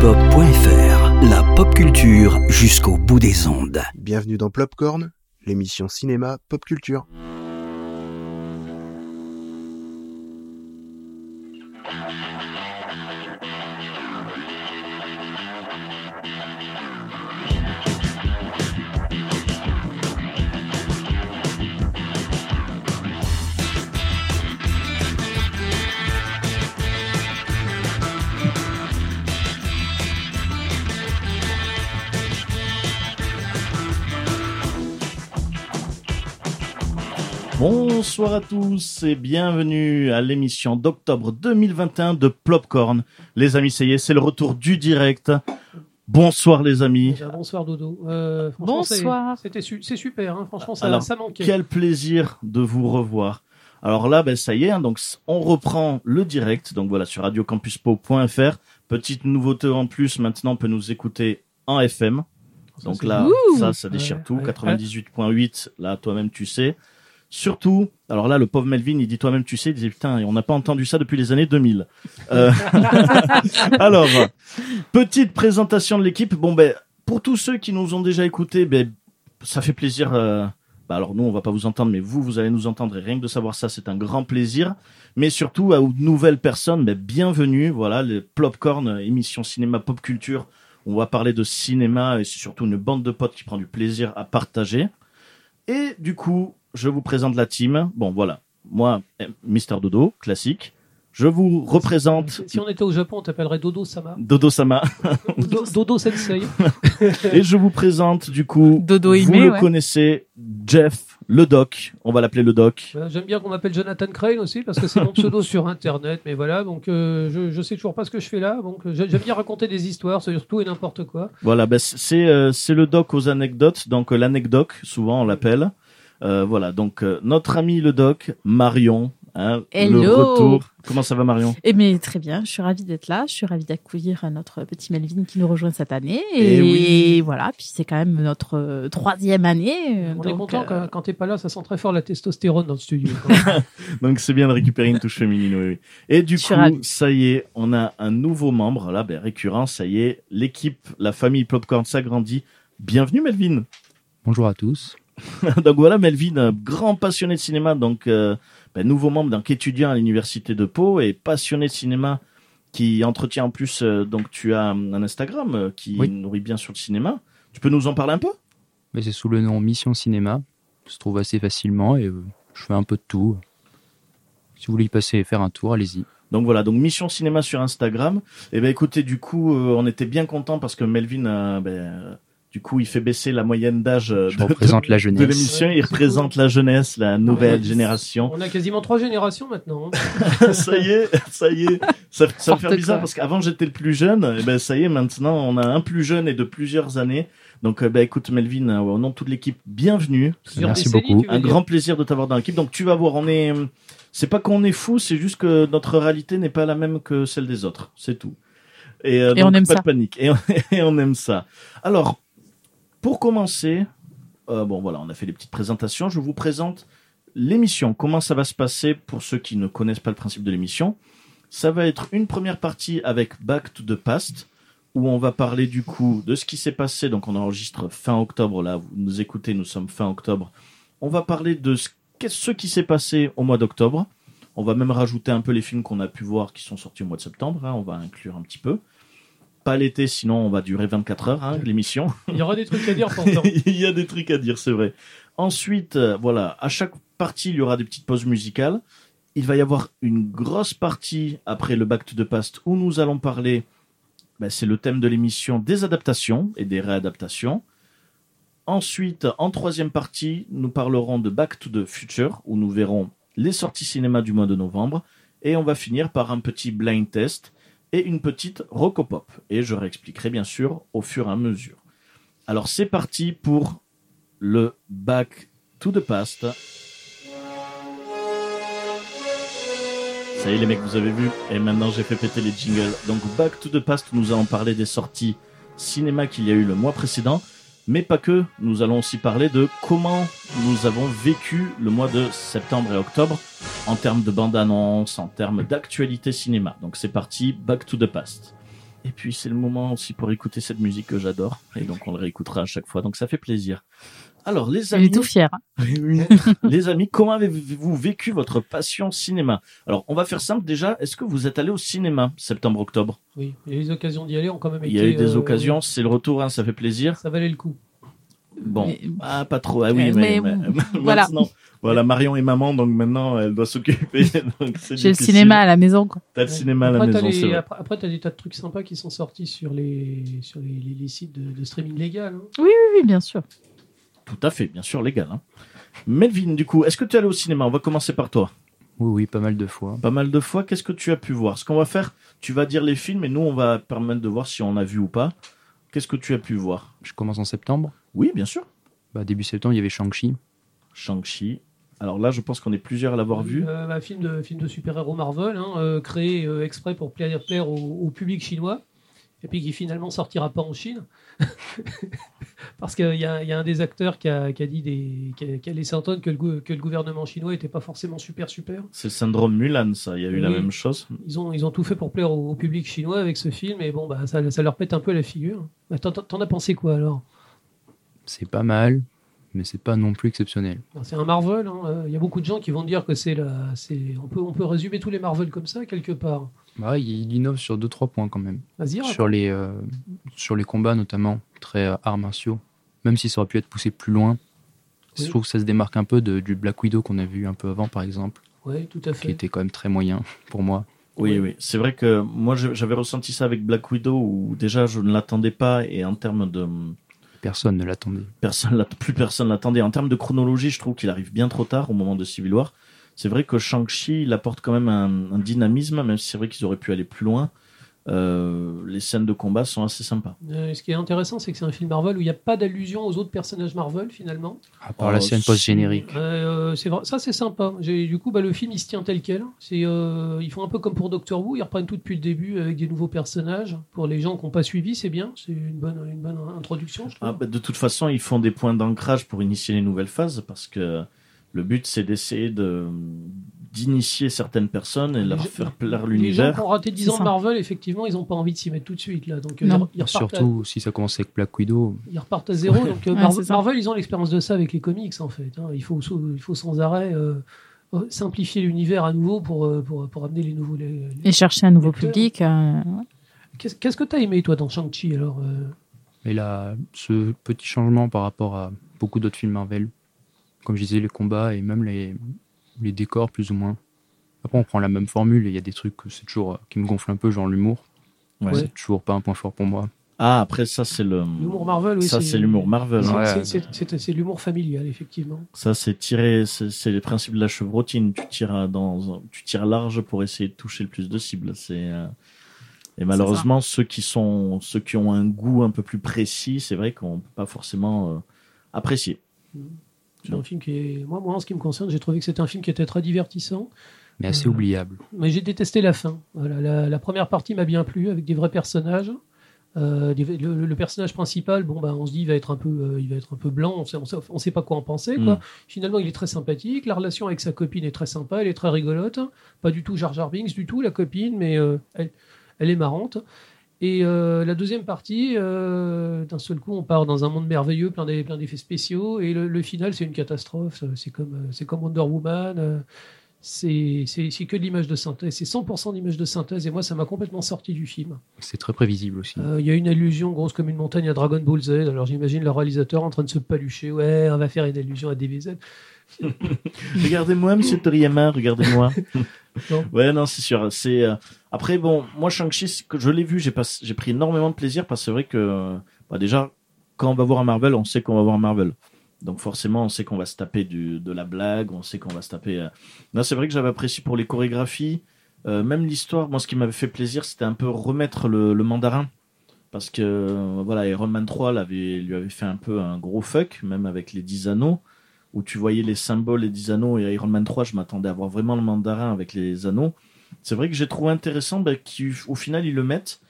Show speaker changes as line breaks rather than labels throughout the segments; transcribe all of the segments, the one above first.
galaxypop.fr, la pop culture jusqu'au bout des ondes.
Bienvenue dans Popcorn, l'émission cinéma pop culture.
Bonsoir à tous et bienvenue à l'émission d'octobre 2021 de Plopcorn. Les amis, ça y est, c'est le retour du direct. Bonsoir les amis.
Déjà, bonsoir Dodo. Euh, franchement,
Bonsoir.
c'est- C'était su- c'est super, hein. franchement ça,
Alors,
ça manquait.
Quel plaisir de vous revoir. Alors là, ben, ça y est, hein, donc s- on reprend le direct. Donc voilà, sur radiocampuspo.fr. Petite nouveauté en plus, maintenant on peut nous écouter en FM.
Ça,
Donc
c'est-
là,
Ouh.
ça, ça déchire
Ouais,
tout.
ouais.
98.8, là, toi-même, tu sais. Surtout, alors là, le pauvre Melvin, il dit toi-même, tu sais, il disait putain, on n'a pas entendu ça depuis les années 2000. Euh, alors, petite présentation de l'équipe. Bon, ben, pour tous ceux qui nous ont déjà écoutés, ben, ça fait plaisir. euh, bah, alors, nous, on va pas vous entendre, mais vous, vous allez nous entendre. Et rien que de savoir ça, c'est un grand plaisir. Mais surtout, à aux nouvelles personnes, ben, bienvenue. Voilà, les Plopcorn, euh, émission cinéma pop culture. On va parler de cinéma et c'est surtout une bande de potes qui prend du plaisir à partager. Et du coup, je vous présente la team. Bon, voilà. Moi, eh, Mister Dodo, classique. Je vous représente
Si si on était au Japon, on t'appellerait Dodo Sama.
Dodo Sama.
Do- Dodo Sensei.
Et je vous présente, du coup,
Dodo
vous
aimé,
le
ouais.
connaissez, Jeff, le doc. On va l'appeler le doc.
Voilà, Euh, J'aime bien qu'on m'appelle Jonathan Crane aussi parce que c'est mon pseudo sur internet. Mais voilà, donc euh, je, je sais toujours pas ce que je fais là. Donc euh, j'ai- j'aime bien raconter des histoires sur tout et n'importe quoi.
Voilà, bah, c- c'est euh, c'est le doc aux anecdotes. Donc, euh, l'anecdote, souvent, on l'appelle. Euh, voilà, donc, euh, notre ami le doc, Marion. hein, Le
Hello.
retour. Comment ça va, Marion
Eh bien, très bien, je suis ravie d'être là, je suis ravie d'accueillir notre petit Melvin qui nous rejoint cette année. Et,
Eh oui.
voilà, puis c'est quand même notre euh, troisième année. euh,
On est
donc,
content
euh,
quand, quand t'es pas là, ça sent très fort la testostérone dans le studio.
Donc c'est bien de récupérer une touche féminine, oui. oui. Et du
Je
coup,
suis ravie.
ça y est, on a un nouveau membre, là, ben, récurrent, ça y est, l'équipe, la famille Popcorn s'agrandit. Bienvenue Melvin
Bonjour à tous.
Donc voilà Melvin, un grand passionné de cinéma, donc euh, ben, nouveau membre, donc étudiant à l'université de Pau et passionné de cinéma qui entretient en plus, euh, donc tu as euh, un Instagram euh, qui
Oui.
nourrit bien sur le cinéma. Tu peux nous en parler un peu
Mais c'est sous le nom Mission Cinéma. Ça se trouve assez facilement et euh, je fais un peu de tout. Si vous voulez y passer et faire un tour, allez-y.
Donc voilà, donc Mission Cinéma sur Instagram. Et ben écoutez, du coup, euh, on était bien content parce que Melvin, euh, ben, euh, du coup, il fait baisser la moyenne d'âge euh,
Je
de,
représente la
de
jeunesse. Ah,
l'émission. Il représente la jeunesse, la nouvelle génération.
on a quasiment trois générations maintenant. hein.
ça y est, ça y est. Ça, ça me fait
N'importe
bizarre
quoi.
parce qu'avant j'étais le plus jeune. Et ben ça y est, maintenant on a un plus jeune et de plusieurs années. Donc euh, ben écoute, Melvin, euh, au nom de toute l'équipe, bienvenue.
Plusieurs
Merci
décennies,
beaucoup.
tu veux
Un
dire.
grand plaisir de t'avoir dans l'équipe. Donc tu vas voir, on est. euh, C'est pas qu'on est fou, c'est juste que notre réalité n'est pas la même que celle des autres. C'est tout. Et, euh,
Et
donc,
on aime
pas
ça.
de panique. Et on, et on aime ça. Alors, pour commencer, euh, bon voilà, on a fait les petites présentations. Je vous présente l'émission. Comment ça va se passer pour ceux qui ne connaissent pas le principe de l'émission Ça va être une première partie avec Back to the Past où on va parler du coup de ce qui s'est passé. Donc on enregistre fin octobre là. Vous nous écoutez, nous sommes fin octobre. On va parler de ce, qu'est- ce qui s'est passé au mois d'octobre. On va même rajouter un peu les films qu'on a pu voir qui sont sortis au mois de septembre. hein. On va inclure un petit peu. Pas l'été, sinon on va durer 24 heures hein, l'émission.
Il y aura des trucs à dire pourtant.
il y a des trucs à dire, c'est vrai. Ensuite, euh, voilà, à chaque partie, il y aura des petites pauses musicales. Il va y avoir une grosse partie après le Back to the Past où nous allons parler, ben, c'est le thème de l'émission, des adaptations et des réadaptations. Ensuite, en troisième partie, nous parlerons de Back to the Future où nous verrons les sorties cinéma du mois de novembre. Et on va finir par un petit blind test et une petite rocopop. Et je réexpliquerai bien sûr au fur et à mesure. Alors c'est parti pour le back to the past. Ça y est les mecs, vous avez vu Et maintenant j'ai fait péter les jingles. Donc back to the past, nous allons parler des sorties cinéma qu'il y a eu le mois précédent. Mais pas que, nous allons aussi parler de comment nous avons vécu le mois de septembre et octobre en termes de bande-annonce, en termes d'actualité cinéma. Donc c'est parti, back to the past. Et puis c'est le moment aussi pour écouter cette musique que j'adore. Et donc on le réécoutera à chaque fois. Donc ça fait plaisir. Alors les
Il
amis,
est tout fier. hein.
les amis, comment avez-vous vécu votre passion cinéma Alors on va faire simple déjà. Est-ce que vous êtes allé au cinéma septembre-octobre
Oui, il y a eu des occasions d'y aller, ont quand même
Il y a
été,
eu des
euh,
occasions. C'est le retour, hein, ça fait plaisir.
Ça valait le coup.
Bon,
Mais-
ah pas trop. Ah oui,
Euh,
mais,
mais-
mais-
voilà.
maintenant- voilà Marion est maman, donc maintenant elle doit s'occuper. donc c'est
J'ai le
difficile.
cinéma à la maison. quoi.
T'as le cinéma à la
après,
maison,
t'as les-
c'est vrai.
Après, après, t'as des tas de trucs sympas qui sont sortis sur les, sur les, les- les sites de, de streaming légal. hein.
Oui, oui, bien sûr.
Tout à fait, bien sûr, légal. Hein. Melvin, du coup, est-ce que tu es allé au cinéma On va commencer par toi.
Oui, oui, pas mal de fois.
Pas mal de fois, qu'est-ce que tu as pu voir Ce qu'on va faire, tu vas dire les films et nous, on va permettre de voir si on a vu ou pas. Qu'est-ce que tu as pu voir
Je commence en septembre.
Oui, bien sûr.
Bah, début septembre, il y avait Shang-Chi.
Shang-Chi. Alors là, je pense qu'on est plusieurs à l'avoir vu.
Euh, bah, film de, film de super-héros Marvel, hein, euh, créé euh, exprès pour plaire, plaire au, au public chinois, et puis qui finalement sortira pas en Chine. Parce qu'il y, a il y a un des acteurs qui a, qui a dit des, qui a, qui a laissé entendre que le, gou- que le gouvernement chinois n'était pas forcément super super.
C'est le syndrome Mulan, ça. Il y a eu la
Oui.
même chose.
Ils ont, ils ont tout fait pour plaire au, au public chinois avec ce film, et bon, bah, ça, ça leur pète un peu la figure. Bah, T'en t'en as pensé quoi alors
C'est pas mal, mais c'est pas non plus exceptionnel.
Alors, C'est un Marvel. hein, euh, Il y a beaucoup de gens qui vont dire que c'est la. c'est- On peut, on peut résumer tous les Marvel comme ça, quelque part.
Bah, ouais, il innove sur 2-3 points quand même.
Vas-y, raconte.
Sur les, euh, sur les combats notamment, très euh, arts martiaux, même si ça aurait pu être poussé plus loin.
Oui.
Je trouve que ça se démarque un peu de- du Black Widow qu'on a vu un peu avant par exemple,
Oui, tout à
qui
fait.
était quand même très moyen pour moi.
Oui, oui. C'est vrai que moi, je- j'avais ressenti ça avec Black Widow, où déjà, je ne l'attendais pas. Et en termes de...
Personne ne l'attendait.
personne l'att- plus personne l'attendait. En termes de chronologie, je trouve qu'il arrive bien trop tard au moment de Civil War. C'est vrai que Shang-Chi, il apporte quand même un, un dynamisme, même si c'est vrai qu'ils auraient pu aller plus loin. Euh, les scènes de combat sont assez sympas.
Euh, ce qui est intéressant, c'est que c'est un film Marvel où il n'y a pas d'allusion aux autres personnages Marvel finalement.
À part
Oh,
la scène
si.
post-générique.
Euh, c'est vrai- ça c'est sympa. J'ai- Du coup, bah, le film il se tient tel quel. C'est, euh, ils font un peu comme pour Doctor Who, ils reprennent tout depuis le début avec des nouveaux personnages. Pour les gens qui n'ont pas suivi, c'est bien, c'est une bonne, une bonne introduction. Je trouve.
Ah, bah, de toute façon, ils font des points d'ancrage pour initier les nouvelles phases, parce que le but, c'est d'essayer de d'initier certaines personnes et de leur
Les-
faire plaire
les gens qui
l'univers.
ont raté 10
C'est
ans de
ça.
Marvel, effectivement, ils n'ont pas envie de s'y mettre tout de suite là. Donc euh,
Non.
ils re- ils, repartent à,
Surtout si ça commençait avec Black Widow,
ils repartent à zéro. Donc euh,
Ouais,
Mar-
c'est ça.
Marvel, ils ont l'expérience de ça avec les comics en fait. hein. Il faut, sou- il faut sans arrêt euh, euh, simplifier l'univers à nouveau pour, euh, pour, pour amener les nouveaux. les- les-
Et chercher un nouveau
Lecteur.
public. euh,
Qu'est-ce qu'est-ce que t'as aimé toi dans Shang-Chi alors euh,
Et là, ce petit changement par rapport à beaucoup d'autres films Marvel, comme je disais, les combats et même les, les décors, plus ou moins. Après, on prend la même formule et il y a des trucs que c'est toujours, euh, qui me gonflent un peu, genre l'humour.
Ouais.
C'est toujours pas un point fort pour moi.
Ah, après, ça, c'est le.
L'humour Marvel, oui.
Ça, c'est l'humour Marvel.
c'est-
hein.
Ouais.
c'est- c'est- C'est c'est l'humour familial, effectivement.
Ça, c'est tirer, c'est c'est les principes de la chevrotine. Tu tires à- dans, tu tires large pour essayer de toucher le plus de cibles. C'est euh, et malheureusement ceux qui sont, ceux qui ont un goût un peu plus précis, c'est vrai qu'on peut pas forcément euh, apprécier.
C'est un film qui est. Moi, moi, en ce qui me concerne, j'ai trouvé que c'était un film qui était très divertissant,
Mais assez
Euh.
oubliable.
mais j'ai détesté la fin. Voilà, la, la première partie m'a bien plu, avec des vrais personnages. Euh, des- le, le personnage principal, bon, bah, on se dit, il va être un peu, euh, il va être un peu blanc. On sait, on sait, on sait pas quoi en penser. Quoi.
Mm.
Finalement, il est très sympathique. La relation avec sa copine est très sympa. Elle est très rigolote. Pas du tout Jar Jar Binks du tout la copine, mais euh, elle, elle est marrante. Et euh, la deuxième partie, euh, d'un seul coup, on part dans un monde merveilleux, plein d'e- plein d'effets spéciaux, et le, le final, c'est une catastrophe. C'est comme, euh, c'est comme Wonder Woman. euh, C'est c'est- c'est que de l'image de synthèse. C'est 100% d'image de synthèse, et moi, ça m'a complètement sorti du film.
C'est très prévisible aussi.
Euh, Il y a une allusion grosse comme une montagne à Dragon Ball Z. Alors j'imagine le réalisateur en train de se palucher. Ouais, on va faire une allusion à DBZ.
regardez-moi, Monsieur Toriyama, regardez-moi.
Non.
ouais, non, c'est sûr. C'est euh, après bon, moi Shang-Chi, c'est que je l'ai vu, j'ai pas, j'ai pris énormément de plaisir parce que c'est vrai que euh, bah, déjà quand on va voir un Marvel, on sait qu'on va voir un Marvel. Donc forcément, on sait qu'on va se taper du, de la blague, on sait qu'on va se taper. euh. Non, c'est vrai que j'avais apprécié pour les chorégraphies, euh, même l'histoire. Moi, ce qui m'avait fait plaisir, c'était un peu remettre le, le mandarin. Parce que euh, voilà, Iron Man 3 l'avait- lui avait fait un peu un gros fuck, même avec les 10 anneaux, où tu voyais les symboles, les 10 anneaux, et Iron Man 3, je m'attendais à voir vraiment le mandarin avec les anneaux. C'est vrai que j'ai trouvé intéressant bah, qu'au final, ils le mettent.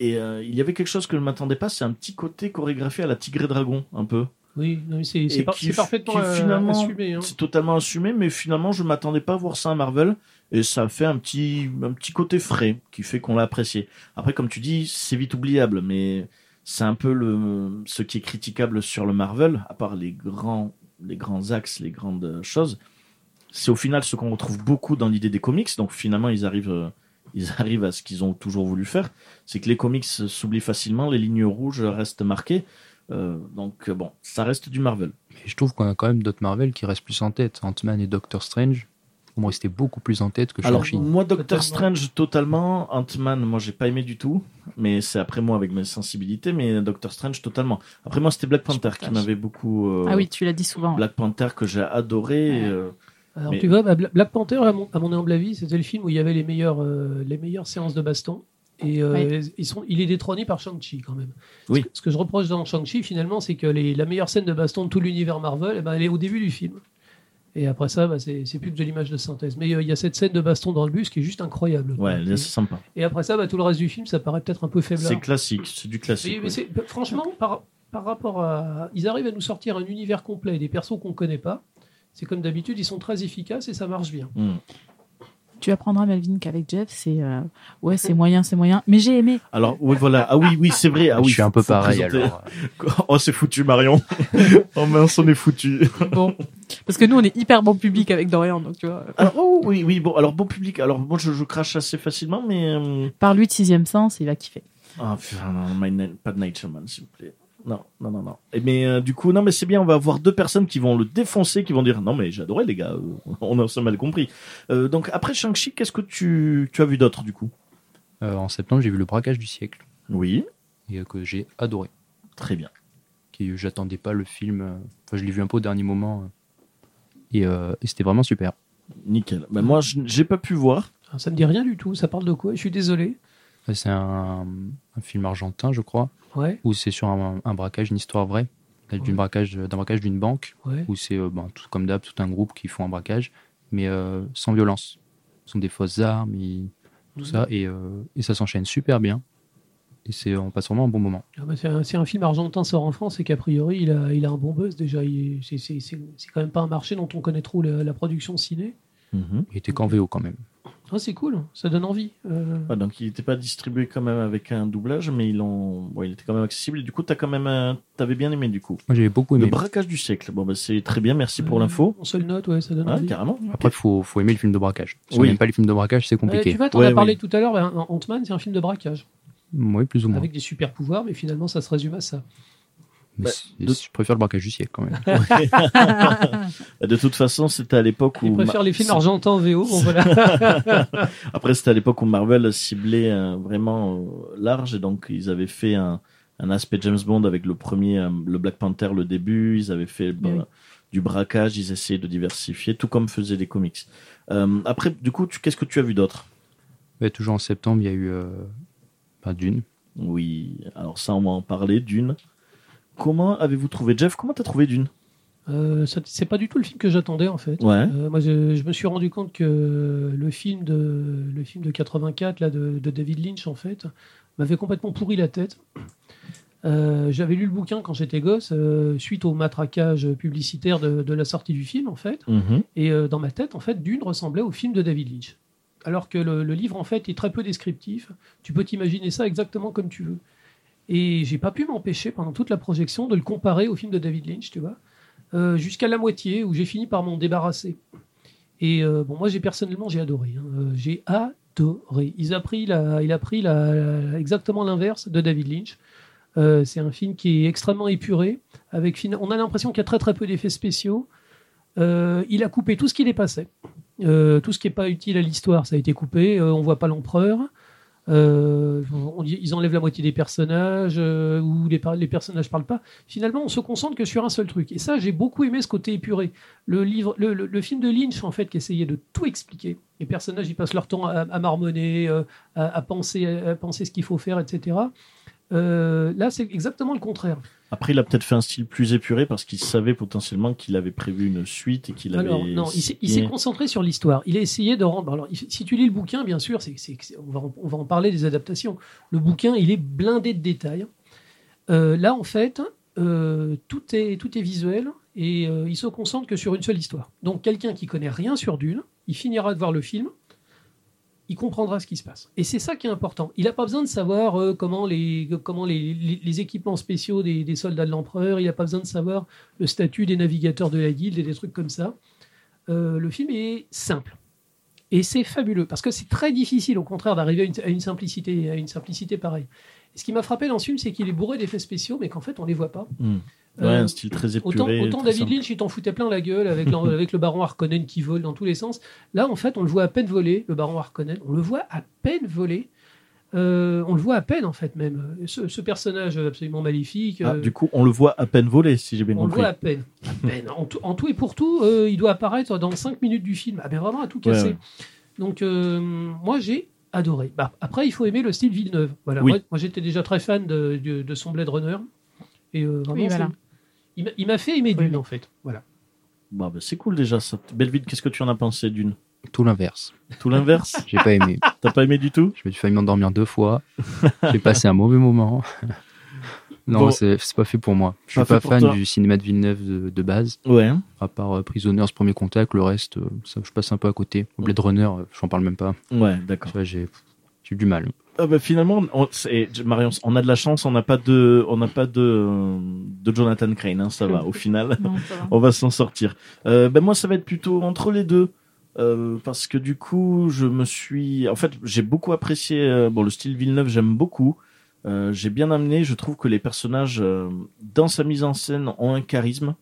Et euh, il y avait quelque chose que je ne m'attendais pas, c'est un petit côté chorégraphié à la Tigre et Dragon, un peu.
Oui, non, mais c'est c'est
Et
par-
qui
c'est
f-
parfaitement
qui,
euh,
finalement,
assumé. hein.
C'est totalement assumé, mais finalement, je m'attendais pas à voir ça à Marvel. Et ça fait un petit, un petit côté frais qui fait qu'on l'a apprécié. Après, comme tu dis, c'est vite oubliable, mais c'est un peu le, ce qui est critiquable sur le Marvel, à part les grands, les grands axes, les grandes choses. C'est au final ce qu'on retrouve beaucoup dans l'idée des comics. Donc finalement, ils arrivent, euh, ils arrivent à ce qu'ils ont toujours voulu faire. C'est que les comics s'oublient facilement, les lignes rouges restent marquées. Euh, donc euh, bon, ça reste du Marvel.
Mais je trouve qu'on a quand même d'autres Marvel qui restent plus en tête. Ant-Man et Doctor Strange vont rester beaucoup plus en tête que
Alors,
Shang-Chi.
moi, Doctor
Totalement.
Strange, totalement. Ant-Man, moi, j'ai pas aimé du tout. Mais c'est après moi, avec mes sensibilités. Mais Doctor Strange, totalement. Après moi, c'était Black Panther qui
partage.
m'avait beaucoup. euh,
Ah oui, tu l'as dit souvent.
Black Panther que j'ai adoré.
Ouais.
euh,
Alors
Mais-
tu vois, bah, Bla- Black Panther, à mon, à mon humble avis, c'était le film où il y avait les meilleures, euh, les meilleures séances de baston. Et euh, ils sont, il est détrôné par Shang-Chi quand même.
Oui.
Ce, que, ce que je reproche dans Shang-Chi finalement, c'est que les- la meilleure scène de baston de tout l'univers Marvel, eh ben, elle est au début du film. Et après ça, bah, c'est c'est plus que de l'image de synthèse. Mais euh, il y a cette scène de baston dans le bus qui est juste incroyable. quoi.
Ouais, c'est sympa.
Et après ça, bah, tout le reste du film, ça paraît peut-être un peu faible.
C'est classique, c'est du classique.
Oui, mais
ouais.
c'est- bah, franchement, par, par rapport à. Ils arrivent à nous sortir un univers complet, des persos qu'on connaît pas. C'est comme d'habitude, ils sont très efficaces et ça marche bien.
Hmm.
Tu apprendras, Melvin, qu'avec Jeff, c'est euh, ouais, c'est moyen, c'est moyen. Mais j'ai aimé.
Alors, oui, voilà. Ah oui, oui, c'est vrai. Ah, oui,
je suis un peu
faut
pareil
présenter-
alors.
Oh, c'est foutu, Marion. oh mince, on est foutu.
Bon, parce que nous, on est hyper bon public avec Dorian, donc tu vois.
Alors, oh, oui, oui, bon, alors, bon public. Alors, moi, je, je crache assez facilement, mais. euh,
Par lui de sixième sens, il va kiffer.
Ah putain, non, My Night- pas de Night Shyamalan, s'il vous plaît. Non, non, non, non. Et mais euh, du coup, non, mais c'est bien, on va avoir deux personnes qui vont le défoncer, qui vont dire non, mais j'adorais les gars, euh, on a ça mal compris. Euh, donc après Shang-Chi, qu'est-ce que tu, tu as vu d'autre du coup
Euh, en septembre, j'ai vu le braquage du siècle
Oui,
et euh, que j'ai adoré.
très bien.
Qui euh, j'attendais pas le film. euh, Enfin, je l'ai vu un peu au dernier moment euh, et, euh, et c'était vraiment super.
Nickel. Ben, moi, je- j'ai pas pu voir.
Ah, Ça me dit rien du tout. Ça parle de quoi Je suis désolé.
Euh, C'est un, un film argentin, je crois,
Ouais,
où c'est sur un, un braquage, une histoire vraie, d'un
Ouais.
braquage d'un braquage d'une banque.
ouais.
où c'est euh, ben, tout, comme d'hab tout un groupe qui font un braquage, mais euh, sans violence. Ce sont des fausses armes, ils- tout ça, et, euh, et ça s'enchaîne super bien. Et c'est, on passe vraiment un bon moment.
Ah bah, c'est un, c'est un film argentin sort en France et qu'a priori il a, il a un bon buzz déjà. Il est- c'est- C'est c'est- c'est quand même pas un marché dont on connaît trop la, la production ciné. Mm-hmm.
Il était qu'en VO quand même.
Ah, c'est cool, ça donne envie. Euh,
Ouais, Ah, donc il n'était pas distribué quand même avec un doublage, mais ils l'ont. bon, il était quand même accessible. Et du coup, t'as quand même, un- t'avais bien aimé du coup.
Moi j'avais beaucoup
Le
aimé.
braquage du siècle. Bon, ben, c'est très bien, merci pour l'info.
On se le note, ouais, ça donne
Hein,
envie.
carrément.
Après, faut, faut aimer le film de braquage. Si on
Oui.
n'aime pas les films de braquage, c'est
Ouais, Euh, tu
compliqué.
vois, t'en
Ouais,
as parlé
oui.
tout à l'heure, ben, Ant-Man c'est un film de braquage,
Oui, plus ou moins.
avec des super pouvoirs, mais finalement ça se résume à ça.
Mais
Bah,
c'est-
de-
Je préfère le braquage du siècle quand même.
Bah, De toute façon, c'était à l'époque
Je
où.
préfère
Ma-
les films argentins en VO, bon voilà.
Après, c'était à l'époque où Marvel ciblait euh, vraiment euh, large et donc ils avaient fait un, un aspect James Bond avec le premier, euh, le Black Panther, le début. Ils avaient fait bah,
Oui.
du braquage, ils essayaient de diversifier, tout comme faisaient les comics. Euh, après, du coup, tu- qu'est-ce que tu as vu d'autre
Ouais, toujours en septembre, il y a eu euh, ben, Dune.
Oui, alors ça, on va en parler d'une. Comment avez-vous trouvé Jeff Comment t'as trouvé d'une
Euh, ça- c'est pas du tout le film que j'attendais en fait.
Ouais.
Euh, moi, je, je me suis rendu compte que le film de, le film de 84, là, de, de David Lynch, en fait, m'avait complètement pourri la tête. Euh, J'avais lu le bouquin quand j'étais gosse, euh, suite au matraquage publicitaire de, de la sortie du film, en fait.
Mhm.
Et euh, dans ma tête, en fait, Dune ressemblait au film de David Lynch. Alors que le, le livre, en fait, est très peu descriptif. Tu peux t'imaginer ça exactement comme tu veux. Et j'ai pas pu m'empêcher, pendant toute la projection, de le comparer au film de David Lynch, tu vois. Euh, Jusqu'à la moitié, où j'ai fini par m'en débarrasser. Et euh, bon, moi, j'ai personnellement, j'ai adoré. hein. Euh, j'ai adoré. Il a pris, la, il a pris la, la- exactement l'inverse de David Lynch. Euh, C'est un film qui est extrêmement épuré. Avec, fina- on a l'impression qu'il y a très très peu d'effets spéciaux. Euh, il a coupé tout ce qui dépassait. Euh, tout ce qui n'est pas utile à l'histoire, ça a été coupé. Euh, on voit pas l'empereur. Euh, on- ils enlèvent la moitié des personnages euh, ou les, par- les personnages parlent pas. Finalement, on se concentre que sur un seul truc. Et ça, j'ai beaucoup aimé ce côté épuré. Le livre, le, le- le film de Lynch en fait, qui essayait de tout expliquer. Les personnages, ils passent leur temps à, à marmonner, euh, à, à penser, à penser ce qu'il faut faire, etc. Euh, là, c'est exactement le contraire.
Après, il a peut-être fait un style plus épuré parce qu'il savait potentiellement qu'il avait prévu une suite et qu'il avait.
Alors, non, il s'est- il
signé.
s'est concentré sur l'histoire. Il a essayé de rendre. Alors, il- si tu lis le bouquin, bien sûr, c'est, c'est- c'est- on, va en, on va en parler des adaptations. Le bouquin, il est blindé de détails. Euh, là, en fait, euh, tout, est, tout est visuel et euh, il se concentre que sur une seule histoire. Donc quelqu'un qui connaît rien sur Dune, il finira de voir le film, il comprendra ce qui se passe. Et c'est ça qui est important. Il n'a pas besoin de savoir euh, comment, les, comment les, les- les équipements spéciaux des, des soldats de l'empereur, il n'a pas besoin de savoir le statut des navigateurs de la guilde et des trucs comme ça. Euh, le film est simple. Et c'est fabuleux, parce que c'est très difficile, au contraire, d'arriver à une, à une simplicité, à une simplicité pareille. Et ce qui m'a frappé dans ce film, c'est qu'il est bourré d'effets spéciaux, mais qu'en fait, on ne les voit pas.
Hmm. Ouais,
Euh,
un style très épuré.
Autant, autant
très
David
simple.
Lynch, il t'en foutait plein la gueule avec, l'en- avec le baron Harkonnen qui vole dans tous les sens. Là, en fait, on le voit à peine voler, le baron Harkonnen. On le voit à peine voler. Euh, on le voit à peine, en fait, même. Ce, ce personnage absolument maléfique.
Ah,
euh,
du coup, on le voit à peine voler, si j'ai bien
on le
compris.
voit à peine. À peine. En, tout, en tout et pour tout, euh, il doit apparaître dans 5 minutes du film. Ah ben vraiment à tout
Ouais,
casser.
ouais.
Donc euh, moi j'ai adoré. Bah, après il faut aimer le style Villeneuve. Voilà.
Oui.
Moi, moi, j'étais déjà très fan de, de- de son Blade Runner. Et euh, vraiment,
Oui, voilà.
c'est- il m'a- il m'a fait aimer
Faut
Dune
aimer.
en fait. Voilà.
Bah, bah, c'est cool déjà. Ça. Belvide, qu'est-ce que tu en as pensé d'une
Tout l'inverse.
Tout l'inverse
J'ai pas aimé.
T'as pas aimé du tout
Je me suis failli m'endormir deux fois. J'ai passé un mauvais moment. non,
Bon.
c'est c'est pas fait pour moi. Je suis
Pas
pas,
fait pour
fan
toi.
du cinéma de Villeneuve de, de base,
Ouais.
à part euh, Prisonniers, Premier Contact. Le reste, euh, ça, je passe un peu à côté. Blade Runner, euh, j'en parle même pas.
Ouais,
Tu
d'accord.
vois, J'ai j'ai eu du mal.
Ah bah, finalement, on, c'est- Marion, on a de la chance, on n'a pas de, on n'a pas de, euh, de Jonathan Crane, hein, ça va. Au final,
Non, ça va.
on va s'en sortir. Euh, ben moi, ça va être plutôt entre les deux. euh, parce que du coup, je me suis. En fait, j'ai beaucoup apprécié. euh, bon, le style Villeneuve, j'aime beaucoup. Euh, j'ai bien amené. Je trouve que les personnages, euh, dans sa mise en scène, ont un charisme.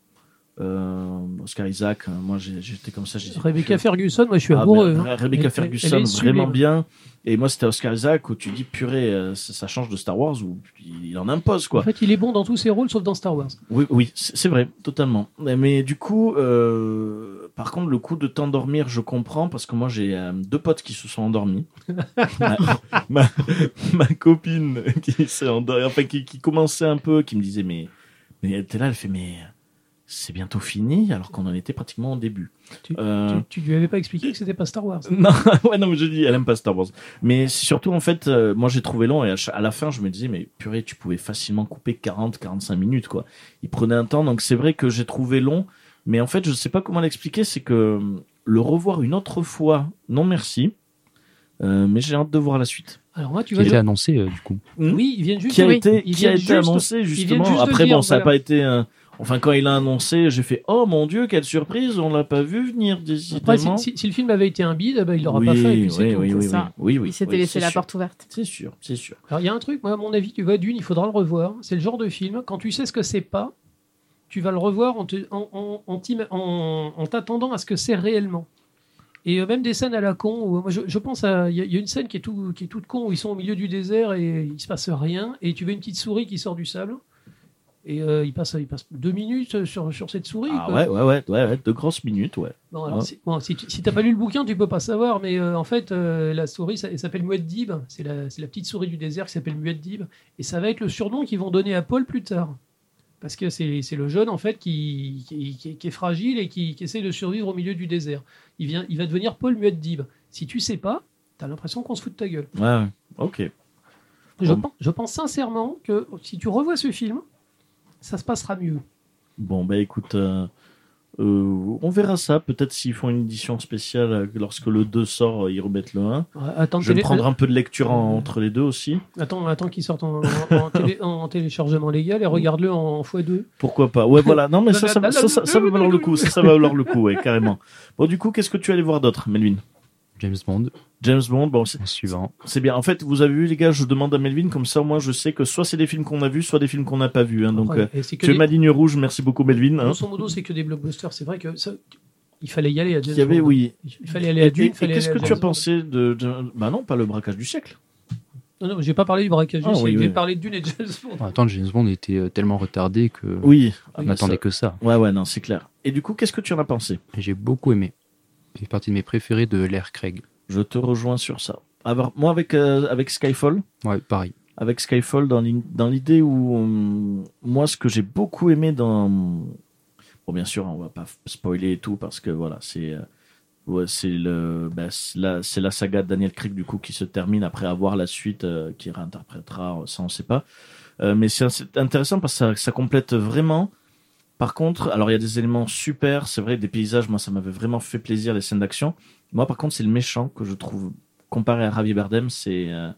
Euh, Oscar Isaac, euh, moi, j'ai- j'étais comme ça. j'ai dit,
Rebecca Ferguson, moi je suis
ah,
amoureux.
ben,
hein.
Rebecca
Elle-
Ferguson,
elle est sublime.
vraiment bien. Et moi, c'était Oscar Isaac où tu dis purée, euh, ça, ça change de Star Wars où il en impose quoi.
En fait, il est bon dans tous ses rôles sauf dans Star Wars.
Oui, oui, c'est c'est vrai, totalement. Mais- Mais du coup, euh, par contre, le coup de t'endormir, je comprends parce que moi, j'ai euh, deux potes qui se sont endormis. ma, ma- ma copine qui s'est endormie, enfin, qui, qui commençait un peu, qui me disait, mais, mais elle était là, elle fait, mais c'est bientôt fini alors qu'on en était pratiquement au début.
Tu-
Euh,
Tu, tu lui avais pas expliqué que c'était pas Star Wars.
non, ouais, non, mais je dis, elle aime pas Star Wars. Mais surtout, en fait, euh, moi j'ai trouvé long et à, cha- à la fin, je me disais, mais purée, tu pouvais facilement couper 40, 45 minutes, quoi. Il prenait un temps, donc c'est vrai que j'ai trouvé long, mais en fait, je sais pas comment l'expliquer, c'est que le revoir une autre fois, non merci, Euh, mais j'ai hâte de voir la suite.
Alors moi, tu
Qui
vas.
était annoncé, euh, du coup.
Oui, ils viennent juste.
Qui a
Oui,
été,
ils
qui a
viennent
été
juste-
annoncé, justement.
viennent juste de
Après,
dire,
bon, ça n'a
voilà.
pas été un- Enfin, quand il a annoncé, j'ai fait Oh mon dieu, quelle surprise, on l'a pas vu venir,
Après, si,
décidément.
si- si le film avait été un bide, eh ben, il l'aurait
oui,
pas fait. et puis c'est
oui,
tout.
oui,
c'est
oui,
ça.
oui, oui,
Il s'était
oui,
laissé
c'est
la
sûr.
porte ouverte.
C'est sûr, c'est sûr.
Alors il y a un truc, moi à mon avis, tu vois Dune, il faudra le revoir. C'est le genre de film, quand tu sais ce que c'est pas, tu vas le revoir en, te- en, en- en t'im- en- en t'attendant à ce que c'est réellement. Et euh, même des scènes à la con, où, euh, moi je, je pense à. Il y, a- il y a une scène qui est, tout, qui est toute con, où ils sont au milieu du désert et il se passe rien, et tu vois une petite souris qui sort du sable, et euh, il, passe, il passe deux minutes sur, sur cette souris.
Ah
quoi.
ouais, ouais, ouais, ouais, ouais, de grosses minutes, ouais.
Bon, alors,
Ouais.
si, bon, si tu n'as pas lu le bouquin, tu peux pas savoir, mais euh, en fait, euh, la souris, ça- elle s'appelle Muad'Dib. C'est la, c'est la petite souris du désert qui s'appelle Muad'Dib. Et ça va être le surnom qu'ils vont donner à Paul plus tard. Parce que c'est c'est le jeune, en fait, qui, qui, qui est- qui est fragile et qui, qui essaie de survivre au milieu du désert. Il, vient, il va devenir Paul Muad'Dib. Si tu sais pas, tu as l'impression qu'on se fout de ta gueule.
Ouais, ouais. ok.
Je, Mm.
Bon.
pense, je pense sincèrement que si tu revois ce film, ça se passera mieux.
Bon, bah écoute, euh, euh, on verra ça. Peut-être s'ils font une édition spéciale, euh, lorsque le 2 sort, euh, ils remettent le 1.
Attends,
Je vais
télé-
prendre un peu de lecture
euh,
en- entre les deux aussi.
Attends, attends qu'il sorte en, en- en télé- en téléchargement légal et regarde-le en, x2.
Pourquoi pas Ouais, voilà. Non, mais ça, ça, va- ça, ça- ça va valoir le coup. Ça, ça va valoir le coup, ouais, carrément. Bon, du coup, qu'est-ce que tu allais voir d'autre, Melvin
James Bond,
James Bond, bon, c'est-
en suivant.
c'est bien. En fait, vous avez vu, les gars, je demande à Melvin, comme ça, moi, je sais que soit c'est des films qu'on a vus, soit des films qu'on n'a pas vus. hein, donc, euh,
Et c'est que
tu es
des-
ma ligne rouge, merci beaucoup, Melvin. hein.
grosso modo, c'est que des blockbusters. C'est vrai que ça, il fallait y aller à James
Il y avait,
Bond.
oui,
Il fallait aller à
Et-
Dune.
et
il fallait
Qu'est-ce
aller
que
à
tu as
James Bond.
pensé de, de- Bah non, pas le braquage du siècle.
Non, non, j'ai pas parlé du braquage.
Ah,
du siècle,
oui, Ah,
j'ai
oui.
parlé de Dune et de James Bond.
En même temps, James Bond était euh, tellement retardé que
Oui.
on n'attendait que ça.
Ah, Ouais, ouais, non, c'est clair. Et du coup, qu'est-ce que tu en as pensé
Et J'ai beaucoup aimé. C'est partie de mes préférés de l'ère Craig.
Je te rejoins sur ça. Alors, moi, avec, euh, avec Skyfall,
Ouais, pareil.
avec Skyfall dans l'in- dans l'idée où hum, moi ce que j'ai beaucoup hein, aimé dans bon bien sûr on va pas f- spoiler et tout parce que voilà c'est euh, Ouais, c'est le, bah, c'est la, c'est la saga de Daniel Craig du coup qui se termine après avoir la suite euh, qui réinterprétera, euh, ça on sait pas. Euh, mais c'est c'est intéressant parce que ça, ça complète vraiment. Par contre, alors il y a des éléments super, c'est vrai, des paysages, moi ça m'avait vraiment fait plaisir les scènes d'action. Moi par contre, c'est le méchant que je trouve comparé à Ravi Bardem, c'est euh,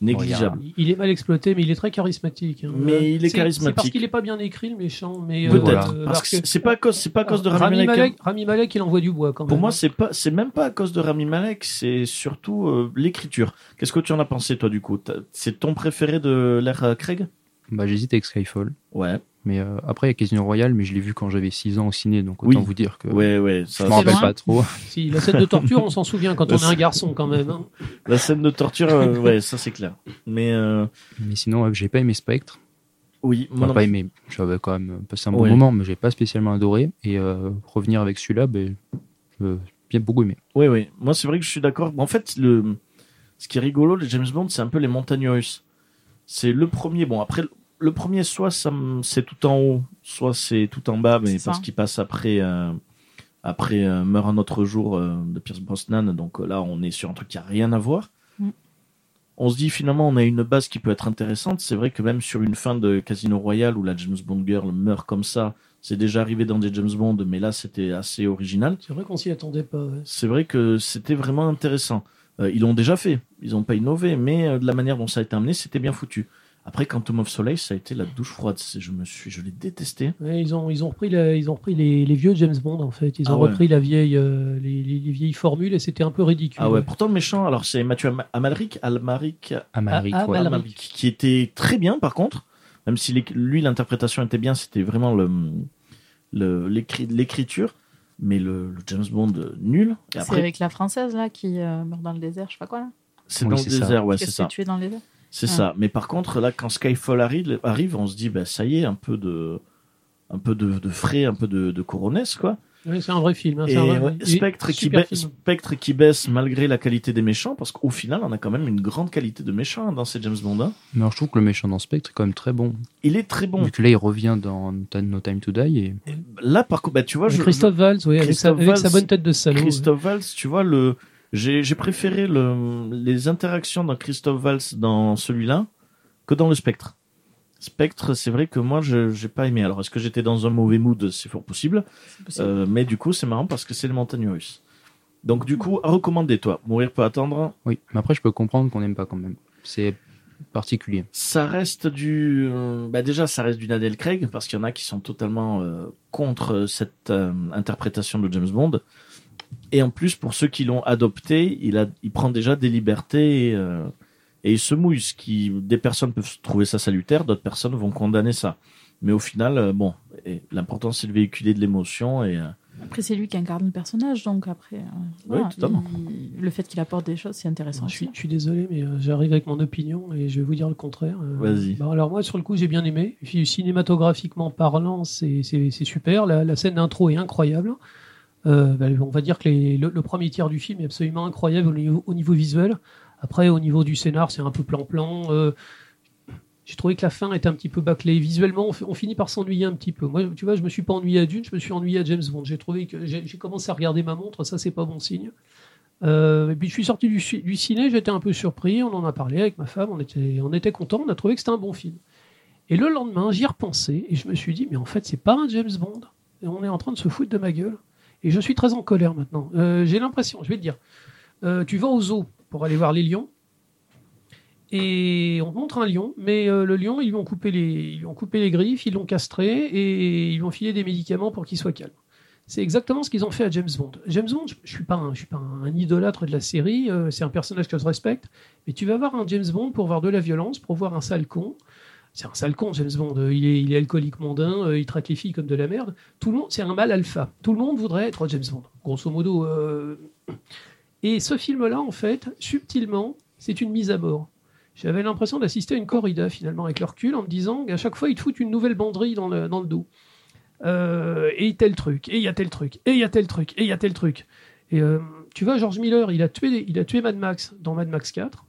négligeable.
Il- Il est mal exploité, mais il est très charismatique. hein.
Mais
Euh,
il est
c'est- C'est
charismatique.
parce qu'il n'est pas bien écrit, le méchant. Mais
Oui,
euh,
voilà.
euh,
Parce
alors
que c'est-
que-
c'est pas à cause, c'est pas à cause de Rami, Malek. hein.
Rami Malek, il envoie du bois quand même. hein.
Pour moi, c'est pas, c'est même pas à cause de Rami Malek, c'est surtout euh, l'écriture. Qu'est-ce que tu en as pensé toi du coup T'as- C'est ton préféré de l'ère euh, Craig
Bah, J'hésite avec Skyfall.
Ouais,
Mais euh, après, il y a Casino Royale, mais je l'ai vu quand j'avais 6 ans au ciné, donc autant
Oui.
vous dire que
ouais, ouais.
je
Ça,
m'en rappelle
loin.
pas trop.
Si, la scène de torture, on s'en souvient quand on est
C'est-
un garçon quand même. hein.
La scène de torture, euh, ouais, ça c'est clair. Mais euh,
Mais sinon, ouais, j'ai pas aimé Spectre.
oui,
Enfin,
non,
pas aimé. J'avais quand même passé un bon
Ouais.
moment, mais j'ai pas spécialement adoré. Et euh, revenir avec celui-là, ben, je- bien beaucoup aimé.
Oui, oui. Moi, c'est vrai que je suis d'accord. En fait, le... ce qui est rigolo, les James Bond, c'est un peu les montagnes russes. C'est le premier. Bon, après, le premier, soit ça me- c'est tout en haut, soit c'est tout en bas, mais
C'est
parce
ça.
qu'il passe après, euh, après euh, Meurt un autre jour euh, de Pierce Brosnan. Donc euh, là, on est sur un truc qui a rien à voir.
Mm.
On se dit finalement, on a une base qui peut être intéressante. C'est vrai que même sur une fin de Casino Royale où la James Bond girl meurt comme ça, c'est déjà arrivé dans des James Bond, mais là, c'était assez original.
C'est vrai qu'on s'y attendait pas. ouais.
C'est vrai que c'était vraiment intéressant. Euh, ils l'ont déjà fait, ils n'ont pas innové, mais euh, de la manière dont ça a été amené, c'était bien foutu. Après, Quantum of Soleil, ça a été la douche froide. C'est- Je me suis, je l'ai détesté.
Ouais, ils, ont, ils ont repris, la- ils ont repris les, les vieux James Bond en fait. Ils ont
Ah ouais.
repris la vieille, euh, les, les- les vieilles formules et c'était un peu ridicule.
Ah ouais. Pourtant, le méchant. Alors, c'est Mathieu Am- Amalric, Almaric,
Amalric,
Ah, ah,
ouais.
Amalric.
Amalric, qui était très bien, par contre. Même si les- lui, l'interprétation était bien, c'était vraiment le, le- l'écri- l'écriture. Mais le, le James Bond euh, nul. Et
C'est
après,
avec la française là qui euh, meurt dans le désert, je sais pas quoi là.
c'est
Oui,
dans
c'est
le
ça.
désert, ouais,
Qui
c'est
se fait
ça.
tuer dans le désert.
C'est
Ouais.
ça. Mais par contre, là, quand Skyfall arrive, arrive, on se dit, bah, ça y est, un peu de, un peu de, de frais, un peu de, de coronesse, quoi.
Ouais, c'est un vrai film. hein, c'est
Et
un vrai-
ouais,
il est
Spectre, qui
super
baisse-
film.
Spectre qui baisse malgré la qualité des méchants, parce qu'au final, on a quand même une grande qualité de méchants hein, dans ces James Bond. hein.
Mais alors, je trouve que le méchant dans Spectre est quand même très bon.
Il est très bon.
Vu que là, il revient dans No Time to Die. Et...
Là, par contre, bah, tu vois,
Avec
je,
Christophe Valls, oui, avec,
Christophe
sa, avec sa
Waltz-
bonne tête de salaud.
Christophe Valls, tu vois, le, j'ai, j'ai préféré le, les interactions dans Christophe Valls dans celui-là que dans le Spectre. Spectre, c'est vrai que moi, je j'ai pas aimé. Alors, est-ce que j'étais dans un mauvais mood C'est fort possible.
C'est possible.
Euh, mais du coup, c'est marrant parce que c'est les montagnes russes. Donc, du coup, à recommander, toi. Mourir peut attendre.
Oui, mais après, je peux comprendre qu'on n'aime pas quand même. C'est particulier.
Ça reste du. euh, bah déjà, ça reste du Daniel Craig parce qu'il y en a qui sont totalement euh, contre cette euh, interprétation de James Bond. Et en plus, pour ceux qui l'ont adopté, il, a, il prend déjà des libertés et, euh, et il se mouille. Ce qui, des personnes peuvent trouver ça salutaire, d'autres personnes vont condamner ça. Mais au final, euh, bon, et l'important c'est de véhiculer de l'émotion et. euh,
Après, c'est lui qui incarne le personnage, donc après. euh, voilà,
totalement.
il- Le fait qu'il apporte des choses, c'est intéressant.
Je suis,
aussi.
je suis désolé, mais euh, j'arrive avec mon opinion et je vais vous dire le contraire. Euh,
Vas-y.
bon, alors moi, sur le coup, j'ai bien aimé. Puis, cinématographiquement parlant, c'est c'est- c'est super. La, la scène d'intro est incroyable. Euh, ben, on va dire que les- le, le premier tiers du film est absolument incroyable au niveau, au niveau visuel. Après, au niveau du scénar, c'est un peu plan-plan. Euh, j'ai trouvé que la fin était un petit peu bâclée. Visuellement, on, fi- on finit par s'ennuyer un petit peu. Moi, tu vois, je me suis pas ennuyé à Dune, je me suis ennuyé à James Bond. J'ai trouvé que j'ai j'ai commencé à regarder ma montre, ça c'est pas bon signe. Euh, et puis je suis sorti du, ci- du ciné, j'étais un peu surpris, on en a parlé avec ma femme, on était, on était content, on a trouvé que c'était un bon film. Et le lendemain, j'y repensais et je me suis dit, mais en fait, c'est pas un James Bond. Et on est en train de se foutre de ma gueule. Et je suis très en colère maintenant. Euh, J'ai l'impression, je vais te dire, euh, tu vas au zoo pour aller voir les lions et on te montre un lion, mais euh, le lion, ils lui ont coupé les, ils lui ont coupé les griffes, ils l'ont castré et ils lui ont filé des médicaments pour qu'il soit calme. C'est exactement ce qu'ils ont fait à James Bond. James Bond, je je suis pas un, je suis pas un idolâtre de la série. euh, c'est un personnage que je respecte. Mais tu vas voir un James Bond pour voir de la violence, pour voir un sale con. C'est un sale con, James Bond. Euh, Il est, il est alcoolique mondain. euh, il traite les filles comme de la merde. Tout le monde, c'est un mâle alpha. Tout le monde voudrait être James Bond. Grosso modo. euh, Et ce film-là, en fait, subtilement, c'est une mise à mort. J'avais l'impression d'assister à une corrida finalement avec le recul en me disant qu'à chaque fois ils te foutent une nouvelle banderie dans le, dans le dos. Euh, et tel truc, et il y a tel truc, et il y a tel truc, et il y a tel truc. Et euh, tu vois, George Miller, il a tué, il a tué Mad Max dans Mad Max 4,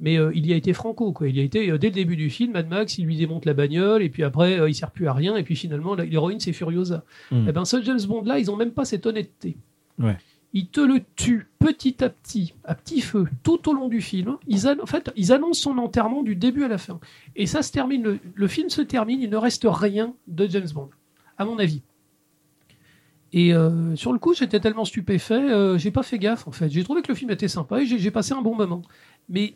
mais euh, il y a été franco, quoi. Il y a été euh, dès le début du film, Mad Max, il lui démonte la bagnole, et puis après, euh, il sert plus à rien, et puis finalement, la- l'héroïne, c'est Furiosa. Eh
Mm.
Et ben, ce James Bond là, ils ont même pas cette honnêteté.
Ouais.
Ils te le tuent petit à petit, à petit feu, tout au long du film. Ils an- En fait, ils annoncent son enterrement du début à la fin. Et ça se termine, le, le film se termine, il ne reste rien de James Bond, à mon avis. Et euh, sur le coup, j'étais tellement stupéfait, euh, j'ai pas fait gaffe en fait. J'ai trouvé que le film était sympa et j'ai j'ai passé un bon moment. Mais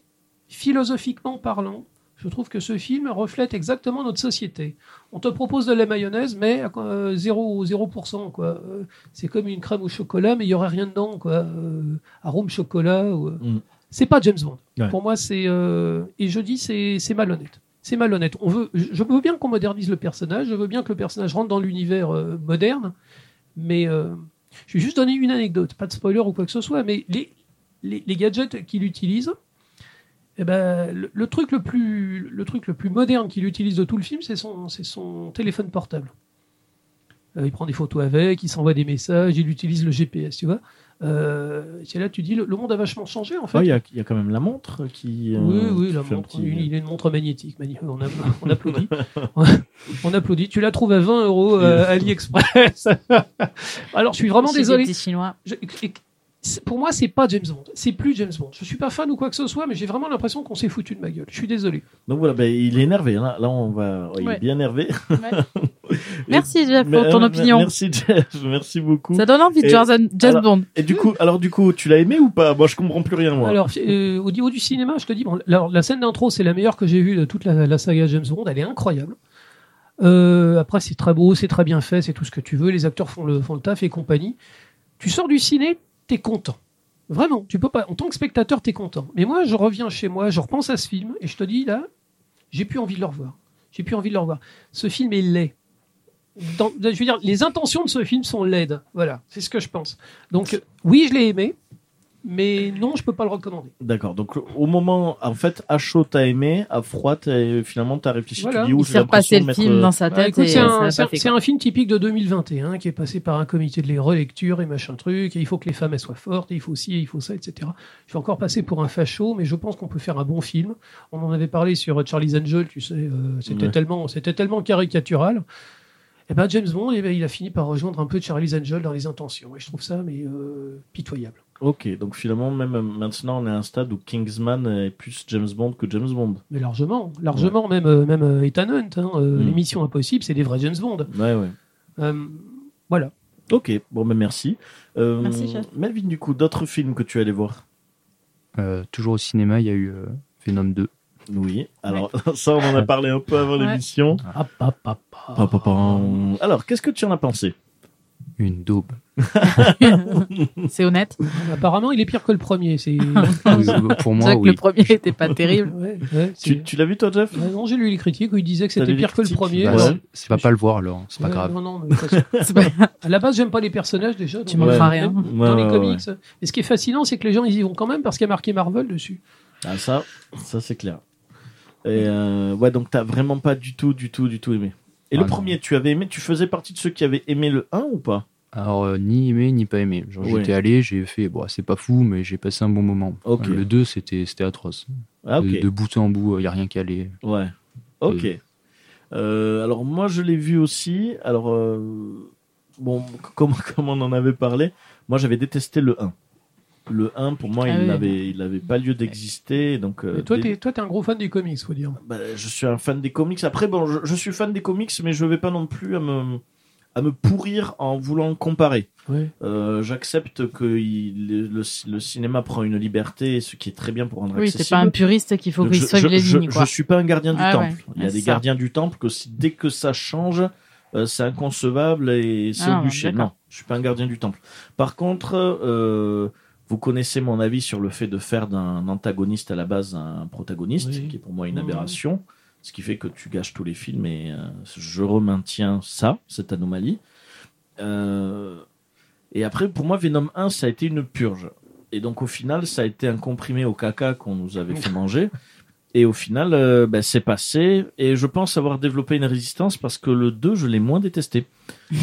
philosophiquement parlant, je trouve que ce film reflète exactement notre société. On te propose de la mayonnaise, mais à quoi- euh, 0, 0%. Quoi. Euh, C'est comme une crème au chocolat, mais il n'y aurait rien dedans. Quoi. Euh, arôme chocolat. ou, euh,
Mm.
C'est pas James Bond.
Ouais.
Pour moi, c'est. euh, Et je dis, c'est c'est malhonnête. C'est malhonnête. On veut, je- je veux bien qu'on modernise le personnage, je veux bien que le personnage rentre dans l'univers euh, moderne, mais euh, je vais juste donner une anecdote, pas de spoiler ou quoi que ce soit, mais les, les, les gadgets qu'il utilise, eh ben, le, le truc le plus, le truc le plus moderne qu'il utilise de tout le film, c'est son, c'est son téléphone portable. Euh, il prend des photos avec, il s'envoie des messages, il utilise le GPS, tu vois. Euh, c'est là, tu dis, le, le monde a vachement changé, en fait.
Ah, Il y, a- il y a quand même la montre qui. euh,
Oui, oui,
qui
la
fait un
montre.
petit-
Une, il est une montre magnétique. magnifique. On, a- on applaudit. on applaudit. Tu la trouves à 20 euros euh, AliExpress. Alors, je suis vraiment
Chez les
désolé.
petits chinois.
Je- et- et- c'est- pour moi, c'est pas James Bond. C'est plus James Bond. Je suis pas fan ou quoi que ce soit, mais j'ai vraiment l'impression qu'on s'est foutu de ma gueule. Je suis désolé.
Donc voilà, ben, il est énervé. Là, là on va. Il
Ouais.
est bien énervé.
Merci Jeff
Mais,
pour ton
euh,
opinion.
Merci Jeff, merci beaucoup.
Ça donne envie de
Et-
Jason, James
alors-
Bond.
Et du coup, alors du coup, tu l'as aimé ou pas Moi, je comprends plus rien moi.
Alors, euh, au niveau du cinéma, je te dis, bon, la, la scène d'intro, c'est la meilleure que j'ai vue de toute la, la saga James Bond. Elle est incroyable. Euh, après, c'est très beau, c'est très bien fait, c'est tout ce que tu veux. Les acteurs font le, font le taf et compagnie. Tu sors du ciné, t'es content. Vraiment, tu peux pas. En tant que spectateur, t'es content. Mais moi, je reviens chez moi, je repense à ce film et je te dis, là, j'ai plus envie de le revoir. J'ai plus envie de le revoir. Ce film est laid. Dans- je veux dire, les intentions de ce film sont laides. Voilà, c'est ce que je pense. Donc, euh, oui, je l'ai aimé, mais non, je peux pas le recommander.
D'accord. Donc au moment, en fait, à chaud t'as aimé, à froid t'as- finalement t'as réfléchi.
Voilà.
Tu dis où
Il
j'ai
s'est repassé
l'impression de mettre,
le film hein.
euh,
dans sa
Bah,
tête
écoute,
et
c'est
ça
un,
n'a
c'est
pas
un-
fait
c'est
quoi.
un film typique de 2021 qui est passé par un comité de les relecture et machin truc. Et il faut que les femmes elles soient fortes, et il faut ci, et il faut ça, etc. Je vais encore passer pour un facho, mais je pense qu'on peut faire un bon film. On en avait parlé sur euh, Charlie's Angel, tu sais, euh, c'était
Ouais.
tellement, c'était tellement caricatural. Et ben James Bond, eh ben, il a fini par rejoindre un peu Charlie's Angel dans les intentions. Et je trouve ça mais euh, pitoyable.
Ok. Donc finalement, même euh, maintenant, on est à un stade où Kingsman est plus James Bond que James Bond.
Mais largement, largement même euh, même euh, Ethan Hunt, hein, euh,
Mm.
les missions impossibles, c'est des vrais James Bond.
Ouais, ouais.
Euh, voilà.
Ok. Bon, ben merci. Euh,
Merci, Jeff.
Melvin, du coup, d'autres films que tu es allé voir
Euh, toujours au cinéma, il y a eu euh, Venom 2.
Oui. Alors ça, on en a parlé un peu avant
Ouais.
l'émission.
Ah, pa, pa, pa.
Pa, pa, pam. Alors, qu'est-ce que tu en as pensé
Une daube.
C'est honnête.
Apparemment, il est pire que le premier. C'est.
Euh, Pour
C'est vrai
moi,
que le
oui.
premier n'était pas terrible.
Ouais, ouais, c'est-
Tu, tu l'as vu toi, Jeff
Ouais, non, j'ai lu les critiques où ils disaient que
T'as
c'était
lu les
pire que le
critiques
premier.
Bah,
Non.
ouais.
Bah, c'est pas, pas le voir alors, c'est pas
Ouais,
grave.
non, non, mais de toute façon,
C'est pas-
à la base, j'aime pas les personnages déjà.
Tu
donc,
Ouais.
manqueras rien.
même Dans
Ouais,
les
ouais,
comics. Et ce qui est fascinant, c'est que les gens ils y vont quand même parce qu'il y a marqué Marvel dessus.
Ah ça, ça c'est clair. Et euh, ouais, donc t'as vraiment pas du tout, du tout, du tout aimé. Et
Ah
le
non.
premier, tu avais aimé, tu faisais partie de ceux qui avaient aimé le 1 ou pas
Alors, euh, ni aimé, ni pas aimé. Genre,
Ouais.
j'étais allé, j'ai fait, bon, c'est pas fou, mais j'ai passé un bon moment.
Ok.
Le 2, c'était c'était atroce.
Ah ok,
De, de bout en bout, il n'y a rien qui allait.
ouais, ok. Euh, alors moi je l'ai vu aussi, alors euh, bon, comme, comme on en avait parlé, moi j'avais détesté le 1. Le 1 pour moi
Ah
il
oui.
n'avait il n'avait pas lieu d'exister, donc... euh,
Mais toi,
dès-
t'es, toi, t'es un gros fan des comics, faut dire.
Bah, je suis un fan des comics. Après, bon, je, je suis fan des comics, mais je vais pas non plus à me, à me pourrir en voulant comparer.
Ouais.
Euh, J'accepte que il- le, le- le cinéma prend une liberté, ce qui est très bien pour rendre
Oui, c'est
accessible.
pas un puriste qu'il faut
Donc,
qu'il
je,
soit
je,
les
je-
lignes.
je
Quoi.
suis pas un gardien du
Ah
temple.
ouais,
Il y a
ouais,
des
c'est ça.
gardiens du temple que si- dès que ça change, euh, c'est inconcevable et c'est
Ah,
au bûcher.
d'accord.
Non, je suis pas un gardien du temple. Par contre, euh, vous connaissez mon avis sur le fait de faire d'un antagoniste à la base un protagoniste,
Oui.
qui est pour moi une
Mhm.
aberration. Ce qui fait que tu gâches tous les films et euh, je remaintiens ça, cette anomalie. Euh, et après, pour moi, Venom 1, ça a été une purge. Et donc, au final, ça a été un comprimé au caca qu'on nous avait fait manger. Et au final, euh, ben, c'est passé. Et je pense avoir développé une résistance parce que le 2, je l'ai moins détesté.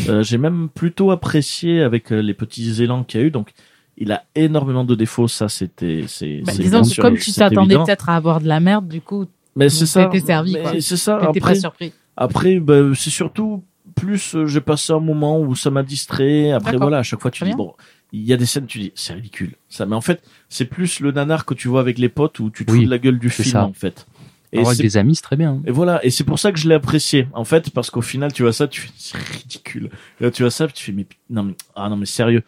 Euh, J'ai même plutôt apprécié avec euh, les petits élans qu'il y a eu. Donc, il a énormément de défauts. Ça, c'était. c'est-
Bah,
c'est
disons
bien
que
sûr,
comme tu
c'est
t'attendais
évident.
peut-être à avoir de la merde, du coup,
Mais c'est
ça a
ça.
été servi,
Mais
quoi.
C'est ça.
t'étais
Après,
pas surpris.
après, ben, c'est surtout plus euh, j'ai passé un moment où ça m'a distrait. Après,
D'accord.
voilà, à chaque fois, tu
Très
dis,
bien.
bon, il y a des scènes, tu dis, c'est ridicule. Ça, mais en fait, c'est plus le nanar que tu vois avec les potes où tu te
Oui,
fous de la gueule du
c'est
film,
ça.
en fait. Et
Alors, avec
c'est-
des amis, c'est très bien. hein.
et voilà, et c'est pour ça que je l'ai apprécié, en fait, parce qu'au final, tu vois ça, tu fais, c'est ridicule. Et là, tu vois ça, tu fais, mais, pu- non, mais, ah, non, mais sérieux.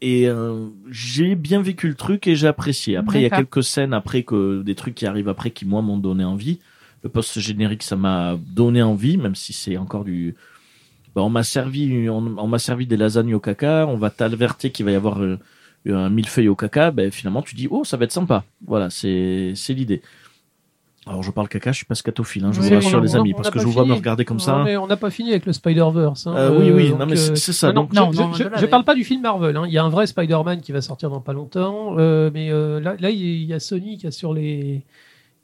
Et euh, j'ai bien vécu le truc et j'ai apprécié. Après, il y a
D'accord.
quelques scènes après que des trucs qui arrivent après qui moi m'ont donné envie. Le post générique, ça m'a donné envie, même si c'est encore du. Bah, on m'a servi, on, on m'a servi des lasagnes au caca. On va t'alerter qu'il va y avoir euh, un millefeuille au caca. Ben finalement, tu dis, oh, ça va être sympa. Voilà, c'est c'est l'idée. Alors, je parle caca, je suis pas scatophile, hein, je
Oui,
vous
on-
rassure les
on-
amis,
on
parce
a
que
pas
je vous vois me
fini.
regarder comme
Non,
ça.
mais on n'a pas fini avec le Spider-Verse. hein.
Euh, oui, oui,
donc,
non, mais c'est-
euh,
c'est ça,
Non,
donc-
non,
Non,
je,
non,
je-
voilà,
je
d'ailleurs.
parle pas du film Marvel. hein. Il y a un vrai Spider-Man qui va sortir dans pas longtemps. euh, mais euh, là, là, il y a Sony qui a sur les,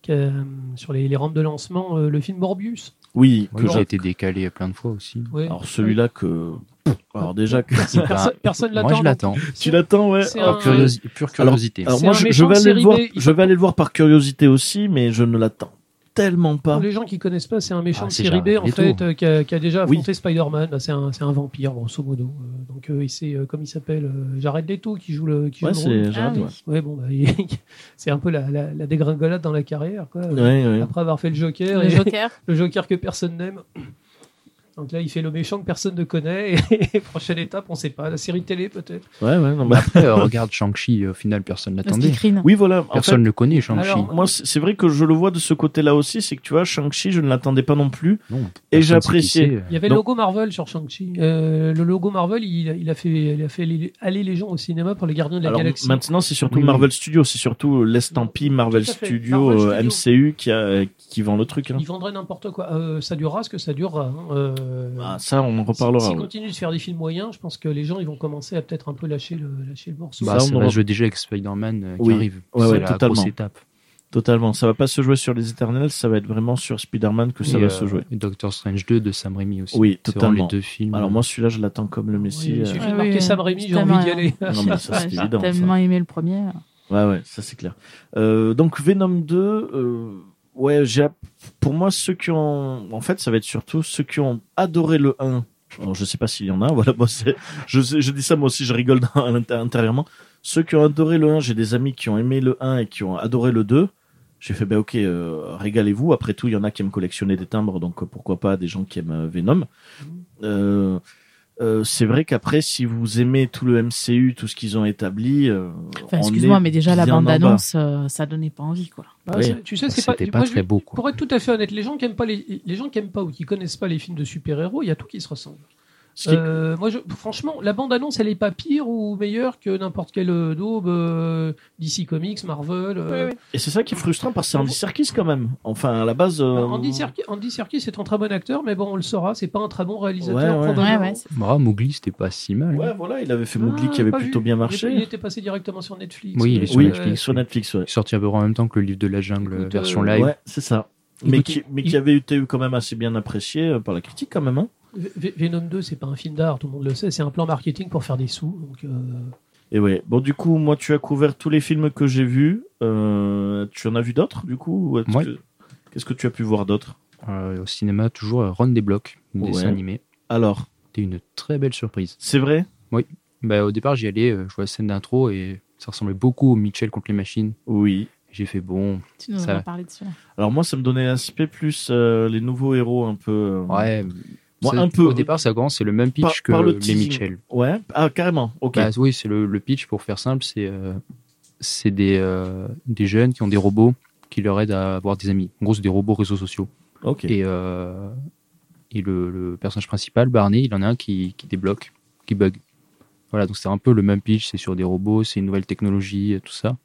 qui a, euh, sur les, les rampes de lancement euh, le film Morbius.
Oui,
Oui,
que
qui a
j'ai.
été décalé plein de fois aussi.
Ouais.
Alors, celui-là que. Alors, déjà que.
Eh ben,
Personne- personne
moi,
l'attend.
je l'attends.
Tu l'attends, ouais.
C'est
Ah,
un-
purée.
Curiosi- pure curiosité.
Alors
C'est
moi, je,
un
je
méchant
vais aller le
série
voir.
B, il
Je vais aller le voir par curiosité aussi, mais je ne l'attends tellement pas.
Pour les gens qui connaissent pas, c'est un méchant
Ah,
de
c'est
série B
Jared
en
Leto.
fait euh, qui, a, qui a déjà
Oui.
affronté Spider-Man. Bah, c'est un, c'est un vampire, grosso modo. Euh, donc euh, et c'est euh, comme il s'appelle euh, Jared Leto qui joue le qui
Ouais,
joue le rôle.
c'est Jared,
Ah oui.
ouais.
Ouais, bon, bah, il- c'est un peu la, la, la dégringolade dans la carrière, quoi.
Ouais, ouais.
Après avoir fait le Joker,
Le
et
Joker.
le Joker que personne n'aime. Donc là, il fait le méchant que personne ne connaît. Et prochaine étape, on sait pas. La série télé, peut-être.
Ouais, ouais, non,
Mais
bah,
après, euh, regarde Shang-Chi, au final, personne
Le
l'attendait.
speakerine.
Oui, voilà. En
Personne ne le connaît, Shang-Chi.
Alors,
fait, moi, c'est c'est vrai que je le vois de ce côté-là aussi, c'est que tu vois, Shang-Chi, je ne l'attendais pas non plus.
Non,
Et
personne sait qui
j'appréciais.
c'est. euh.
Il y avait le
Donc-
logo Marvel sur Shang-Chi. Euh, le logo Marvel, il, il a fait, il a fait les- aller les gens au cinéma pour les gardiens de la
Alors
galaxie.
maintenant, c'est surtout
Oui, oui.
Marvel Studios, c'est surtout euh, l'estampille Marvel
Tout à fait.
Studios,
Marvel
euh, MCU qui, a, qui vend le truc. hein.
Ils vendraient n'importe quoi. Euh, ça durera ce que ça durera. hein. Euh,
Ah, ça, on en
si-
reparlera.
S'ils
ouais.
continuent de faire des films moyens, je pense que les gens ils vont commencer à peut-être un peu lâcher le, lâcher le morceau.
Bah,
Ça,
ça
on en
va
re-
se jouer déjà avec Spider-Man euh, qui
Oui.
arrive.
Ouais,
c'est
ouais,
la
totalement.
grosse étape.
Totalement. Ça va pas se jouer sur les Éternels, ça va être vraiment sur Spider-Man que ça
Et,
va
euh,
se jouer.
et Doctor Strange 2 de Sam Raimi aussi.
Oui,
C'est vraiment
totalement.
les deux films.
Alors moi, celui-là, je l'attends comme le Messie.
Oui, il
euh.
suffit
Ah
de
oui,
marquer
oui.
Sam Raimi, j'ai
Tellement,
envie d'y aller.
Non, mais ça, c'est
J'ai
évident, ça.
tellement aimé le premier.
Ouais, ouais, ça c'est clair. Euh, donc Venom 2, euh, ouais, j'ai, app- pour moi, ceux qui ont, en fait, ça va être surtout ceux qui ont adoré le 1. Alors, je sais pas s'il y en a, voilà, moi, c'est- je, sais- je dis ça moi aussi, je rigole dans- à l'inté- intérieurement. Ceux qui ont adoré le 1, j'ai des amis qui ont aimé le 1 et qui ont adoré le 2. J'ai fait, ben ok, euh, régalez-vous. Après tout, il y en a qui aiment collectionner des timbres, donc euh, pourquoi pas des gens qui aiment euh, Venom.
Mm.
Euh, euh, c'est vrai qu'après, si vous aimez tout le MCU, tout ce qu'ils ont établi, euh,
Enfin,
on
excuse-moi,
est
mais déjà la
bien en bas.
bande-annonce, euh, ça donnait pas envie, quoi.
Bah,
Oui.
c'est- Tu sais, c'est pas,
C'était pas,
moi, je-
très beau. Quoi.
Pour être tout à fait honnête, les gens qui aiment pas les, les gens qui aiment pas ou qui connaissent pas les films de super-héros, il y a tout qui se ressemble.
Ce qui est-
Euh, moi, je, franchement, la bande-annonce, elle est pas pire ou meilleure que n'importe quelle euh, daube euh, DC Comics, Marvel. euh.
Et c'est ça qui est frustrant parce que c'est Andy Serkis quand même. Enfin, à la base. euh,
Alors, Andy, Serkis, Andy Serkis est un très bon acteur, mais bon, on le saura, c'est pas un très bon réalisateur.
Ouais, ouais.
Ouais,
probablement.
ouais. c'est-
Bah, Mowgli, c'était pas si mal.
Ouais, voilà, il avait fait
Ah,
Mowgli qui avait
pas
plutôt
vu.
bien
Il était, il
marché.
était passé directement sur Netflix.
Oui, il est
Euh,
sur
oui,
Netflix.
sur Netflix, ouais.
Sorti à peu près en même temps que le livre de la jungle
Écoute,
version
euh,
live.
Ouais, c'est ça. Mais
Écoutez,
qui, mais
il-
qui avait été quand même assez bien apprécié euh, par la critique quand même. hein.
V- V- Venom 2, c'est pas un film d'art, tout le monde le sait, c'est un plan marketing pour faire des sous. Donc, euh,
Et ouais. Bon, du coup, moi, tu as couvert tous les films que j'ai vus. Euh, tu en as vu d'autres, du coup ou est-ce
Ouais.
que- Qu'est-ce que tu as pu voir d'autre
Euh, au cinéma, toujours euh, Ron des blocs,
Ouais.
dessin animé.
Alors,
C'était une très belle surprise.
c'est vrai
Bah, au départ, j'y allais, euh, je vois la scène d'intro et ça ressemblait beaucoup au Mitchell contre les machines.
Oui.
J'ai fait bon.
Tu nous en
Ça-
as parlé dessus.
Alors moi, ça me donnait l'aspect plus euh, les nouveaux héros un peu. euh,
Ouais.
Moi,
ça-
un peu.
Au départ, ça commence, c'est le même pitch
Par-
que
par le
les
teasing.
Mitchell.
Ouais. Ah, carrément. Ok.
Bah, oui, c'est le, le pitch pour faire simple, c'est euh, c'est des, euh, des jeunes qui ont des robots qui leur aident à avoir des amis. En gros, c'est des robots réseaux sociaux.
ok.
Et, euh, et le, le personnage principal, Barney, il en a un qui, qui débloque, qui bug. Voilà, donc c'est un peu le même pitch, c'est sur des robots, c'est une nouvelle technologie, euh, tout ça.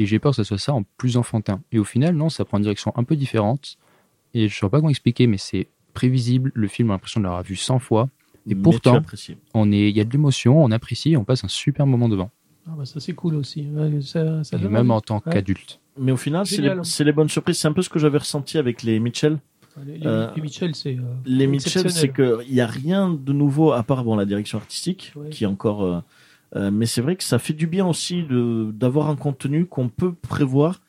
Et j'ai peur que ça soit ça en plus enfantin. Et au final, non, ça prend une direction un peu différente. Et je ne saurais pas comment expliquer, mais c'est prévisible. Le film, on a l'impression de l'avoir vu 100 fois.
Mais tu
pourtant-
apprécies.
On est- Il y a de l'émotion, on apprécie, on passe un super moment devant.
ah bah, ça, c'est cool aussi. Ouais, ça- ça
Et
donne
même
envie.
en tant
Ouais.
qu'adulte.
Mais au final, c'est
Génial.
les, c'est les bonnes surprises. C'est un peu ce que j'avais ressenti avec les Mitchell.
Les, les-
Euh,
les Mitchell, c'est. euh,
Les Mitchell, c'est
exceptionnel.
qu'il n'y a rien de nouveau à part bon, la direction artistique,
Ouais.
qui est encore. euh, euh, mais c'est vrai que ça fait du bien aussi de- d'avoir un contenu qu'on peut prévoir,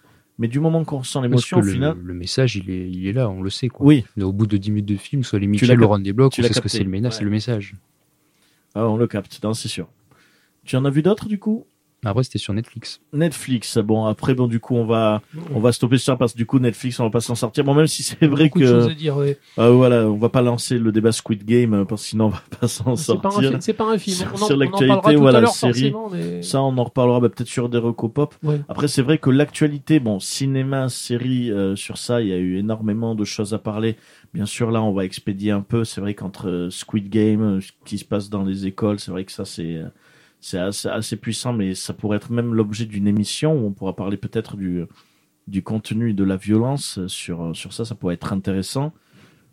Mais du moment qu'on ressent
Parce
l'émotion,
que
au
le,
final,
le message, il est, il est là, on le sait. Quoi.
oui,
Mais au bout de 10 minutes de film, soit les
l'as
Michel
cap-
le rendent des blocs,
tu
on
l'as
sait ce que
capté.
c'est le ménage,
Ouais.
c'est le message.
ah, on le capte, non, c'est sûr. Tu en as vu d'autres du coup
Après, c'était sur Netflix.
Netflix. Bon, après, bon, du coup, on va, on va stopper ça parce que du coup, Netflix, on va pas s'en sortir. Bon, même si c'est vrai
Beaucoup de choses
que,
à dire. ouais.
euh, voilà, on va pas lancer le débat Squid Game euh, parce que sinon, on va pas s'en
C'est pas, un
sortir.
film- c'est pas un film.
Sur-
on en,
sur
on en
l'actualité,
parlera tout
voilà,
à l'heure,
série.
forcément. Mais...
Ça, on en reparlera bah, peut-être sur des recos pop.
Ouais.
Après, c'est vrai que l'actualité, bon, cinéma, série, euh, sur ça, il y a eu énormément de choses à parler. Bien sûr, là, on va expédier un peu. C'est vrai qu'entre euh, Squid Game, euh, ce qui se passe dans les écoles, c'est vrai que ça, c'est euh, c'est assez, assez puissant, mais ça pourrait être même l'objet d'une émission où on pourra parler peut-être du, du contenu de la violence. euh, Sur, euh, sur ça, ça pourrait être intéressant.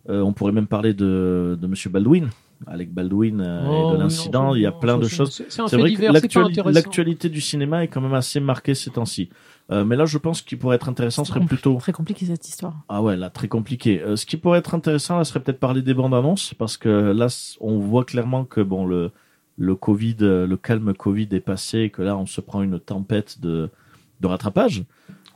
Euh, on pourrait même parler de, de Monsieur Baldwin, Alec Baldwin euh,
Oh,
et de
oui,
l'incident.
non,
il y a
non,
plein
ça,
de
c'est-
choses.
C'est c'est un
C'est
fait
vrai que
divers, c'est pas
l'actuali-
intéressant.
l'actualité du cinéma est quand même assez marquée ces temps-ci. Euh, mais là, je pense qu'il pourrait être intéressant
C'est
serait
compl-
plutôt.
Très compliqué cette histoire.
Ah ouais, là, très compliqué. Euh, ce qui pourrait être intéressant, là, serait peut-être parler des bandes annonces, parce que là, c- on voit clairement que bon, le, le Covid, euh, le calme Covid est passé, et que là, on se prend une tempête de, de rattrapage.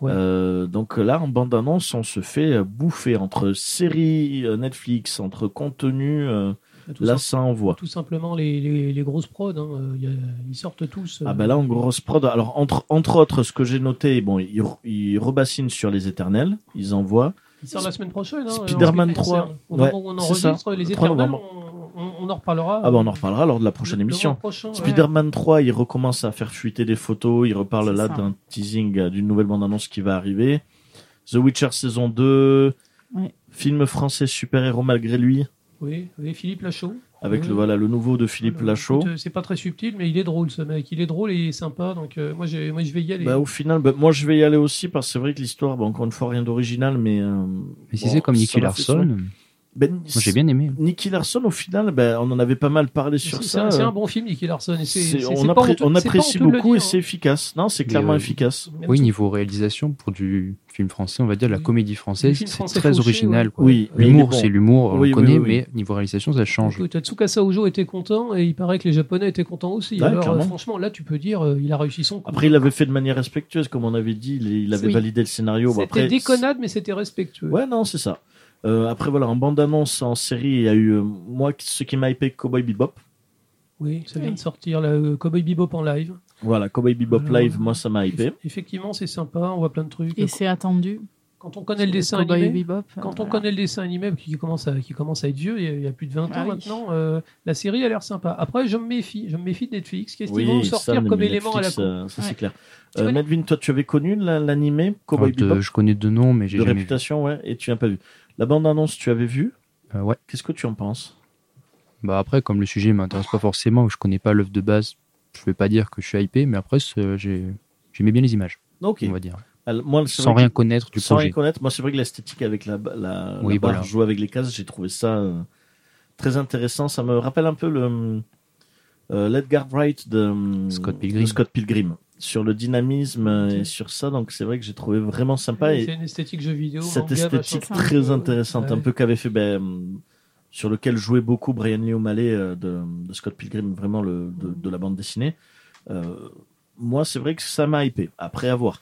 Ouais.
Euh, donc là, en bande annonce, on se fait euh, bouffer entre séries euh, Netflix, entre contenu. euh,
Bah, Tout
là,
ça-
ça envoie.
Tout simplement les, les, les grosses prods, hein, euh, y a- ils sortent tous. euh,
Ah bah là, en grosse prod. Alors, entre, entre autres, ce que j'ai noté, bon, ils, re- ils rebassinent sur les éternels, ils envoient.
Il sort la semaine prochaine. Hein,
Spider-Man
en-
3,
Au
ouais,
moment où on
c'est ça,
enregistre les
le 3
éternels,
novembre.
on, on- on en reparlera.
Ah bah on en reparlera lors de la
euh,
prochaine
le- le
émission.
mois prochain, ouais.
Spider-Man 3, il recommence à faire fuiter des photos, il reparle
C'est
là
ça.
d'un teasing, euh, d'une nouvelle bande-annonce qui va arriver. The Witcher saison 2,
Ouais.
film français super-héros malgré lui,
Oui, oui, Philippe Lachaud.
avec
Oui.
le, voilà, le nouveau de Philippe
Euh,
Lachaud.
écoute, euh, C'est pas très subtil, mais il est drôle ce mec. Il est drôle et il est sympa. Donc euh, moi, j'ai- moi, je vais y aller.
Bah, au final, bah, moi je vais y aller aussi parce que c'est vrai que l'histoire, bah, encore une fois, rien d'original, mais. euh,
Mais si
bon,
c'est comme
ça
Nicky
m'a fait
Larson,
sourire.
moi
Ben,
j'ai bien aimé.
Nicky Larson, au final, ben, on en avait pas mal parlé
C'est-
sur
c'est
ça.
un- c'est un,
euh,
bon film, Nicky Larson. et c'est-
c'est-
c'est-
on,
c'est pas
appré-
honteux-
on
c'est pas
apprécie
honteux de le
beaucoup et
dire,
c'est efficace. Non, c'est
Mais,
clairement
euh,
efficace.
hein. Même
Oui,
si-
niveau réalisation, pour du film français, on va dire de la
Oui.
comédie
Du
française,
film
c'est
français
très
fauché,
original.
ouais.
quoi.
Oui, mais il est
L'humour,
bon.
c'est l'humour, on
Oui,
le
oui, oui,
connaît,
oui.
mais niveau réalisation, ça change.
Écoute, Tsukasa Ojo était content et il paraît que les Japonais étaient contents aussi.
Ouais,
Alors,
clairement.
euh, franchement, là, tu peux dire, euh, il a réussi son coup.
Après, il l'avait fait de manière respectueuse, comme on avait dit. Il, il avait
Oui.
validé le scénario. Bon,
c'était
bah, après,
déconnade, mais c'était respectueux.
Ouais, non, c'est ça. Euh, après, voilà, en bande-annonce, en série, il y a eu, euh, moi, ce qui m'a hypé, Cowboy Bebop.
Oui, ça vient
Oui.
de sortir, là, euh, Cowboy Bebop en live.
Voilà, Cowboy Bebop
Voilà.
Live, moi, ça m'a hypé.
Eff- Effectivement, c'est sympa, on voit plein de trucs.
Et c'est attendu.
Quand on connaît le dessin
Cowboy
animé,
Bebop, euh,
quand on
voilà.
connaît le dessin animé qui commence à, qui commence à être vieux, il y a- il y a plus de 20
Ah
ans
oui.
maintenant, euh, la série a l'air sympa. Après, je me méfie, je me méfie de Netflix. Qu'est-ce qu'ils vont
ça,
sortir
mais
comme
Netflix,
élément à la con
euh, Ça, c'est
Ouais.
clair.
Tu
Euh,
connais-
Medvin, toi, tu avais connu la- l'animé Cowboy
Alors, de-
Bebop
euh, je connais deux noms, mais j'ai
de
jamais vu.
réputation, ouais, et tu n'as pas vu. La bande-annonce, tu avais vu.
Euh, ouais.
Qu'est-ce que tu en penses
Bah après, comme le sujet m'intéresse pas forcément, je connais pas l'œuvre de base, je vais pas dire que je suis hypé, mais après, c'est- j'ai- j'aimais bien les images,
Ok.
on va dire.
Alors, Moi, c'est
Sans
vrai que-
rien connaître du
Sans rien
projet.
connaître, moi c'est vrai que l'esthétique avec la, ba- la,
Oui,
la barre,
voilà.
jouer avec les cases, j'ai trouvé ça euh, très intéressant. Ça me rappelle un peu le euh, l'Edgar Wright de, euh,
Scott Pilgrim.
de Scott Pilgrim sur le dynamisme euh, et
Ok.
sur ça. Donc c'est vrai que j'ai trouvé vraiment sympa
C'est
et
une esthétique jeu vidéo.
cette
manga,
esthétique
machin.
très intéressante, un
Ouais.
peu qu'avait fait ben, euh, sur lequel jouait beaucoup Brian Lee O'Malley euh, de, de Scott Pilgrim, vraiment le, de, de la bande dessinée. Euh, moi, c'est vrai que ça m'a hypé. Après avoir,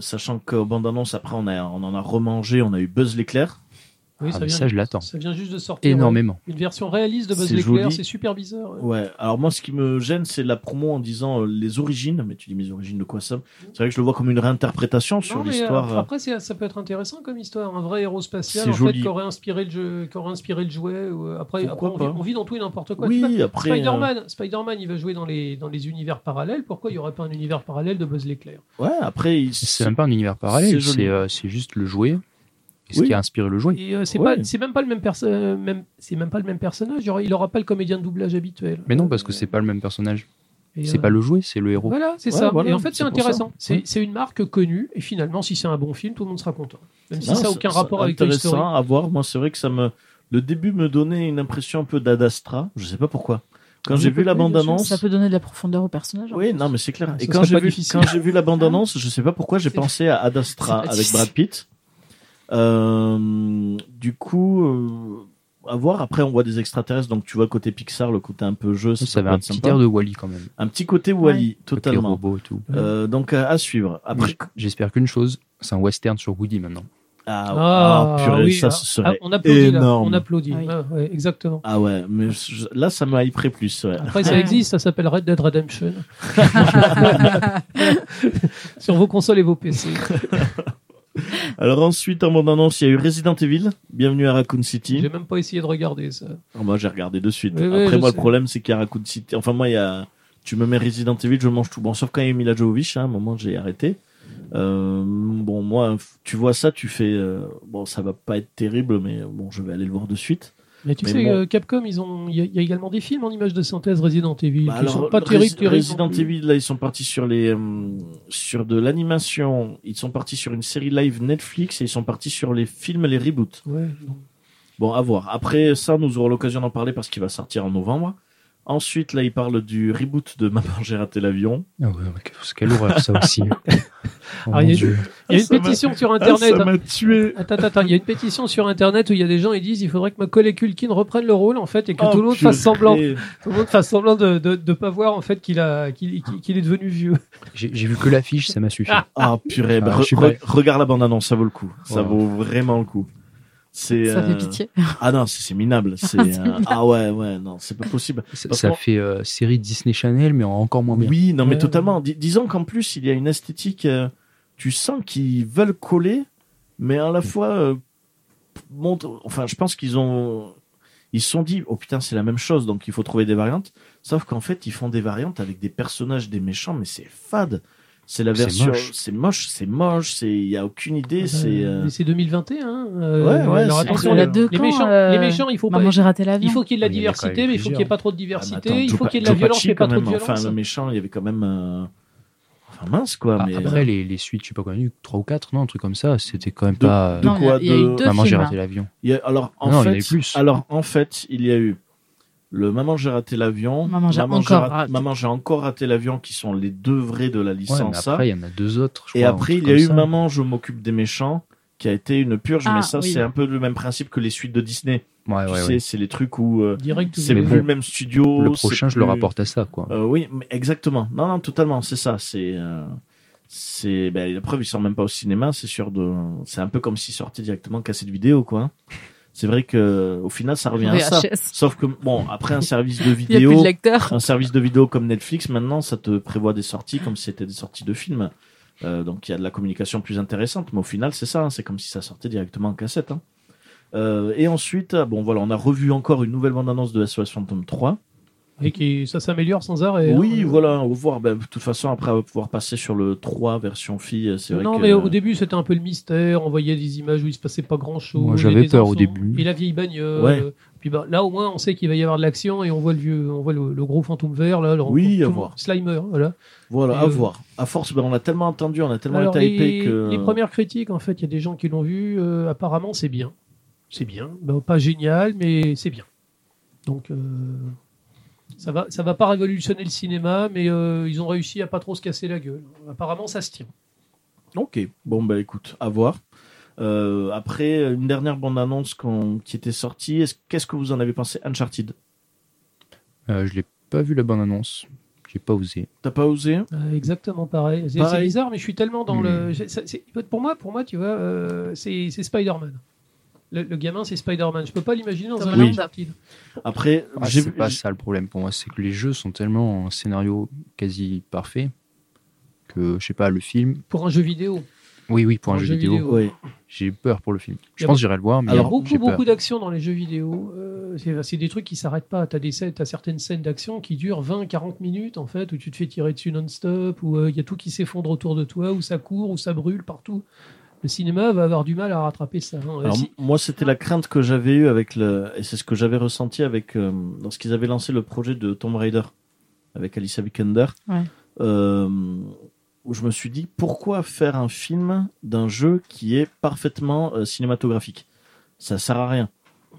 sachant qu'au bande annonce, après on, a, on en a remangé, on a eu Buzz l'éclair.
Oui,
Ah,
ça,
mais
vient,
ça, je l'attends
ça vient juste de sortir.
énormément.
ouais. Une version réaliste de Buzz
C'est
l'éclair,
joli.
c'est super bizarre. ouais.
Ouais. Alors moi, ce qui me gêne, c'est la promo en disant euh, les origines. Mais tu dis mes origines de quoi ça C'est vrai que je le vois comme une réinterprétation sur
Non, mais,
l'histoire.
euh,
euh,
Après, c'est- ça peut être intéressant comme histoire. Un vrai héros spatial
C'est
en
joli.
fait, qui, aurait inspiré le jeu, qui aurait inspiré le jouet. ou, euh, après,
Pourquoi
après, on,
pas
vit, on vit dans tout et n'importe quoi. Tu
oui,
vois,
après. euh,
Spider-Man, Spider-Man, il va jouer dans les, dans les univers parallèles. Pourquoi il n'y aurait pas un univers parallèle de Buzz l'éclair
ouais, après. il-
C'est même pas un univers parallèle,
joli.
c'est euh, c'est juste le jouet, et ce
Oui.
qui a inspiré le jouet.
Et euh, c'est
Ouais.
pas, c'est même pas le même perso- euh, même, c'est même pas le même personnage. Il aura- Il n'aura pas le comédien de doublage habituel.
Mais non, parce que c'est pas le même personnage.
Et,
C'est
euh,
pas le jouet, c'est le héros.
Voilà, c'est
Ouais,
ça.
voilà,
et en fait,
c'est
c'est
pour
intéressant.
ça. Mmh.
C'est c'est une marque connue. Et finalement, si c'est un bon film, tout le monde sera content. Même si
Non,
ça n'a
c'est-
aucun
c'est
rapport avec Toy Story.
intéressant à voir. Moi, c'est vrai que ça me. Le début me donnait une impression un peu d'Adastra. Je sais pas pourquoi. Quand
Oui,
j'ai vu la
oui, bien sûr,
Ça
bande-annonce.
peut donner de la profondeur au personnage. hein. en
Oui,
fait.
non, mais c'est clair.
Ah,
Et
ce
quand
serait
j'ai
pas
vu,
difficile.
quand j'ai vu la bande-annonce, je sais pas pourquoi j'ai
C'est-
pensé à
C'est
Adastra
pas
avec
difficile.
Brad Pitt. Euh, du coup, euh, à voir. Après, on voit des extraterrestres, donc tu vois côté Pixar, le côté un peu jeu, ça,
Ça
peut
avait un
être
petit
sympa.
air de Wally quand même.
Un petit côté Wally,
Avec les
totalement.
robots et tout.
Euh, donc à, à suivre. Après,
Mais J'espère qu'une chose, c'est un western sur Woody maintenant.
ah,
Ah,
ah, purée,
oui,
ça
ah,
ce serait.
ah, on applaudit, là,
énorme.
on applaudit.
Ah oui.
Ah, ouais, exactement.
Ah ouais, mais je- là ça me hyperait plus. ouais.
Après, ça
Ouais.
existe, ça s'appelle Red Dead Redemption. Sur vos consoles et vos PC.
Alors ensuite, en bande annonce, il y a eu Resident Evil. Bienvenue à Raccoon City.
J'ai même pas essayé de regarder ça.
Ah, moi j'ai regardé de suite.
Oui, oui,
Après
je
moi
sais.
le problème c'est qu'il y a Raccoon City. Enfin moi il y a. Tu me mets Resident Evil, je mange tout. Bon sauf quand il y a eu Mila Jovovich, hein, à un moment j'ai arrêté. Euh, bon moi tu vois ça, tu fais euh, bon ça va pas être terrible mais euh, bon je vais aller le voir de suite.
Mais tu
Mais
sais,
bon.
euh, Capcom, ils ont, il y, a- il y a également des films en images de synthèse Resident Evil
Bah
qui sont pas
le
terribles,
Resi-
terribles.
Resident Evil, là, ils sont partis sur les, hum, sur de l'animation. Ils sont partis sur une série live Netflix et ils sont partis sur les films, les reboots.
Ouais, non.
Bon, à voir. Après ça, nous aurons l'occasion d'en parler parce qu'il va sortir en novembre. Ensuite, là, ils parlent du reboot de Maman, j'ai raté l'avion.
Ah ouais, ouais, quelle horreur ça aussi. Oh
Ah,
mon
il y a-
Dieu.
Il y a
Ah, ça
une pétition sur
Ah,
Internet.
ça m'a tué.
Attends, attends, attends, il y a une pétition sur internet où il y a des gens qui disent il faudrait que Macaulay Culkin reprenne le rôle en fait
Oh,
et que tout le monde fasse semblant, tout le monde fasse semblant de, de, de pas voir en fait qu'il a qu'il qu'il est devenu vieux.
J'ai j'ai vu que l'affiche, ça m'a suffi.
Ah.
Ah, purée. bah,
Ah, je suis
re-
pas-
regarde la bande-annonce, ça vaut le coup. Ça
Ouais.
vaut vraiment le coup. C'est,
Ça
euh,
fait pitié.
Ah non, c'est c'est minable. C'est,
C'est
euh,
minable.
Ah ouais, ouais, non, c'est pas possible.
Ça,
Parce
ça
qu'on-
fait euh, série Disney Channel, mais en encore moins bien.
Oui, non, mais
Ouais,
totalement. Dis- disons qu'en plus, il y a une esthétique, euh, tu sens qu'ils veulent coller, mais à la
Mm.
fois, euh, montre, enfin, je pense qu'ils ont, ils se sont dit, oh putain, c'est la même chose, donc il faut trouver des variantes. Sauf qu'en fait, ils font des variantes avec des personnages, des méchants, mais c'est fade. C'est la
C'est
version,
moche.
c'est moche, c'est moche, c'est, il y a aucune idée, c'est, euh,
Ah bah, Mais c'est 2021.
Ouais,
euh,
ouais,
alors
c'est-
attention,
Il y a
les-
deux
les
camps,
méchants,
euh,
les méchants, il faut pas.
Maman, j'ai raté
Il
l'avion.
faut qu'il y ait de la
Il y en a quand
diversité,
même
mais il faut qu'il n'y ait
plusieurs.
pas trop de
ah, mais
diversité.
attends,
il
Joe
faut
Pa-
qu'il y ait de
Joe
la violence,
Pesci,
mais pas
quand
trop de
même.
violence.
Enfin, le méchant, il y avait quand même, euh, enfin, mince, quoi,
Ah,
mais.
Après, les, les suites, je sais pas connu, 3 ou 4, non, un truc comme ça, c'était quand même
De-
pas. euh,
Non, il y a-
quoi,
il y a
de-
eu deux
Maman, j'ai
films. hein.
raté l'avion.
Il y a- alors, en
Non, il y en
fait,
a eu plus.
alors, en fait, il y a eu le Maman, j'ai raté l'avion,
Maman, j'ai
j'ai
encore
raté-
raté.
Maman, j'ai encore raté l'avion, qui sont les deux vrais de la
Ouais, mais
licence. ça.
après, il y en a deux autres. je
Et
crois, un
après,
truc
il y a
comme
eu
ça.
Maman, je m'occupe des méchants, qui a été une purge, mais
Ah,
ça,
oui.
c'est un peu le même principe que les suites de Disney.
Ouais,
tu
Ah, ouais,
sais,
ouais.
c'est les trucs où euh,
Direct,
c'est
vous-
plus
bon,
le même studio.
Le
c'est
prochain, je le
plus-
rapporte à ça, quoi.
Euh, oui, mais exactement. Non, non, totalement, c'est ça. C'est. euh, C'est ben, la preuve, ils sortent même pas au cinéma. C'est sûr de. C'est un peu comme s'ils sortaient directement cassette vidéo, quoi. C'est vrai que au final, ça
hein.
revient à ça.
VHS.
Sauf que bon, après un service de
Il n'y a plus
vidéo,
de lecteur.
un service de vidéo comme Netflix, maintenant ça te prévoit des sorties comme si c'était des sorties de films. Euh, donc il y a de la communication plus intéressante, mais au final c'est ça, hein, c'est comme si ça sortait directement en cassette. hein. Euh, et ensuite, ah, bon voilà, on a revu encore une nouvelle bande-annonce de SOS Phantom 3.
Et qui, ça s'améliore sans arrêt.
Oui,
hein.
voilà, on va voir. Ben, de toute façon, après on va pouvoir passer sur le 3 version fille, euh, c'est vrai
Non,
que-
mais au début, c'était un peu le mystère. On voyait des images où il se passait pas grand chose.
Moi, j'avais peur au début.
Et la vieille bagnole.
Ouais.
Puis bah, là, au moins, on sait qu'il va y avoir de l'action et on voit le vieux, on voit le, le gros fantôme vert. Là, le-
Oui,
tout-
à voir.
Slimer, voilà.
voilà,
Et,
à
euh,
voir. À force, ben, on a tellement entendu, on a tellement
Alors,
été hypé
les,
que
les premières critiques, en fait, il y a des gens qui l'ont vu. euh, apparemment, c'est bien. C'est bien. Bah, pas génial, mais c'est bien. Donc, euh, ça va, ça va pas révolutionner le cinéma, mais euh, ils ont réussi à pas trop se casser la gueule. Apparemment, ça se tient.
Ok, bon bah écoute, à voir. Euh, après, une dernière bande-annonce qu'on- qui était sortie, est-ce- qu'est-ce que vous en avez pensé Uncharted
Euh, je l'ai pas vu la bonne annonce. J'ai pas osé.
T'as pas osé
Euh, exactement pareil. C'est- C'est
Pareil.
bizarre, mais je suis tellement dans le.
Mm.
j'ai- ça- c'est- Pour moi, pour moi, tu vois, euh, c'est c'est Spider-Man. Le, le gamin, c'est Spider-Man. Je peux pas l'imaginer dans
Tom
un
Holland.
Uncharted.
Après,
Ah,
j'ai
c'est
vu-
pas
j'-
ça le problème pour moi, c'est que les jeux sont tellement en scénario quasi parfait que, je sais pas, le film.
Pour un jeu vidéo.
Oui, oui, pour un
Pour
jeu, vidéo,
ouais.
j'ai peur pour le film.
Y
Je
a
pense que j'irai le voir, mais
Il y a
Alors,
beaucoup,
j'ai peur.
beaucoup d'actions dans les jeux vidéo. Euh, c'est- c'est des trucs qui s'arrêtent pas. Tu as, certaines scènes d'action qui durent 20-40 minutes, en fait, où tu te fais tirer dessus non-stop, où euh, il y a tout qui s'effondre autour de toi, où ça court, où ça brûle partout. Le cinéma va avoir du mal à rattraper ça. hein. Euh,
Alors,
si-
moi, c'était la crainte que j'avais eue avec le, et c'est ce que j'avais ressenti avec euh, lorsqu'ils avaient lancé le projet de Tomb Raider avec Alicia Vikander,
Ouais.
euh, où je me suis dit pourquoi faire un film d'un jeu qui est parfaitement euh, cinématographique Ça sert à rien.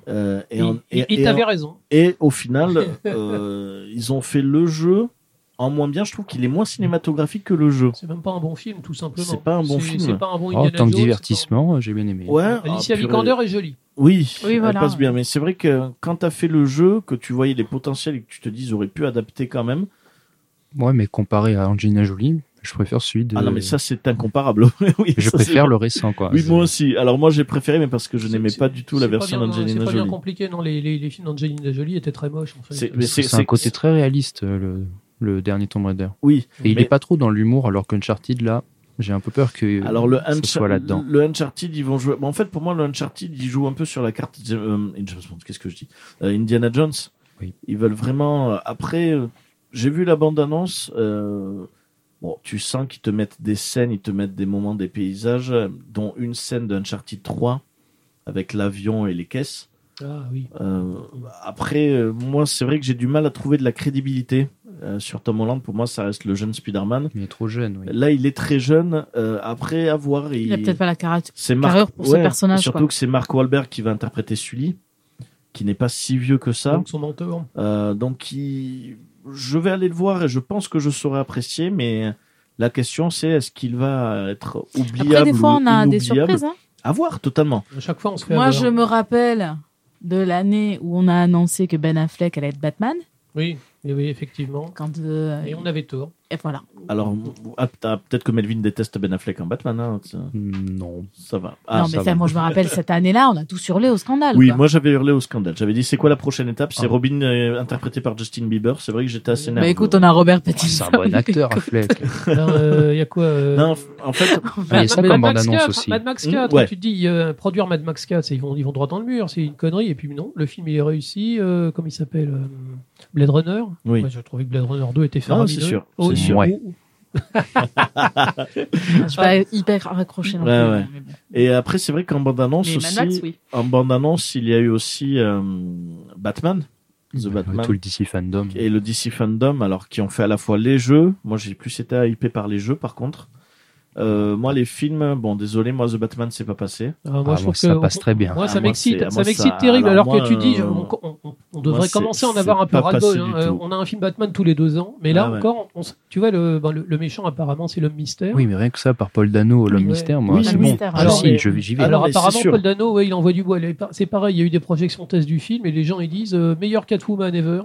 Euh,
et
on-
et- et
et
t'avais
on-
raison.
Et au final, euh, ils ont fait le jeu en moins bien. Je trouve qu'il est moins cinématographique que le jeu.
C'est même pas un bon film, tout simplement.
C'est pas un bon
C'est-
film.
C'est pas un bon
Oh, en
Indiana
tant que
Jones,
divertissement, j'ai bien aikander aimé.
Ouais.
c'est pas un- Alicia
ah, purée.
Vikander est jolie.
Oui,
Oui,
elle
voilà.
passe bien. Mais c'est vrai que quand t'as fait le jeu, que tu voyais les potentiels et que tu te dis, j'aurais pu adapter quand même.
Ouais, mais comparé à Angelina Jolie, je préfère celui de.
Ah non, mais ça, c'est incomparable. oui,
Euh, je
ça, c'est-
préfère le récent, quoi.
Oui,
C'est-
moi aussi. Alors moi, j'ai préféré, mais parce que je
C'est-
n'aimais
c'est-
pas du tout la
C'est pas
version
bien- hein, C'est
d'Angelina
pas bien
Jolie.
compliqué, non, les, les, les films d'Angelina Jolie étaient très moches. En fait.
C'est- mais
parce que C'est un côté très réaliste, euh, le, le dernier Tomb Raider.
Oui.
Et il
Mais-
est pas trop dans l'humour, alors qu'Uncharted, là, j'ai un peu peur que
Alors le,
ça
Unch-
soit là-dedans.
le Uncharted, ils vont jouer. bon, en fait, pour moi, le Uncharted, ils jouent un peu sur la carte de- euh, James Bond. Qu'est-ce que je dis Euh, Indiana Jones.
Oui.
Ils veulent vraiment. euh, après, euh, j'ai vu la bande-annonce. euh, bon, tu sens qu'ils te mettent des scènes, ils te mettent des moments, des paysages, euh, dont une scène d'Uncharted 3 avec l'avion et les caisses.
Ah oui.
Euh, après, euh, moi, c'est vrai que j'ai du mal à trouver de la crédibilité euh, sur Tom Holland. Pour moi, ça reste le jeune Spider-Man.
Il est trop jeune, oui.
Là, il est très jeune. euh, après, à voir.
Il a peut-être pas la caractère.
c'est
carrure pour ce personnage,
Surtout
quoi.
que c'est Mark Wahlberg qui va interpréter Sully, qui n'est pas si vieux que ça.
Donc son mentor.
Euh, donc, il- je vais aller le voir et je pense que je saurai apprécier, mais. La question, c'est est-ce qu'il va être oubliable
Après, des fois,
ou
on a des
inoubliable
surprises. hein.
À voir, totalement.
À chaque fois, on se fait
Moi,
avoir.
je me rappelle de l'année où on a annoncé que Ben Affleck allait être Batman.
Oui, oui, oui, effectivement.
Quand, euh,
Et on avait tort.
et voilà.
Alors, ah, peut-être que Melvin déteste Ben Affleck en Batman. hein, ça,
Non.
ça va. Ah,
non,
ça
mais
va.
ça, moi, je me rappelle cette année-là, on a tous hurlé au scandale.
Oui,
quoi.
moi j'avais hurlé au scandale. J'avais dit c'est quoi la prochaine étape C'est
Ah.
Robin euh, interprété par Justin Bieber. C'est vrai que j'étais assez
Bah,
Bah
nerveux.
écoute, on a Robert Pattinson.
Oh, C'est un bon acteur, Affleck.
Il y a quoi euh,
Non, f- en fait,
Ah, il y a ça
Mad
comme
Max
bande-annonce
4,
aussi.
Mad Max
Mm,
4,
ouais.
tu te dis, euh, produire Mad Max 4, c'est- ils vont, ils vont droit dans le mur, c'est une connerie. Et puis non, le film il est réussi, euh, comme il s'appelle euh, Blade Runner.
oui.
Moi, je trouvais que Blade Runner 2 était
Non,
fabuleux.
c'est sûr.
Oh,
c'est
oui.
sûr.
Ouais.
Je suis pas hyper raccroché non
Ouais,
plus,
ouais.
mais bon.
Et après, c'est vrai qu'en bande-annonce
Mais
aussi,
Mad Max, oui.
en bande-annonce, il y a eu aussi euh, Batman, The Batman
Tout le DC fandom.
et le DC fandom, alors qui ont fait à la fois les jeux. Moi, j'ai plus été hypé par les jeux, par contre. Euh, moi, les films, bon, désolé, moi, The Batman, c'est pas passé.
Ah, moi,
Ah,
je
moi,
trouve
ça
que-
passe très bien.
Moi,
Ah,
ça
moi, c'est-
m'excite, ça
moi, ça-
m'excite terrible.
alors
Alors, que
moi,
tu dis,
euh,
on, on- on- on devrait
moi, c'est-
commencer à en
c'est
avoir un peu
pas
ras-le-bol.
passé
hein.
du
Euh,
tout.
On a un film Batman tous les deux ans, mais là
Ah ouais.
encore, on s- tu vois, le, ben, le, le méchant apparemment, c'est l'homme mystère.
Oui, mais rien que ça, par Paul Dano, l'homme
Ouais.
mystère, moi,
Oui,
c'est
l'homme
bon.
mystère,
Ah
alors,
si,
mais-
je- j'y vais.
Ah, non,
Alors
mais c'est
apparemment
sûr.
Paul Dano, ouais, il envoie du bois. Les pa- C'est pareil, il y a eu des projections tests du film et les gens ils disent euh, meilleur Catwoman ever.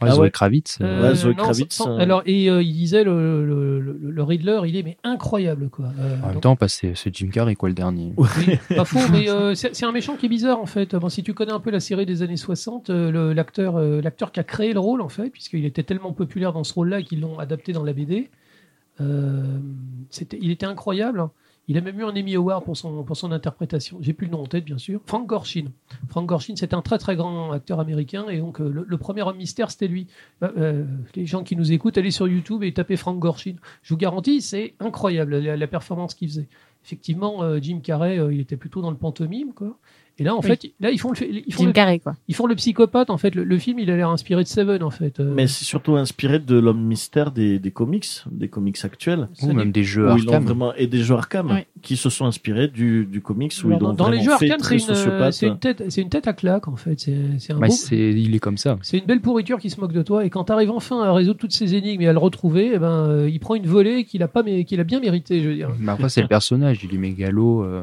Ah,
Ah
Zoé
ouais.
Kravitz. euh,
Euh,
Zoe
non,
Kravitz,
sans-
euh,
Alors et euh, il disait le, le, le, le Riddler, il est mais incroyable quoi. Euh,
En même
donc,
temps, bah, c'est c'est Jim Carrey, quoi, le dernier.
oui, pas faux, mais euh, c'est c'est un méchant qui est bizarre en fait. Bon, si tu connais un peu la série des années 60, euh, le- l'acteur euh, l'acteur qui a créé le rôle en fait, puisqu'il était tellement populaire dans ce rôle-là qu'ils l'ont adapté dans la BD. euh, c'était, il était incroyable. hein. Il a même eu un Emmy Award pour son, pour son interprétation. J'ai plus le nom en tête, bien sûr. Frank Gorshin. Frank Gorshin, c'est un très très grand acteur américain. Et donc, euh, le, le premier homme mystère, c'était lui. Euh, euh, les gens qui nous écoutent, allez sur YouTube et tapez Frank Gorshin. Je vous garantis, c'est incroyable la, la performance qu'il faisait. Effectivement, euh, Jim Carrey, euh, il était plutôt dans le pantomime. Quoi. Et là, en
Oui.
fait, là, ils font le, ils font
Jim
le,
Carrey, quoi.
ils font le psychopathe. En fait, le, le film, il a l'air inspiré de Seven, en fait. Euh,
Mais c'est surtout inspiré de l'homme mystère des, des comics, des comics actuels.
ça
Ou
n'est-
Oh, même des jeux
Où Oh, ils l'ont
Arkham.
vraiment et des jeux Arkham
Oui.
qui se sont inspirés du, du comics où
Alors,
ils l'ont
dans, dans les
vraiment
jeux
fait
Arkham, c'est
très
une, euh,
sociopathe.
c'est une tête, c'est une tête à claque en fait. C'est c'est un
Bah,
beau-
c'est- il est comme ça.
c'est une belle pourriture qui se moque de toi. Et quand tu arrives enfin à résoudre toutes ces énigmes et à le retrouver, eh ben, euh, il prend une volée qu'il a pas, mais qu'il a bien méritée, je veux
Hein.
dire.
Mais après, c'est le personnage. Il est mégalo. euh,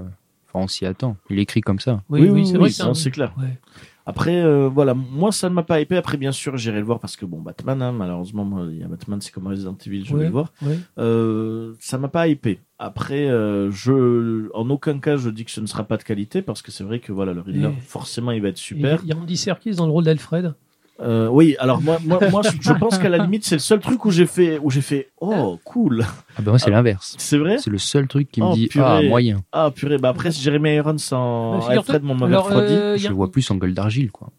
Enfin, on s'y attend. Il écrit comme ça.
Oui, oui, oui,
que
non, c'est clair.
Ouais.
Après, euh, voilà, moi ça ne m'a pas hypé. Après, bien sûr, j'irai le voir parce que bon, Batman, hein, malheureusement, moi, il y a Batman, c'est comme Resident Evil, je vais
Ouais.
le voir.
Ouais.
Euh, ça m'a pas hypé. Après, euh, je, en aucun cas, je dis que ce ne sera pas de qualité parce que c'est vrai que voilà, le Riddler,
Et-
forcément, il va être super.
Il il y a Andy Serkis dans le rôle d'Alfred.
Euh, oui, alors moi, moi, moi, je- je pense qu'à la limite, c'est le seul truc où j'ai fait, où j'ai fait, oh, cool.
Ah ben moi, c'est l'inverse.
C'est vrai?
C'est le seul truc qui
Oh,
me dit
purée.
ah moyen.
Ah, purée. Bah, après, c'est Jeremy Irons en
Bah, figure-toi-
Oh, Alfred, mon m'avait
Alors,
refroidi.
euh, il y
Je
a-
le vois plus en gueule d'argile quoi.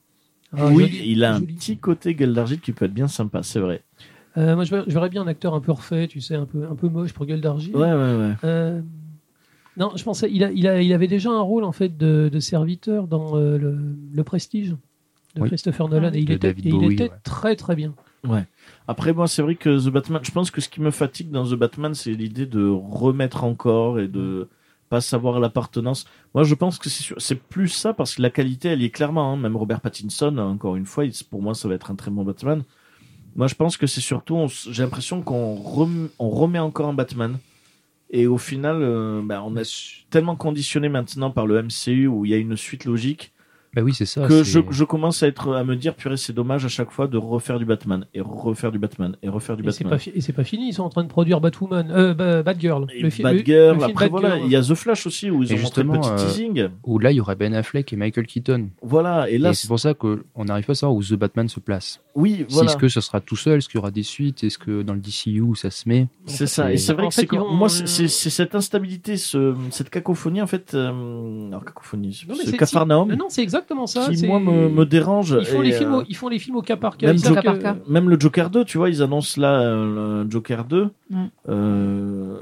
Ah,
oui,
joli,
il a un
joli.
petit côté gueule d'argile qui peut être bien sympa, c'est vrai.
Euh, moi, je verrais- je verrais bien un acteur un peu refait, tu sais, un peu, un peu moche pour gueule d'argile.
Ouais, ouais, ouais.
Euh, non, je pensais, il, a, il, a, il avait déjà un rôle en fait de, de serviteur dans euh, le, le Prestige de
Oui.
Christopher Nolan
Ah,
et il
de
était,
David
et il
Bowie,
était
ouais.
très très bien.
Après, moi, c'est vrai que The Batman, je pense que ce qui me fatigue dans The Batman, c'est l'idée de remettre encore et de pas savoir l'appartenance. Moi, je pense que c'est sûr- c'est plus ça parce que la qualité, elle y est clairement. hein. Même Robert Pattinson, encore une fois, il- pour moi, ça va être un très bon Batman. Moi, je pense que c'est surtout, on s- j'ai l'impression qu'on rem- on remet encore un Batman Et au final, euh, bah, on a su- tellement conditionné maintenant par le MCU où il y a une suite logique
Bah oui, c'est
Ah,
ça.
que
c'est-
je, je commence à être à me dire purée, c'est dommage à chaque fois de refaire du Batman et refaire du Batman et refaire du
Et c'est
Batman.
pas, fi- et c'est pas fini, ils sont en train de produire Batwoman, euh, Ba- Batgirl.
Et
le fi- le-
Batgirl,
le film
après voilà,
Batgirl.
il y a The Flash aussi où ils
Et
ont montré le petit
justement, euh,
teasing.
Où là, il y aurait Ben Affleck et Michael Keaton.
Voilà, et là,
et c'est pour ça qu'on n'arrive pas à savoir où The Batman se place.
oui,
Si,
voilà,
Est-ce que ce sera tout seul Est-ce qu'il y aura des suites Est-ce que dans le DCU ça se met
c'est ça. Et c'est vrai
En
que
fait,
c'est
ils euh,
quand-
vont-
moi, c'est- c'est c'est cette instabilité, ce, cette cacophonie en fait, euh, alors cacophonie,
Non, mais
ce
c'est-
cafarnaum
Non, non, c'est exactement ça.
qui
c'est-
moi me, me dérange.
ils, font
Et,
les films au,
euh,
ils font les films au cas par cas.
même
ils savent
Joker-
que-
par cas.
même le Joker 2, tu vois, ils annoncent là euh, le Joker 2.
Ouais.
Euh,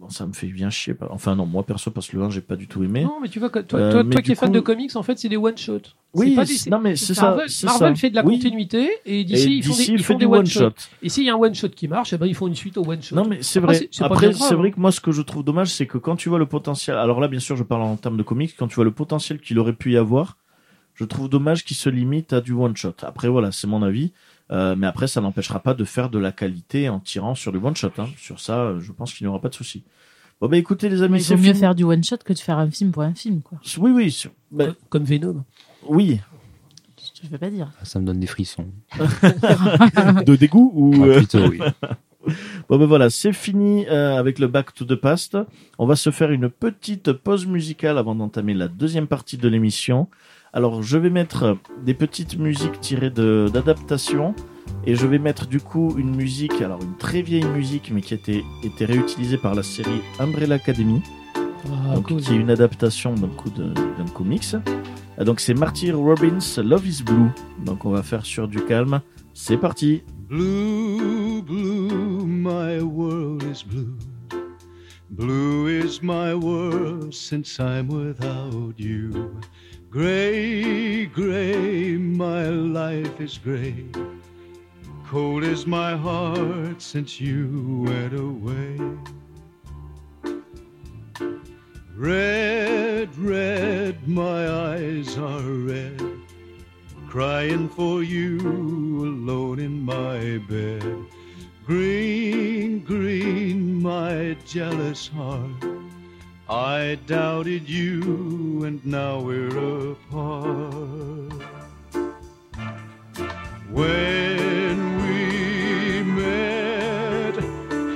bon, ça me fait bien chier. par- Enfin non, moi perso parce que le 1 j'ai pas du tout aimé.
Non, mais tu vois, toi, toi,
Euh,
toi
mais du
qui es fan
coup-
de comics, en fait, c'est des one-shots. C'est
Oui,
pas des-
c'est- non mais c'est ça.
Marvel,
c'est
Marvel
ça.
fait de la
Oui.
continuité et
Et
d'ici ils font
DC
des, ils
fait
font
du
des
one
one-shots.
shot.
et s'il y a un one-shot qui marche, eh ben, ils font une suite au one-shot.
Non mais c'est
Après,
vrai.
c'est- c'est pas
Après
bien grave,
c'est
hein.
vrai que moi ce que je trouve dommage c'est que quand tu vois le potentiel. Alors là bien sûr je parle en termes de comics. Quand tu vois le potentiel qu'il aurait pu y avoir, je trouve dommage qu'il se limite à du one shot. Après voilà c'est mon avis. Euh, mais après, ça n'empêchera pas de faire de la qualité en tirant sur du one shot. Hein. Sur ça, euh, je pense qu'il n'y aura pas de souci. Bon bah écoutez les amis,
Il
c'est
vaut mieux
fini.
faire du one shot que de faire un film pour un film, quoi.
Oui oui, c'est- bah,
Comme- Euh, Comme Venom.
oui.
Je veux pas dire.
Ah, Ça me donne des frissons.
de dégoût ou
Ah,
euh,
plutôt, oui.
bon ben voilà c'est fini euh, avec le back to the past on va se faire une petite pause musicale avant d'entamer la deuxième partie de l'émission alors je vais mettre des petites musiques tirées de d'adaptation et je vais mettre du coup une musique alors une très vieille musique mais qui a été, été réutilisée par la série Umbrella Academy
Ah,
donc,
cool.
qui est une adaptation d'un coup de- d'un comics Ah, donc c'est Marty Robbins Love is Blue donc on va faire sur du calme c'est parti
Blue, blue, my world is blue. Blue is my world since I'm without you. Gray, gray, my life is gray. Cold is my heart since you went away. Red, red, my eyes are red crying for you alone in my bed. Green, green, my jealous heart. I doubted you, and now we're apart. When we met,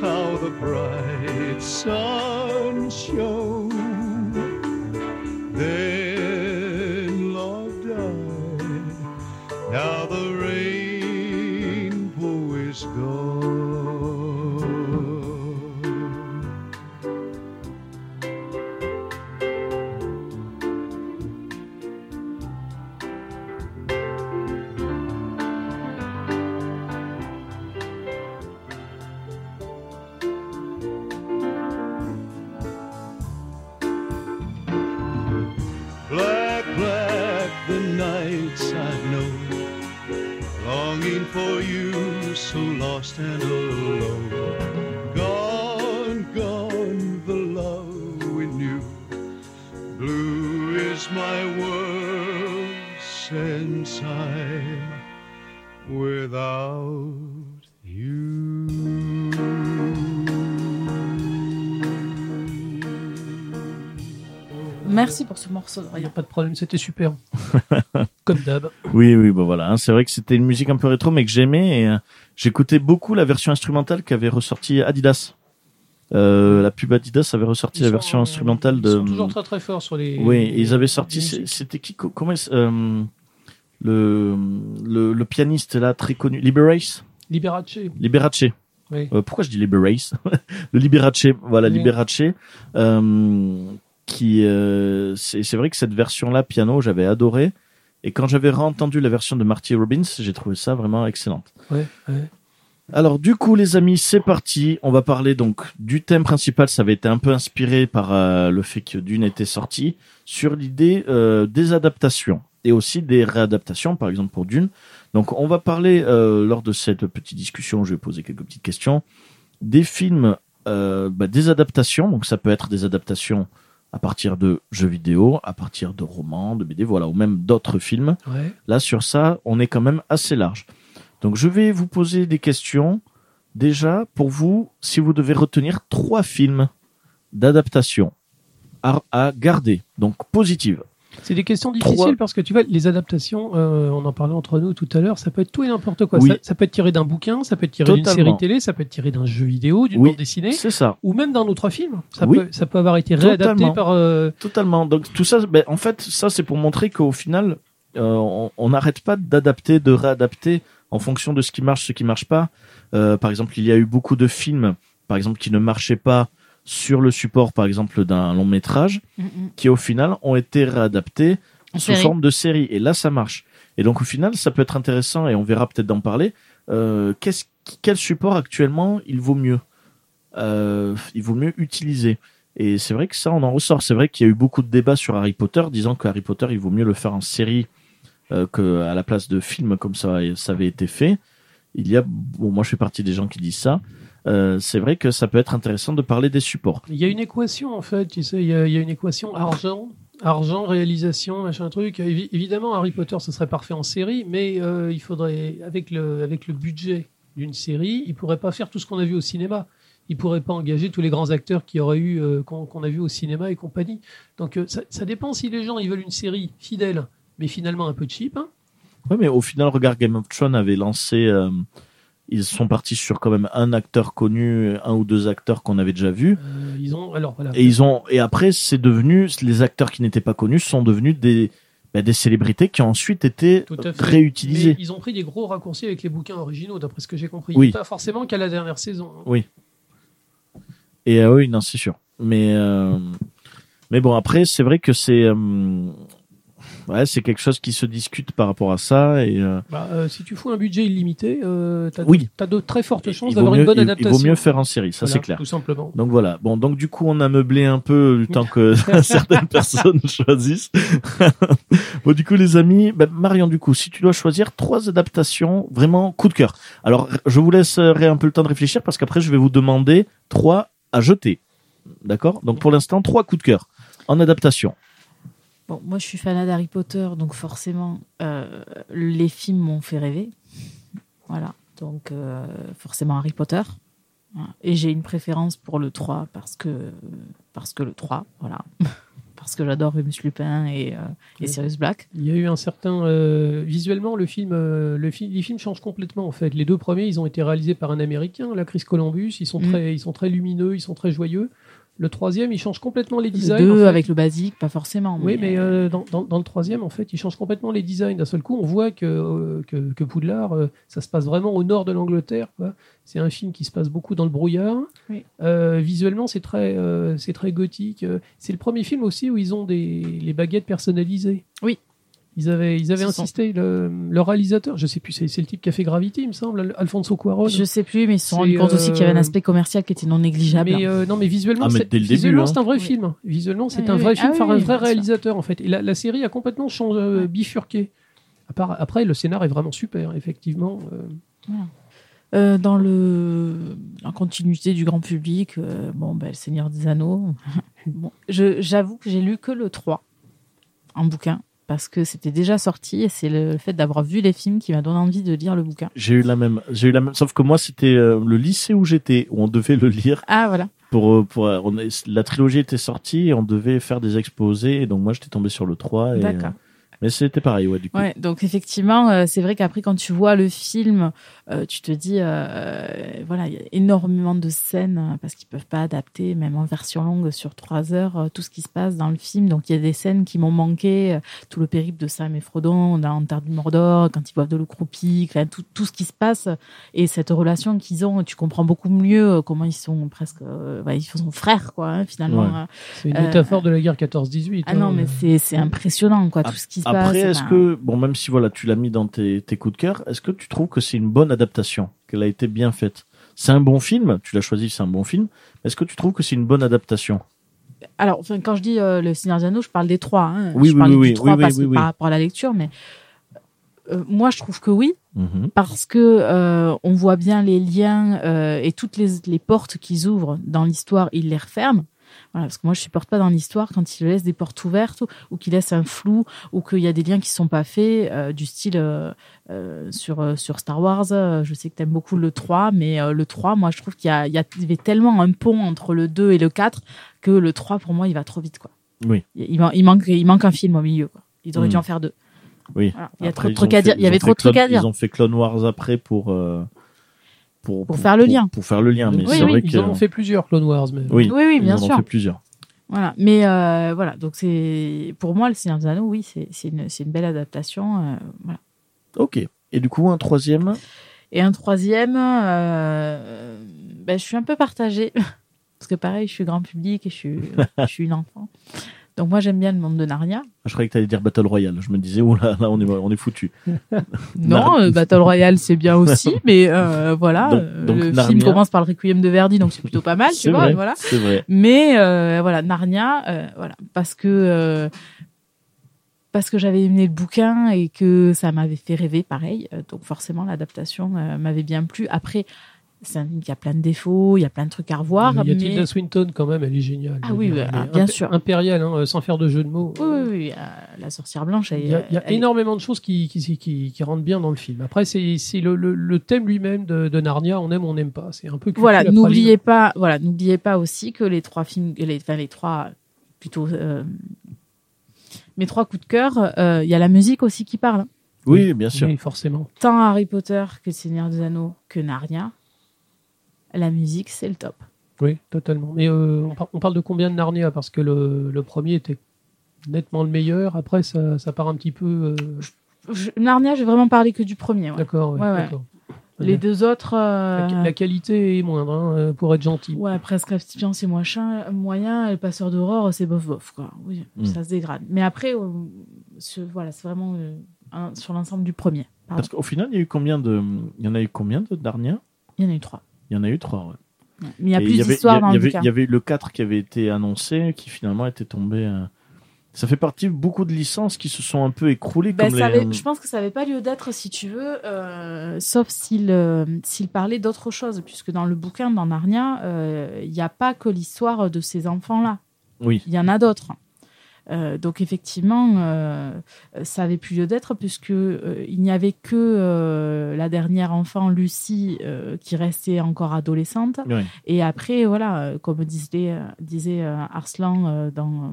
how the bright sun shone. Then love died. Now the rainbow is gone. Black, black, the nights I've known. Longing for you, so lost and alone. Gone, gone, the love we knew. Blue is my world since I'm without you.
Merci pour ce morceau,
Il n'y Ah, a
Dorian.
pas de problème, c'était super. Comme d'hab.
Oui, oui, bon voilà. hein. C'est vrai que c'était une musique un peu rétro, mais que j'aimais. et, euh, J'écoutais beaucoup la version instrumentale qu'avait ressorti Adidas. Euh, la pub Adidas avait ressorti
Ils
la
sont- euh,
version instrumentale de. euh,
Ils sont toujours très très forts sur les.
Oui, et ils avaient sorti.
les
c'est-
musiques.
C'était qui co- Comment est-ce- euh, le, le le pianiste là très connu, Liberace.
Liberace.
Liberace.
Oui.
Euh, pourquoi je dis Liberace Le Liberace, voilà,
Oui.
Liberace. euh, qui, euh, c'est c'est vrai que cette version-là, piano, j'avais adoré. Et quand j'avais entendu la version de Marty Robbins, j'ai trouvé ça vraiment excellente.
Ouais, ouais.
Alors du coup les amis, c'est parti. On va parler donc du thème principal. Ça avait été un peu inspiré par euh, le fait que Dune était sorti sur l'idée euh, des adaptations et aussi des réadaptations, par exemple pour Dune. Donc on va parler euh, lors de cette petite discussion, je vais poser quelques petites questions des films, euh, bah, des adaptations. Donc ça peut être des adaptations à partir de jeux vidéo, à partir de romans, de BD, voilà, ou même d'autres films.
ouais.
Là, sur ça, on est quand même assez large. Donc, je vais vous poser des questions. Déjà, pour vous, si vous devez retenir trois films d'adaptation à, à garder, donc positive.
C'est des questions
Trois.
difficiles parce que tu vois, les adaptations, euh, on en parlait entre nous tout à l'heure, ça peut être tout et n'importe quoi.
Oui.
Ça, ça peut être tiré d'un bouquin, ça peut être tiré d'une
Totalement.
série télé, ça peut être tiré d'un jeu vidéo, d'une
Oui.
bande dessinée,
C'est ça.
ou même d'un autre film. Ça,
Oui.
peut, ça peut avoir été réadapté
Totalement.
par. euh,
Totalement. Donc tout ça, ben, en fait, ça c'est pour montrer qu'au final, euh, on on n'arrête pas d'adapter, de réadapter en fonction de ce qui marche, ce qui marche pas. Euh, par exemple, il y a eu beaucoup de films, par exemple, qui ne marchaient pas sur le support, par exemple, d'un long métrage,
Mm,
qui au final ont été réadaptés
En
sous
série.
forme de série. Et là, ça marche. Et donc au final, ça peut être intéressant, et on verra peut-être d'en parler. Euh, qu'est-ce- quel support actuellement il vaut mieux euh, Il vaut mieux utiliser. Et c'est vrai que ça, on en ressort. C'est vrai qu'il y a eu beaucoup de débats sur Harry Potter, disant que Harry Potter, il vaut mieux le faire en série euh, que à la place de film, comme ça, ça avait été fait. Il y a, bon, moi, je fais partie des gens qui disent ça. Euh, c'est vrai que ça peut être intéressant de parler des supports.
Il y a une équation en fait, tu sais, il y a, il y a une équation argent, argent, réalisation, machin truc. Évi- évidemment, Harry Potter, ce serait parfait en série, mais euh, il faudrait, avec le, avec le budget d'une série, il pourrait pas faire tout ce qu'on a vu au cinéma. Il pourrait pas engager tous les grands acteurs qui auraient eu, euh, qu'on qu'on a vu au cinéma et compagnie. Donc euh, ça, ça dépend si les gens ils veulent une série fidèle, mais finalement un peu cheap. hein.
Ouais, mais au final, regarde, Game of Thrones avait lancé. euh, ils sont partis sur quand même un acteur connu, un ou deux acteurs qu'on avait déjà vus.
Euh, ils ont, alors voilà.
Et ils ont et après c'est devenu les acteurs qui n'étaient pas connus sont devenus des bah, des célébrités qui ont ensuite été
Tout à fait. Mais
réutilisées.
ils ont pris des gros raccourcis avec les bouquins originaux, d'après ce que j'ai compris.
Oui.
Pas forcément qu'à la dernière saison. hein.
Et euh, oui, non, c'est sûr. Mais euh, mais bon après c'est vrai que c'est euh, ouais c'est quelque chose qui se discute par rapport à ça et euh,
Bah, euh, si tu fous un budget illimité, euh, t'as
Oui.
t'as de très fortes
il-
chances
il
d'avoir
vaut
une
mieux-
bonne
il- Il
adaptation.
vaut mieux faire en série, ça
Voilà,
c'est clair.
Tout simplement.
Donc voilà. Bon, donc du coup, on a meublé un peu le temps que certaines personnes choisissent. bon, du coup, les amis, ben, Marion, du coup, si tu dois choisir trois adaptations, vraiment coup de cœur. Alors, je vous laisserai un peu le temps de réfléchir parce qu'après, je vais vous demander trois à jeter. D'accord Donc pour l'instant, trois coups de cœur en adaptation.
Bon, moi, je suis fanat d'Harry Potter, donc forcément, euh, les films m'ont fait rêver. Voilà, donc euh, forcément Harry Potter. Voilà. Et j'ai une préférence pour le 3 parce que, parce que le 3, voilà. parce que j'adore Remus Lupin et, euh, et
Oui.
Sirius Black.
Il y a eu un certain. euh, visuellement, le film, euh, le fi- les films changent complètement en fait. Les deux premiers, ils ont été réalisés par un Américain, la Chris Columbus. Ils sont
Mm.
très, ils sont très lumineux, ils sont très joyeux. Le troisième, il change complètement les
Le
designs.
2
en fait.
avec le basique, pas forcément.
Oui, mais euh, dans, dans- dans le troisième, en fait, il change complètement les designs. D'un seul coup, on voit que, euh, que, que Poudlard, euh, ça se passe vraiment au nord de l'Angleterre. quoi. C'est un film qui se passe beaucoup dans le brouillard.
Oui.
Euh, visuellement, c'est très, euh, c'est très gothique. Euh, C'est le premier film aussi où ils ont des, les baguettes personnalisées.
Oui.
Ils avaient, ils avaient
Ce sont-
insisté, le, le réalisateur, je sais plus, c'est c'est le type qui a fait Gravity, il me semble, Al- Alfonso Cuarón.
Je sais plus, mais ils se sont
euh, C'est,
rendus compte aussi qu'il y avait un
euh,
aspect commercial qui était non négligeable.
Mais euh, non, mais visuellement,
Ah, mais
c'est-
dès le début,
visuellement,
hein.
c'est un vrai
Oui.
film. Visuellement, c'est
Oui,
un
oui.
vrai
Ah
film par
oui,
un
oui,
vrai
bien sûr.
réalisateur en fait. Et la, la série a complètement changé, euh,
Ouais.
bifurqué. À part- après, le scénar est vraiment super, effectivement. Euh,
Euh, dans le en continuité du grand public, euh, bon, ben, le Seigneur des Anneaux. bon, je- j'avoue que j'ai lu que le 3 en bouquin parce que c'était déjà sorti et c'est le fait d'avoir vu les films qui m'a donné envie de lire le bouquin.
J'ai eu la même. J'ai eu la même. Sauf que moi, c'était euh, le lycée où j'étais où on devait le lire
Ah voilà.
pour euh, pour euh, on est- la trilogie était sortie et on devait faire des exposés. Et donc moi, j'étais tombé sur le 3 Ah, et, euh,
D'accord.
Mais c'était pareil, ouais, du coup.
Ouais, donc effectivement, euh, c'est vrai qu'après, quand tu vois le film, euh, tu te dis, euh, voilà, il y a énormément de scènes euh, parce qu'ils peuvent pas adapter, même en version longue sur trois heures, euh, tout ce qui se passe dans le film. Donc il y a des scènes qui m'ont manqué, euh, tout le périple de Sam et Frodon dans Terre du Mordor, quand ils boivent de l'eau croupie, enfin, tout, tout ce qui se passe et cette relation qu'ils ont, tu comprends beaucoup mieux euh, comment ils sont presque, euh, ouais, ils sont frères, quoi, hein, finalement.
Ouais.
hein.
c'est une
Euh,
métaphore de la guerre 14-18.
Ah non,
hein.
mais c'est c'est impressionnant, quoi,
Ap-
tout ce qui se passe.
Après, est-ce
enfin,
que, bon, même si voilà, tu l'as mis dans tes, tes coups de cœur, est-ce que tu trouves que c'est une bonne adaptation, qu'elle a été bien faite C'est un bon film, tu l'as choisi, c'est un bon film. Est-ce que tu trouves que c'est une bonne adaptation
Alors, enfin, quand je dis euh, le Seigneur des Anneaux, je parle des trois. hein.
Oui,
je
oui,
parle
oui,
du
oui,
trois
oui, oui,
parce que
oui, oui.
par rapport à la lecture, mais euh, moi, je trouve que oui,
Mhm.
parce que euh, on voit bien les liens euh, et toutes les, les portes qu'ils ouvrent dans l'histoire, ils les referment. Voilà, parce que moi, je supporte pas dans l'histoire quand il laisse des portes ouvertes ou, ou qu'il laisse un flou ou qu'il y a des liens qui sont pas faits, euh, du style euh, euh, sur, euh, sur Star Wars. euh, je sais que tu aimes beaucoup le 3, mais euh, le 3, moi, je trouve qu'il y, a- il y avait tellement un pont entre le 2 et le 4 que le 3, pour moi, il va trop vite. Quoi.
Oui.
Il, il man- il manque, il manque un film au milieu. Quoi. Ils auraient dû
Mm.
en faire deux.
Oui.
Voilà. Il y, a
Après,
trop de
ils ont
trucs à
fait-
dire. il y
ils ont
avait
fait
trop de trucs
Clone-
à dire.
Ils ont fait Clone Wars après pour. euh, pour,
faire le lien.
Pour faire le lien, mais
Oui,
c'est
oui,
vrai
Ils
que.
en ont fait plusieurs, Clone Wars. Mais...
Oui,
Oui, oui,
ils
bien
en ont
sûr.
fait plusieurs.
Voilà, mais euh, voilà, donc c'est pour moi le Seigneur des Anneaux, oui, c'est c'est une, c'est une belle adaptation. euh, voilà.
Ok. Et du coup, un troisième
Et un troisième, euh, ben, je suis un peu partagée parce que pareil, je suis grand public et je suis, je suis une enfant. Donc moi j'aime bien le monde de Narnia.
Je croyais que t'allais dire Battle Royale. Je me disais, oh là, là, on est, on est foutu.
Non,
Nar-
euh, Battle Royale c'est bien aussi, mais euh, voilà,
Donc-
euh,
donc
le film
Narnia.
commence par le Requiem de Verdi, donc c'est plutôt pas mal, tu
C'est
vois.
vrai.
Voilà.
C'est vrai.
Mais euh, voilà, Narnia, euh, voilà, parce que euh, parce que j'avais aimé le bouquin et que ça m'avait fait rêver, pareil. Euh, Donc forcément, l'adaptation euh, m'avait bien plu. Après, c'est un film qui a plein de défauts, il y a plein de trucs à revoir,
Il y a
mais
Tilda Swinton quand même, elle est géniale.
Ah
Je veux
oui,
dire,
bah,
elle est
bien
impé-
sûr.
Impériale, hein, euh, sans faire de jeu de mots.
oui, oui, oui, euh, la sorcière blanche, elle,
Il y a, il y a
elle est-
énormément de choses qui, qui, qui, qui rentrent bien dans le film. Après, c'est c'est le, le- le thème lui-même de, de Narnia, on aime, on n'aime pas. C'est un peu
Voilà,
culturel,
n'oubliez pas, voilà, n'oubliez pas aussi que les trois films, les, enfin les trois plutôt euh, mes trois coups de cœur, euh, il y a la musique aussi qui parle.
Oui, bien sûr.
Oui, forcément.
tant Harry Potter que le Seigneur des Anneaux que Narnia, la musique, c'est le top.
Oui, totalement. Mais euh, on, par- on parle de combien de Narnia Parce que le, le premier était nettement le meilleur. Après, ça, ça part un petit peu. euh,
Je- Narnia, j'ai vraiment parlé que du premier. ouais.
D'accord, ouais,
Ouais, ouais.
d'accord.
Les deux autres, euh,
La, la qualité est moindre, hein, euh, pour être gentil.
ouais, Prescription, c'est moins chien- moyen, et le Passeur d'Aurore, c'est bof bof. Quoi. Oui,
Mm.
ça se dégrade. Mais après, euh, ce- voilà, c'est vraiment euh, un- sur l'ensemble du premier. Pardon.
Parce qu'au final, il y a eu combien de. Il y en a eu combien de Narnia
Il y en a eu trois.
Il y en a eu trois, ouais.
Ouais. Mais il y a
Et
plus
avait- il
d'histoire
y
dans
avait-
le bouquin.
Il y avait eu le 4 qui avait été annoncé, qui finalement était tombé. euh, Ça fait partie de beaucoup de licences qui se sont un peu écroulées.
Ben,
comme
ça
les...
avait- je pense que ça n'avait pas lieu d'être, si tu veux, euh, sauf s'il euh, s'il parlait d'autre chose, puisque dans le bouquin, dans Narnia, euh, il n'y a pas que l'histoire de ces enfants-là.
Oui,
Il y en a d'autres. Euh, donc effectivement, euh, ça avait plus lieu d'être puisque euh, il n'y avait que euh, la dernière enfant Lucie euh, qui restait encore adolescente
oui.
et après voilà euh, comme disait euh, disait euh, Arslan euh, dans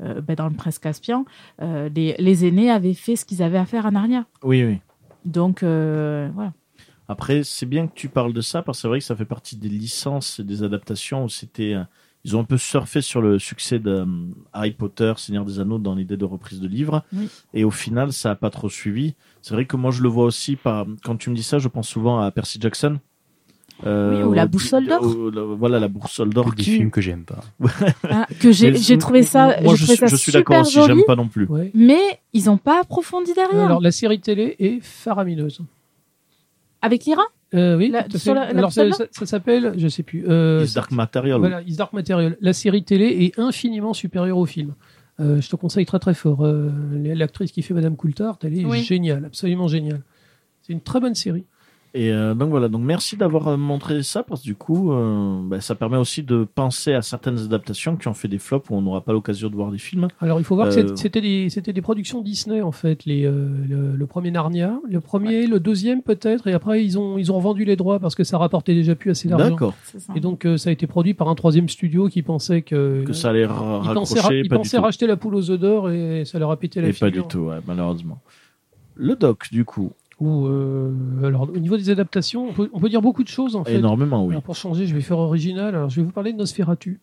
euh, ben, dans le Prince Caspian, euh, les, les aînés avaient fait ce qu'ils avaient à faire à Narnia.
oui, oui.
Donc euh, voilà.
Après, c'est bien que tu parles de ça, parce que c'est vrai que ça fait partie des licences et des adaptations où c'était. euh, Ils ont un peu surfé sur le succès de euh, Harry Potter, Seigneur des Anneaux dans l'idée de reprise de livres.
Oui.
Et au final, ça n'a pas trop suivi. C'est vrai que moi, je le vois aussi par. Quand tu me dis ça, je pense souvent à Percy Jackson. Euh,
Oui, ou La
au-
Boussole d'Or.
au- la- Voilà, la boussole
Que
d'or.
des
qui-
films que j'aime pas.
Voilà, Hein, que j'ai
Mais-
j'ai trouvé ça,
Moi,
j'ai
suis-
trouvé ça
je suis d'accord
super
aussi, j'aime
joli,
pas non plus.
Ouais.
mais ils n'ont pas approfondi derrière.
Alors, la série télé est faramineuse.
Avec l'Iran
Euh, oui,
La-
tout à
sur
fait.
la- la
Alors, ça,
boussole,
ça, ça s'appelle, je sais plus. euh,
It's Dark Material.
Voilà, Is Dark Material. La série télé est infiniment supérieure au film. Euh, je te conseille très très fort. Euh, L'actrice qui fait Madame Coulthard, elle est
Oui.
géniale, absolument géniale. C'est une très bonne série.
Et euh, donc voilà, donc merci d'avoir euh, montré ça parce que du coup, euh, bah, ça permet aussi de penser à certaines adaptations qui ont fait des flops où on n'aura pas l'occasion de voir des films.
Alors il faut voir que
Euh.
c'est- c'était des, c'était des productions Disney en fait, les, euh, le, le premier Narnia, le premier, le deuxième peut-être, et après ils ont, ils ont revendu les droits parce que ça rapportait déjà plus assez d'argent.
D'accord.
C'est ça.
Et donc euh, ça a été produit par un troisième studio qui pensait que...
Que ça allait ra-
il pensait, ra-
raccrocher,
il
pas du
pensait
tout.
racheter la poule aux œufs d'or et ça leur a pété la
Et pas
figure.
du tout, ouais, malheureusement. Le doc, du coup,
Ou euh, alors au niveau des adaptations, on peut, on peut dire beaucoup de choses en fait.
énormément, Eh oui.
Alors, pour changer, je vais faire original. Alors je vais vous parler de Nosferatu.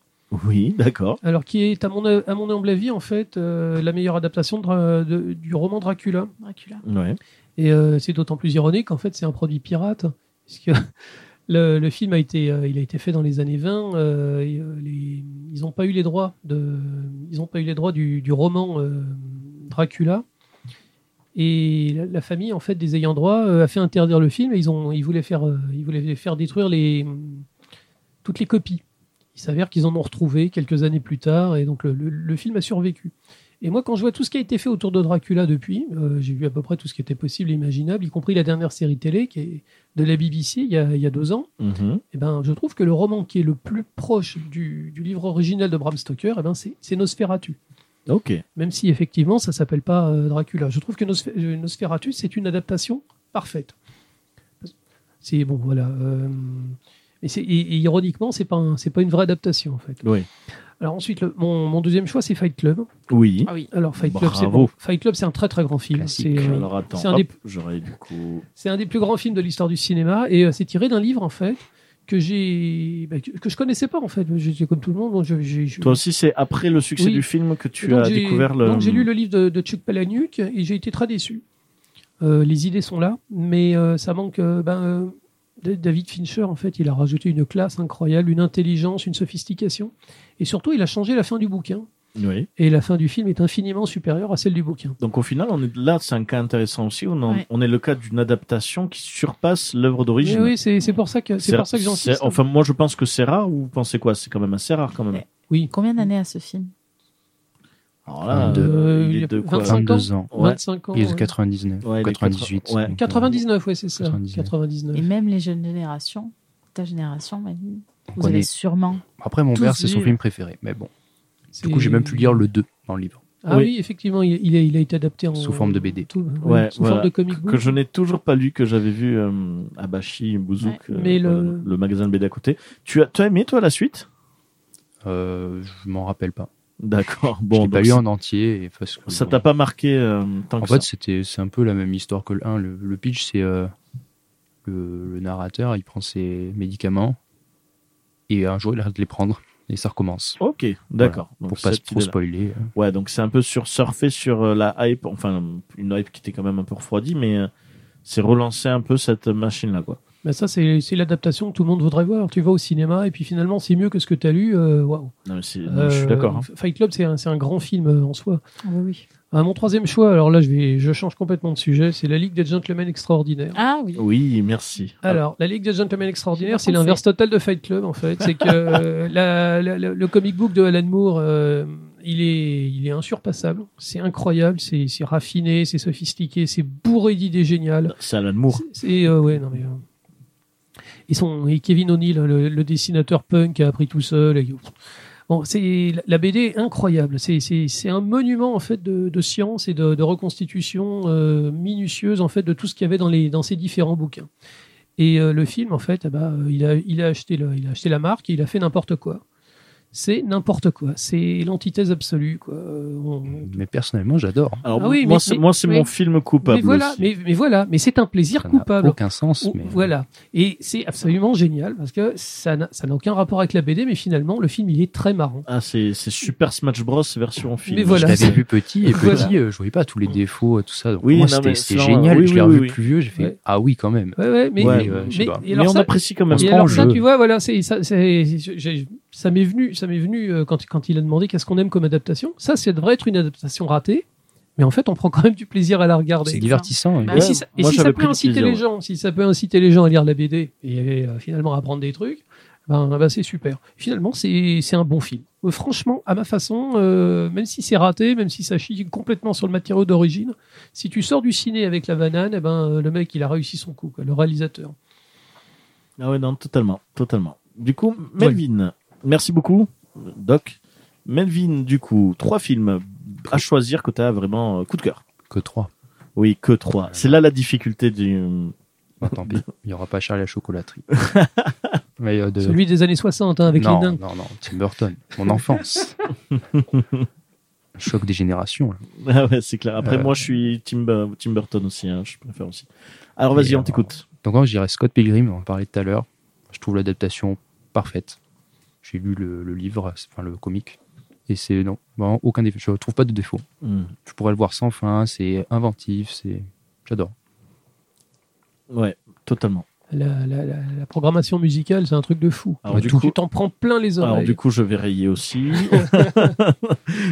Oui, d'accord.
Alors qui est à mon à mon humble avis en fait euh, la meilleure adaptation de Dra- de- du roman Dracula.
Dracula.
Ouais.
Et euh, c'est d'autant plus ironique en fait c'est un produit pirate puisque le, le film a été euh, il a été fait dans les années 20. euh, et, euh, les- ils n'ont pas eu les droits de ils ont pas eu les droits du, du roman euh, Dracula. Et la, la famille en fait des ayants droit euh, a fait interdire le film et ils ont ils voulaient faire euh, ils voulaient faire détruire les toutes les copies. Il s'avère qu'ils en ont retrouvé quelques années plus tard et donc le, le- le film a survécu. Et moi, quand je vois tout ce qui a été fait autour de Dracula depuis, euh, j'ai vu à peu près tout ce qui était possible et imaginable, y compris la dernière série télé qui est de la BBC il y a, il y a deux ans.
Mhm.
Et ben, je trouve que le roman qui est le plus proche du, du livre original de Bram Stoker, eh ben, c'est c'est Nosferatu.
Ok.
Même si effectivement, ça s'appelle pas euh, Dracula. Je trouve que Nosfe- euh, Nosferatu, c'est une adaptation parfaite. C'est bon, voilà. euh, mais c'est- et, et ironiquement, c'est pas un- c'est pas une vraie adaptation en fait.
Oui.
Alors ensuite, le- mon, mon deuxième choix, c'est Fight Club.
Oui.
Ah oui.
Alors Fight Club, c'est
Bravo.
bon. Fight Club, c'est un très très grand film. C'est euh,
Alors attends,
c'est un des-
hop, j'aurais du coup.
c'est un des plus grands films de l'histoire du cinéma et euh, c'est tiré d'un livre en fait que j'ai bah, que, que je connaissais pas en fait. J'étais comme tout le monde. Bon, je, j'ai- je-
Toi aussi, c'est après le succès
Oui.
du film que tu
Donc,
as
j'ai-
découvert le. hum.
donc, j'ai lu le livre de, de Chuck Palahniuk et j'ai été très déçu. Euh, les idées sont là, mais euh, ça manque. euh, ben, euh, D- David Fincher, en fait, il a rajouté une classe incroyable, une intelligence, une sophistication, et surtout, il a changé la fin du bouquin.
Oui.
Et la fin du film est infiniment supérieure à celle du bouquin.
Donc au final, on est là, c'est un cas intéressant aussi. On, en-
Ouais.
on est le cas d'une adaptation qui surpasse l'œuvre
Mais
d'origine.
oui, c'est c'est pour ça que c'est pour ça que
c'est-
j'insiste.
Enfin, moi, je pense que c'est rare. Ou vous pensez quoi C'est quand même assez rare, quand même.
Ouais.
oui.
Combien d'années à ce film
Alors là,
De-
euh, il
il y
est
a
de quoi
25
22 ans.
Ouais.
25 ans.
Il est de
ouais.
99,
Ouais, il est
98.
quatre- ouais.
donc, euh,
99, ouais, c'est ça.
99.
99.
Euh.
Et même les jeunes générations, ta génération, Manu, vous
On
avez
est-
sûrement.
Après, mon
Tous
père, c'est son
nuls.
film préféré. Mais bon,
C'est-
du coup, j'ai même pu lire le 2 dans le livre.
Ah
Oui.
oui, effectivement, il, il a, il a été adapté en.
Sous forme de BD.
tout- ouais,
Ouais,
sous
voilà.
forme de comic book.
que je n'ai toujours pas lu, que j'avais vu euh, à Bashi, Bouzouk,
Ouais,
euh,
mais le-
euh, le magasin de BD à côté. Tu as, tu as aimé, toi, la suite
Euh, je m'en rappelle pas.
D'accord.
Bon, je
Bon,
l'ai pas
donc
lu
ça-
en entier. et parce que,
ça
bon.
t'a pas marqué euh, tant
En
que
fait,
ça
c'était c'est un peu la même histoire que le 1. Le, le pitch, c'est euh, le, le narrateur, il prend ses médicaments et un jour, il arrête de les prendre et ça recommence.
Ok, d'accord. Donc,
Pour pas
cette
trop
idée-là.
spoiler. euh,
Ouais, donc c'est un peu sur surfer sur euh, la hype, enfin une hype qui était quand même un peu refroidie, mais euh, c'est relancer un peu cette machine-là, quoi.
Bah, ça, c'est c'est l'adaptation que tout le monde voudrait voir. Tu vas au cinéma et puis finalement, c'est mieux que ce que tu as lu. euh, Waouh.
Non, mais c'est- non, je suis
Euh,
d'accord. hein.
Fight Club, c'est un, c'est un grand film euh, en soi.
Ah oui.
Ah, mon troisième choix, alors là, je, vais, je change complètement de sujet, c'est La Ligue des Gentlemen Extraordinaires.
Ah oui.
Oui, merci.
Alors, la Ligue des Gentlemen Extraordinaires,
Je
c'est l'inverse total de Fight Club, en fait. C'est que euh, la- la- la- le comic book de Alan Moore, euh, il, est, il est insurpassable. C'est incroyable, c'est c'est raffiné, c'est sophistiqué, c'est bourré d'idées géniales.
Alors, Ah, c'est Alan Moore.
C'est- C'est. euh, ouais, non, mais. euh, ils sont, et Kevin O'Neill, le, le dessinateur punk, a appris tout seul. et- Bon, c'est la- la BD est incroyable. C'est- C'est c'est un monument en fait de, de science et de, de reconstitution euh, minutieuse en fait de tout ce qu'il y avait dans les dans ces différents bouquins. Et euh, le film en fait, eh ben, euh, il a il a acheté le- il a acheté la marque et il a fait n'importe quoi. C'est n'importe quoi. C'est l'antithèse absolue quoi. Euh, on-
Mais personnellement, j'adore.
Alors
Ah oui,
moi,
mais-
c'est
mais-
moi, c'est
oui.
mon film coupable.
mais voilà,
aussi.
mais, mais voilà, mais c'est un plaisir
Ça n'a
coupable.
aucun sens.
Ou-
Mais... euh,
Voilà. Et c'est absolument génial parce que ça n'a ça n'a aucun rapport avec la BD, mais finalement le film il est très marrant.
Ah, c'est c'est Super Smash Bros version film.
Mais voilà,
Je l'avais vu petit et
Voilà.
petit, euh, je voyais pas tous les défauts, tout ça. Donc
Oui,
pour moi,
non, mais
c'était c'était
sinon,
génial.
oui,
je l'ai
oui,
revu
oui,
plus vieux, j'ai fait
Ouais.
Ah oui, quand même.
Ouais, ouais, mais,
Ouais,
ouais, je sais
mais-
pas.
et
Mais
alors
on
ça-
apprécie quand même.
se
Et
prend
alors
au
ça,
jeu.
tu vois, voilà, c'est ça, c'est- je- je- ça m'est venu, ça m'est venu euh, quand, quand il a demandé qu'est-ce qu'on aime comme adaptation. Ça, ça devrait être une adaptation ratée, mais en fait, on prend quand même du plaisir à la
C'est
regarder.
divertissant. hein.
Bah,
Et
Ouais,
si ça, et
moi,
si
j'avais
ça
pris
peut
du
inciter
plaisir,
les
ouais.
gens, si ça peut inciter les gens à lire la BD et euh, finalement à apprendre des trucs, ben, ben, c'est super. Finalement, c'est c'est un bon film. Euh, franchement, à ma façon, euh, même si c'est raté, même si ça chie complètement sur le matériau d'origine, si tu sors du ciné avec la banane, eh ben euh, le mec il a réussi son coup, quoi, le réalisateur.
Ah ouais, non, totalement, totalement. Du coup, Melvin, merci beaucoup, Doc. Melvin, du coup, trois films à choisir que t'as vraiment euh, coup de cœur.
Que 3.
Oui, que trois. C'est là la difficulté du.
Bah, tant pis. Il n'y aura pas Charlie à la chocolaterie. mais, euh, de...
Celui des années 60 hein, avec
non,
les dingues.
non, non, Tim Burton, mon enfance. Choc des générations. là.
Ah ouais, c'est clair. Après,
Euh.
moi, je suis Tim, Bu- Tim Burton aussi. hein, je préfère aussi. Alors, vas-y,
Et
on
alors-
t'écoute.
Donc, moi, je dirais Scott Pilgrim, on en parlait tout à l'heure. Je trouve l'adaptation parfaite. J'ai lu le, le livre, enfin le comique, et c'est non, vraiment aucun défaut. Je ne trouve pas de défaut.
Hmm.
Je pourrais le voir sans fin, c'est inventif, c'est. J'adore.
Ouais, totalement.
La, la- la- la programmation musicale, c'est un truc de fou.
Alors,
Mais
du
tout-
coup,
Tu t'en prends plein les oreilles.
alors, du coup, je vais rayer aussi.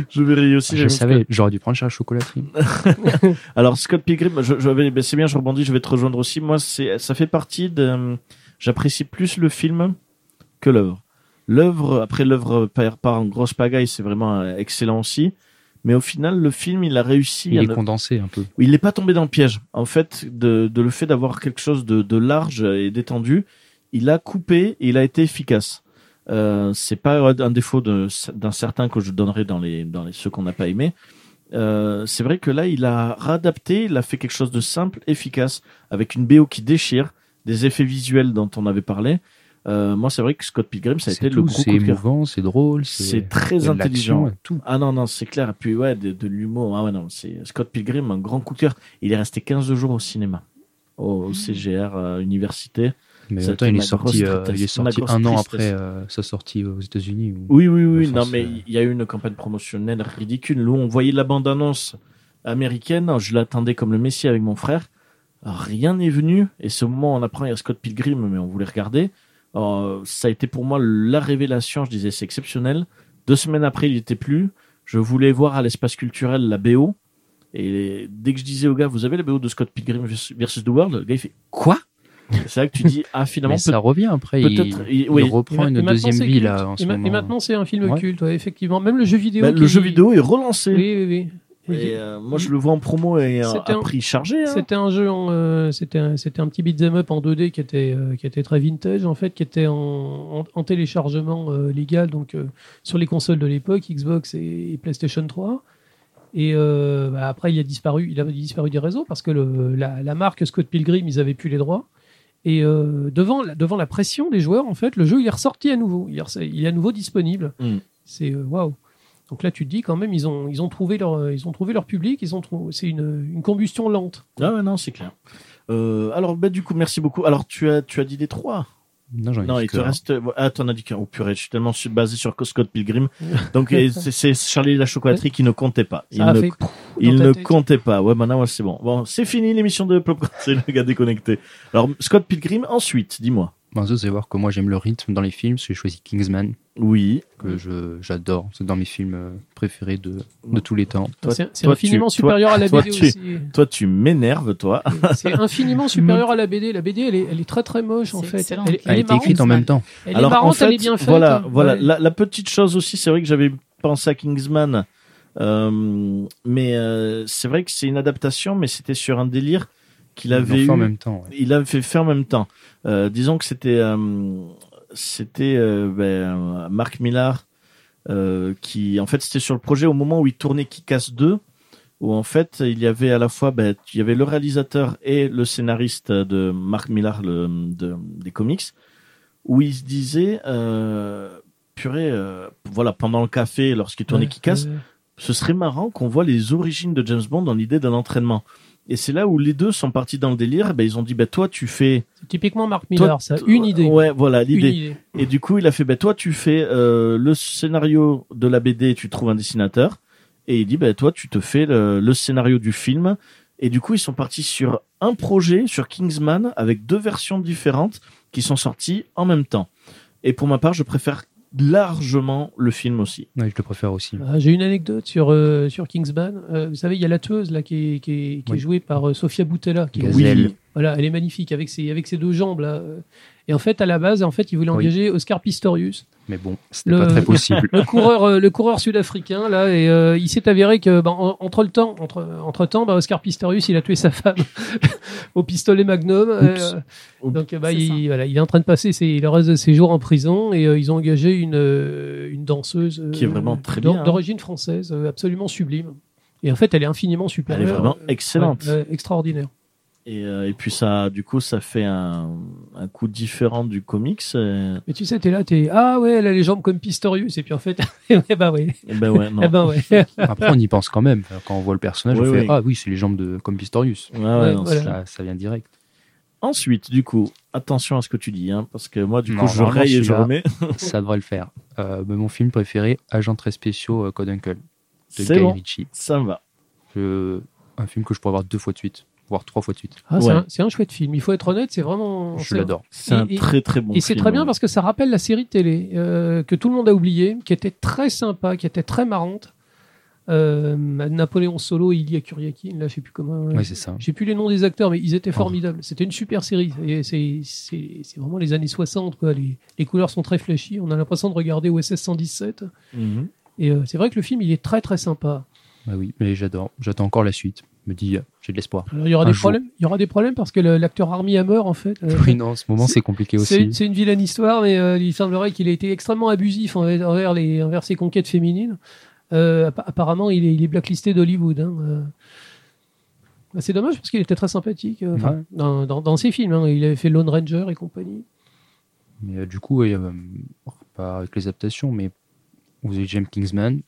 je vais rayer aussi.
je
j'aime
savais, j'aurais dû prendre Charlie à la chocolaterie.
Ah, Alors Scott Pilgrim, je, je vais, ben, c'est bien, je rebondis, je vais te rejoindre aussi. Moi, c'est, ça fait partie de. euh, J'apprécie plus le film que l'œuvre. L'œuvre, après l'œuvre part, part en grosse pagaille, c'est vraiment euh, excellent aussi. Mais au final, le film, il a réussi
Il
à
est
ne-
condensé un peu.
il n'est pas tombé dans le piège. En fait, de, de le fait d'avoir quelque chose de, de large et détendu, il a coupé et il a été efficace. Euh, c'est pas un défaut de- d'un certain que je donnerai dans les, dans les ceux qu'on n'a pas aimé. Euh, c'est vrai que là, il a réadapté, il a fait quelque chose de simple, efficace, avec une BO qui déchire, des effets visuels dont on avait parlé. Euh, moi, c'est vrai que Scott Pilgrim, ça a
C'est
été le
tout,
gros
c'est
coup de cœur.
émouvant, c'est drôle,
C'est
c'est il y
très
a de l'action,
intelligent.
ouais, tout.
Ah non, non, c'est clair. Et puis, ouais, de, de l'humour. Ah ouais, non, c'est Scott Pilgrim, un grand coup de cœur. Il est resté 15 jours au cinéma, au, au CGR euh, Université.
Mais
Ça a
attends,
été
il est
ma
sorti,
grosse
euh, il est
tristesse, ma
sorti
grosse
un an après
tristesse.
euh, sa sortie aux États-Unis. ou-
Oui, oui, oui.
Enfin,
non,
c'est-
mais il y a eu une campagne promotionnelle ridicule. Nous, on voyait la bande-annonce américaine. Je l'attendais comme le Messie avec mon frère. Rien n'est venu. Et ce moment, on apprend, il y a Scott Pilgrim, mais on voulait regarder. Euh, ça a été pour moi la révélation. Je disais, c'est exceptionnel. Deux semaines après, il n'y était plus. Je voulais voir à l'espace culturel la BO. Et dès que je disais au gars, vous avez la BO de Scott Pilgrim versus The World, le gars, il fait Quoi C'est là que tu dis, ah,
Mais
finalement, peut-
ça revient après. il-
peut-être. il-
Il,
oui.
reprend
Et ma- et
une
maintenant,
deuxième
c'est
vie
culte.
là en
et
ce
ma-
moment.
Et maintenant, c'est un film
Ouais.
culte, ouais, effectivement. Même le jeu vidéo.
Bah, le
qui-
jeu vidéo est relancé.
Oui, oui, oui.
Et euh, moi, je le vois en promo et euh,
C'était
à
un-
prix chargé. hein.
C'était un jeu, en, euh, c'était un, c'était un petit beat'em up en 2D qui était, euh, qui était très vintage en fait, qui était en, en- en téléchargement euh, légal donc euh, sur les consoles de l'époque, Xbox et, et PlayStation 3. Et euh, bah, après, il a disparu, il a disparu des réseaux parce que le- la, la marque Scott Pilgrim, ils avaient plus les droits. Et euh, devant, la, devant la pression des joueurs, en fait, le jeu il est ressorti à nouveau. Il est, ressa- il est à nouveau disponible.
Mm.
C'est euh, waouh. Donc là, tu te dis quand même, ils ont, ils ont trouvé leur, ils ont trouvé leur public. Ils ont trou- c'est une, une combustion lente.
Ah ouais, non, c'est clair. Euh, alors, bah, du coup, merci beaucoup. Alors, tu as, tu as dit les trois.
Non, j'en ai
Non,
dit
il te
que-
reste. Ah, t'en as dit qu'un. Oh purée, je suis tellement su- basé sur Scott Pilgrim. Donc, et c'est c'est Charlie la chocolaterie qui ne comptait pas. Il
Ça a
ne,
fait pouf
il
dans ta
ne
tête.
comptait pas. Ouais, maintenant, ouais, c'est bon. Bon, c'est fini l'émission de Popcorn. C'est le gars déconnecté. Alors, Scott Pilgrim, ensuite, dis-moi.
Ben, ça, c'est voir que moi j'aime le rythme dans les films, parce que j'ai choisi Kingsman,
Oui.
que je- j'adore. C'est dans mes films euh, préférés de, de tous les temps.
Toi-
C'est c'est
toi,
infiniment
tu-
supérieur à la
toi,
BD
tu-
aussi.
Toi, tu m'énerves, toi.
C'est infiniment supérieur à la BD. La BD, elle est, elle est très très moche en
C'est
fait.
excellent.
Elle,
Elle
elle
Elle a
est
été
marrante,
écrite en même temps.
elle est marrante, elle est bien faite. hein.
Voilà, voilà.
Ouais.
La, la petite chose aussi, c'est vrai que j'avais pensé à Kingsman, euh, mais euh, c'est vrai que c'est une adaptation, mais c'était sur un délire qu'il
Ils l'ont
avait
fait
eu.
en même temps. ouais.
Il avait fait faire en même temps. Euh, disons que c'était euh, c'était euh, ben, euh, Marc Millar euh, qui, en fait, c'était sur le projet au moment où il tournait Kick-Ass 2, où en fait il y avait à la fois ben, il y avait le réalisateur et le scénariste de Marc Millar le, de- des comics, où il se disait euh, purée, euh, voilà, pendant le café lorsqu'il tournait
Ouais,
Kick-Ass,
ouais.
ce serait marrant qu'on voit les origines de James Bond dans l'idée d'un entraînement. Et c'est là où les deux sont partis dans le délire. Ben, ils ont dit, ben, toi, tu fais.
C'est typiquement Mark Miller, ça. Euh, Une idée.
Ouais, voilà,
Une
l'idée.
idée.
Et du coup, il a fait, ben, toi, tu fais euh, le scénario de la BD, tu trouves un dessinateur. Et il dit, ben, toi, tu te fais le, le scénario du film. Et du coup, ils sont partis sur un projet, sur Kingsman, avec deux versions différentes qui sont sorties en même temps. Et pour ma part, je préfère largement le film aussi.
Ouais, je le préfère aussi.
Ah, J'ai une anecdote sur, euh, sur Kingsman. Euh, vous savez, il y a la tueuse là, qui, est, qui est- qui est
Oui.
jouée par euh, Sofia Boutella. Qui est-
Gazelle.
Voilà, elle est magnifique avec ses, avec ses deux jambes là. Et en fait, à la base, en fait, ils voulaient
Oui.
engager Oscar Pistorius.
Mais bon, c'était
Le-
pas très possible.
le coureur, euh, le coureur sud-africain là, et euh, il s'est avéré que ben, en- entre le temps, entre entre temps, ben, Oscar Pistorius, il a tué sa femme au pistolet Magnum.
Oups.
Euh, donc euh, bah,
C'est ça.
il, voilà, il est en train de passer ses, le reste de ses jours en prison et euh, ils ont engagé une euh, une danseuse euh,
Qui est vraiment très
d'or-
bien, hein.
d'origine française, euh, absolument sublime. Et en fait, elle est infiniment
Elle
supérieure.
est vraiment
euh,
excellente.
ouais, ouais, extraordinaire.
Et, euh, et puis ça, du coup, ça fait un, un coup différent du comics. euh,
Mais tu sais, t'es là, t'es ah ouais, elle a les jambes comme Pistorius et puis en fait, eh ben ouais,
eh ben ouais, non.
eh ben ouais.
Après, on y pense quand même. Enfin, Quand on voit le personnage,
Oui,
on fait
oui.
Ah oui, c'est les jambes de comme Pistorius.
Ouais, ouais,
Ouais,
non,
voilà.
c'est clair.
Ça, ça vient direct.
Ensuite, du coup, attention à ce que tu dis, hein, parce que moi, du coup,
Non,
je
vraiment,
raye et je
celui-là.
remets.
ça devrait le faire. Euh, mais mon film préféré, Agent très spéciaux euh, Code Uncle de
C'est
Guy
bon,
Ritchie.
ça va.
Je- Un film que je pourrais voir deux fois de suite, voire trois fois de suite.
Ah, c'est
Ouais.
un- c'est un, chouette film. Il faut être honnête, c'est vraiment.
Je
Oh, c'est-
l'adore.
C'est un
Et- et-
très très bon
Et c'est
film, hein.
très bien
ouais.
parce que ça rappelle la série de télé euh, que tout le monde a oubliée, qui était très sympa, qui était très marrante. Euh, Napoléon Solo, Ilya Kuryakin, là, je sais plus comment.
Ouais, c'est Oh. ça.
J'ai plus les noms des acteurs, mais ils étaient formidables. C'était une super série. Et c'est- C'est c'est vraiment les années 60. Quoi. Les, les couleurs sont très flashy. On a l'impression de regarder OSS 117.
Mhm.
Et euh, c'est vrai que le film, il est très très sympa.
Bah oui, mais j'adore. J'attends encore la suite. Je me dis, euh, j'ai de l'espoir.
Alors, il y aura
Un
des
jour.
problèmes. Il y aura des problèmes parce que le- l'acteur Army Hammer, en fait. euh,
Oui, non, en ce moment, c'est compliqué
C'est
aussi.
c'est une vilaine histoire, mais euh, il semblerait qu'il ait été extrêmement abusif envers, envers les, envers ses conquêtes féminines. Euh, appa- apparemment, il est, il est blacklisté d'Hollywood. hein, euh. Bah, C'est dommage parce qu'il était très sympathique euh, enfin,
Ouais.
dans, dans- dans ses films. hein. Il avait fait Lone Ranger et compagnie.
Mais euh, du coup, ouais, euh, pas avec les adaptations, mais vous avez James Kingsman.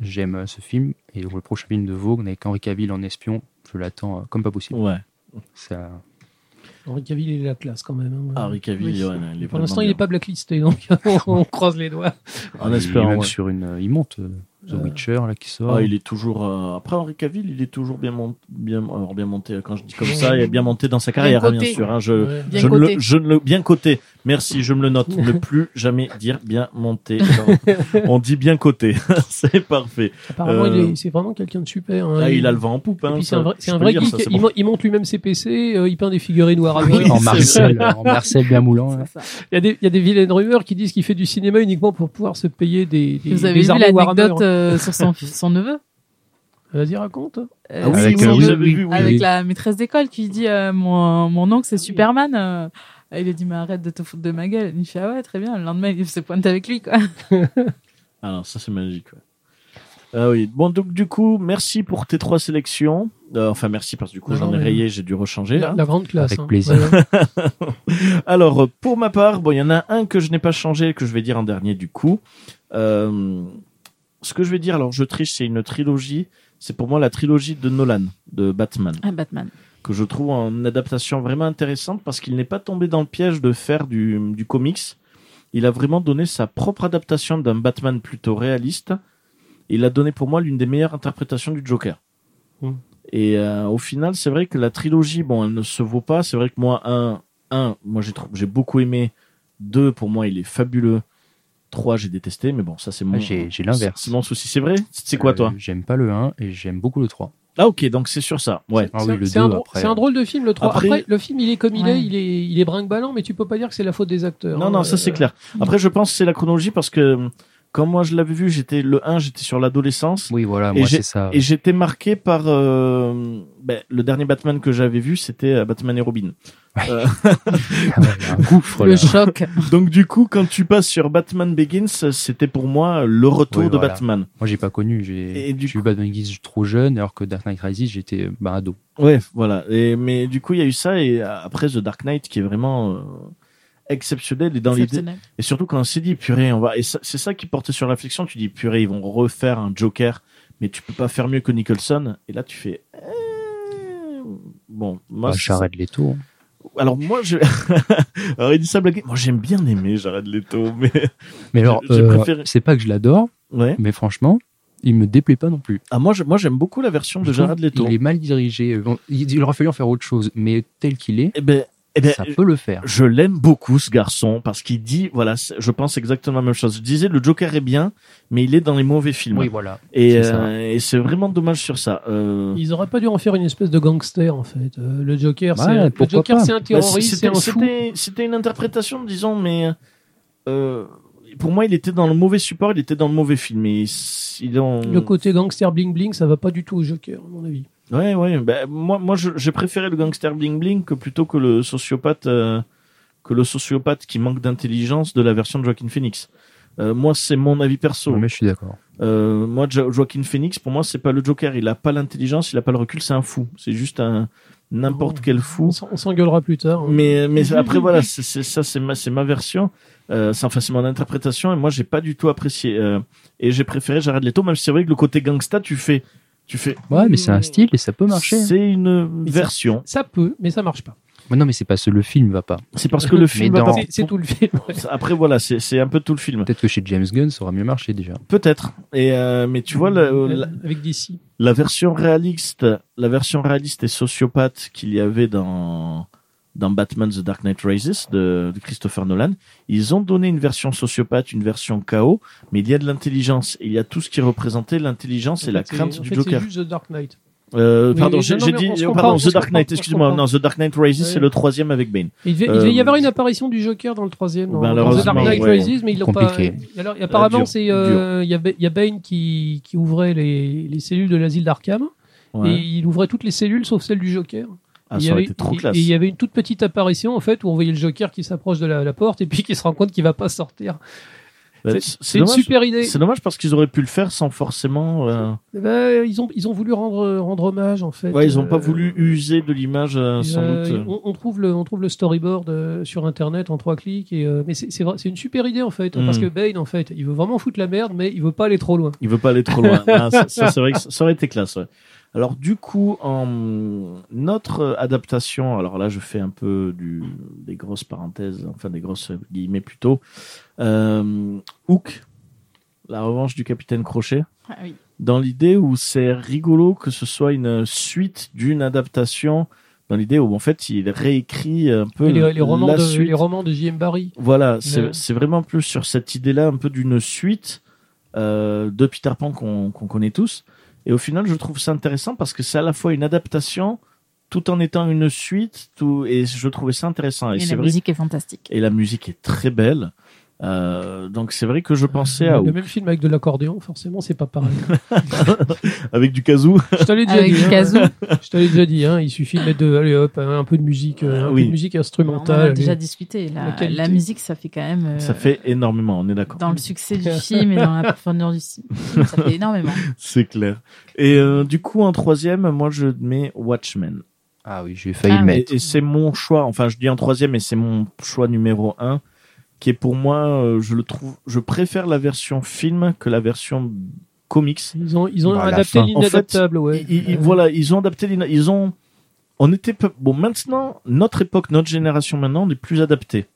J'aime euh, ce film. Et le prochain film de Vogue, avec Henri Cavill en espion, je l'attends euh, comme pas possible.
Ouais.
Ça...
Henri Cavill, il est la classe quand même. hein.
Harry Ah, Cavill,
Oui.
ouais, non, il est
Pour
vraiment
l'instant, il n'est
bien.
pas blacklisté, donc on, on croise les doigts.
En
Et
espérant,
même
ouais.
sur une, euh, il monte euh, The
Euh,
Witcher là qui sort.
Ah, il est toujours. euh, Après Henri Cavill, il est toujours bien, mon- bien, alors, bien monté. Quand je dis comme ça, il est bien monté dans sa carrière, hein, bien,
coté.
sûr. hein, je,
Ouais.
Bien
je ne
coté.
le, je ne le- bien coté. Merci, je me le note. ne plus jamais dire bien monté. Non. On dit bien coté. c'est parfait.
Apparemment,
Euh,
il est- c'est vraiment quelqu'un de super. hein.
Ah, il a le vent en poupe.
Et
Hein,
puis, c'est
ça,
un vrai,
je
c'est un
peux
vrai
dire
geek.
ça, c'est
il,
bon.
mon- il monte lui-même ses PC, euh, il peint des figurines noires à
Oui,
blanc.
en
c'est
Marcel, en Marcel bien moulant. là.
Il y, a des, il y a des vilaines rumeurs qui disent qu'il fait du cinéma uniquement pour pouvoir se payer des, des
Vous avez
des
vu
armes
l'anecdote
Warhammer.
euh, sur son, son neveu
Vas-y, raconte.
Euh,
Ah oui,
Avec,
oui,
son
euh,
vous
neveu
avez vu, oui.
avec la maîtresse d'école qui dit euh, mon, mon oncle c'est Superman. euh. il lui dit mais arrête de te foutre de ma gueule. Il fait ah ouais très bien. Le lendemain il se pointe avec lui quoi.
Ah non, ça c'est magique. ouais. Ah oui. Bon, donc du coup, merci pour tes trois sélections. Euh, enfin, merci parce que du coup,
Non,
j'en ai
mais-
rayé, j'ai dû rechanger.
La,
hein.
la grande classe.
Avec
hein.
plaisir.
Ouais, ouais.
Alors, euh, pour ma part, bon, il y en a un que je n'ai pas changé, que je vais dire en dernier du coup. Euh, ce que je vais dire, alors je triche, c'est une trilogie. C'est pour moi la trilogie de Nolan, de Batman,
Un Ah, Batman.
que je trouve en adaptation vraiment intéressante parce qu'il n'est pas tombé dans le piège de faire du, du comics. Il a vraiment donné sa propre adaptation d'un Batman plutôt réaliste. Il a donné pour moi l'une des meilleures interprétations du Joker.
Mm.
Et euh, au final, c'est vrai que la trilogie, bon, elle ne se vaut pas. C'est vrai que moi, un, un, moi j'ai trou- j'ai beaucoup aimé. Deux, pour moi, il est fabuleux. Trois, j'ai détesté, mais bon, ça c'est mon.
Ah, j'ai- j'ai l'inverse.
C'est mon souci, c'est vrai. C'est quoi toi
Euh, J'aime pas le 1 et j'aime beaucoup le 3.
Ah ok, donc c'est sur ça. Ouais.
Ah
C'est
oui,
un-
le 2
C'est un, drôle-
après.
c'est un drôle de film, le 3. Après,
euh. Après-
le film, il est comme il est,
Ouais.
il est, il est brinque-ballant, mais tu peux pas dire que c'est la faute des acteurs.
Non,
hein.
non, ça c'est
Euh,
clair. Après, je pense que c'est la chronologie parce que hum, quand moi je l'avais vu, j'étais le 1, j'étais sur l'adolescence.
Oui, voilà,
Et
moi
j'ai-
c'est ça.
Et j'étais marqué par euh, ben, le dernier Batman que j'avais vu, c'était euh, Batman et Robin.
Ah ouais, un gouffre.
Le
là.
choc.
Donc du coup, quand tu passes sur Batman Begins, c'était pour moi le retour
Oui,
de
voilà.
Batman.
Moi j'ai pas connu. J'ai
Et du
j'ai eu Batman Guise trop jeune, alors que Dark Knight Rises j'étais bah, ado.
Ouais, voilà. Et, mais du coup, il y a eu ça et euh, après The Dark Knight qui est vraiment euh, exceptionnel et dans l'idée.
Exceptionnel.
Et surtout quand on s'est dit purée, on va et ça- c'est ça qui portait sur la fiction, tu dis purée, ils vont refaire un Joker, mais tu peux pas faire mieux que Nicholson et là tu fais euh, bon, moi
Bah,
c'est ça.
Jared Leto.
alors moi je Alors il dit ça blague. Moi j'aime bien aimer Jared Leto, mais
Mais alors,
j'ai
euh,
préféré-
c'est pas que je l'adore,
ouais.
mais franchement, il me déplaît pas non plus.
Ah moi je- moi j'aime beaucoup la version de
Je trouve
Jared Leto.
Il est mal dirigé. Bon, il il aurait fallu en faire autre chose, mais tel qu'il est,
Eh ben eh ben
ça peut le faire.
je l'aime beaucoup ce garçon parce qu'il dit voilà, c'est- je pense exactement la même chose. Je disais le Joker est bien, mais il est dans les mauvais films.
Oui, voilà.
et
c'est ça.
euh, et c'est vraiment dommage sur ça. Euh,
Ils auraient pas dû en faire une espèce de gangster, en fait. Euh, le Joker,
Ouais,
c'est le
pourquoi
Joker,
pas
c'est un
Bah,
terroriste, c'est
c'était-
un fou.
C'était c'était une interprétation, disons, mais euh, pour moi, il était dans le mauvais support, il était dans le mauvais film. Et s- il en...
Le côté gangster bling-bling, ça va pas du tout au Joker, à mon avis.
Ouais, ouais. bah, moi, moi, je- j'ai préféré le gangster bling bling que plutôt que le sociopathe, euh, que le sociopathe qui manque d'intelligence de la version de Joaquin Phoenix. Euh, moi, c'est mon avis perso.
Non, mais je suis d'accord.
Euh, moi, Jo- Joaquin Phoenix, pour moi, c'est pas le Joker. Il a pas l'intelligence, il a pas le recul. C'est un fou. C'est juste un n'importe
Oh.
quel
On
fou. Mm.
s'en- on s'engueulera plus tard. hein.
Mais, mais après, voilà, c'est c'est- ça, c'est ma, c'est ma version. Euh, c'est- enfin, c'est mon interprétation. Et moi, j'ai pas du tout apprécié. Euh, et j'ai préféré Jared Leto, même si c'est vrai que le côté gangsta, tu fais. Tu fais
Ouais, mais c'est un style et ça peut marcher.
Hmm.
hein.
C'est une version.
Ça peut, mais ça marche pas.
Mais non, mais c'est parce que le film va pas.
C'est parce que le
Mais
film. va
dans-
pas-
C'est- C'est tout le film. ouais.
Après, voilà, c'est c'est un peu tout le film.
Peut-être que chez James Gunn, ça aura mieux marché déjà.
Peut-être. Et euh, mais tu vois, la, la-
Avec DC.
la version réaliste, la version réaliste et sociopathe qu'il y avait dans dans Batman The Dark Knight Rises de, de Christopher Nolan, ils ont donné une version sociopathe, une version chaos, mais il y a de l'intelligence, et il y a tout ce qui représentait l'intelligence et
En
la
fait, c'est-
crainte
en
du
fait,
Joker.
C'est juste The Dark Knight.
Euh,
Oui,
pardon,
non,
j'ai
non,
j'ai
mais
dit
on se
euh,
comprend,
pardon,
on
The
se
Dark Knight.
comprend, on se
Excuse-moi,
comprend.
non, The Dark Knight Rises,
Ouais.
c'est le troisième avec Bane.
Il devait, il devait y
Euh, ben,
avoir une apparition du Joker dans le troisième, dans, dans The
Malheureusement,
Dark Knight
ouais.
Rises, mais ils l'ont pas.
Compliqué.
Alors, et apparemment,
dur,
c'est euh, il y avait- il y a Bane qui, qui ouvrait les, les cellules de l'asile d'Arkham
Ouais.
et il ouvrait toutes les cellules sauf celle du Joker.
Ah,
Il y
ça aurait
avait-
été trop
et-
classe.
Et il y avait une toute petite apparition en fait où on voyait le Joker qui s'approche de la, la porte et puis qui se rend compte qu'il va pas sortir.
Bah,
c'est-
c'est
C'est une
dommage.
super idée.
C'est dommage parce qu'ils auraient pu le faire sans forcément. euh,
Eh ben, ils ont ils ont voulu rendre rendre hommage en fait.
Ouais, ils n'ont pas
Euh,
voulu user de l'image, euh, sans
Euh,
doute.
On, on trouve le, on trouve le storyboard euh, sur internet en trois clics. Et, euh, mais c'est c'est vrai- c'est une super idée en fait. hein,
Mm.
Parce que Bane, en fait, il veut vraiment foutre la merde, mais il veut pas aller trop loin.
Il veut pas aller trop loin. Ah, ça, ça, c'est vrai que ça ça aurait été classe. ouais. Alors du coup, en notre euh, adaptation, alors là je fais un peu du, des grosses parenthèses, enfin des grosses guillemets plutôt. Euh, Hook, la revanche du capitaine Crochet,
Ah oui.
dans l'idée où c'est rigolo que ce soit une suite d'une adaptation, dans l'idée où en fait il réécrit un peu
Et les, les romans
la
de,
suite.
les romans de J.M. Barry.
Voilà, c'est
Ouais.
c'est vraiment plus sur cette idée-là, un peu d'une suite euh, de Peter Pan qu'on qu'on connaît tous. Et au final, je trouve ça intéressant parce que c'est à la fois une adaptation tout en étant une suite, tout, et je trouvais ça intéressant. Et,
Et
c'est
la
vrai.
musique est fantastique.
Et la musique est très belle. Euh, donc c'est vrai que je pensais à
Euh, Le même film avec de l'accordéon, forcément, c'est pas pareil.
avec du kazoo.
Je t'avais déjà
Avec
dit. hein.
Kazoo,
Je t'avais déjà dit. hein, il suffit de mettre de, allez, hop, un peu de musique, euh, un
Ah Oui.
peu de musique
Bah, on en a
instrumentale.
déjà
allez.
discuté.
la
La,
qualité.
la musique, ça fait quand même. euh,
Ça fait énormément, on est d'accord.
Dans le succès du film et dans la profondeur du film, ça fait énormément.
C'est clair. Et euh, du coup, en troisième, moi je mets Watchmen.
Ah oui, j'ai failli
Ah
le
oui.
mettre.
Et, et c'est mon choix, enfin je dis en troisième, mais c'est mon choix numéro un, qui est pour moi, euh, je le trouve, je préfère la version film que la version comics.
Ils ont, ils ont
Bah, la
adapté
fin.
l'inadaptable, ouais.
Ils- ils- ils- voilà, ils ont adapté, l'ina- ils ont, on était peu- bon maintenant, notre époque, notre génération maintenant, on est plus adapté.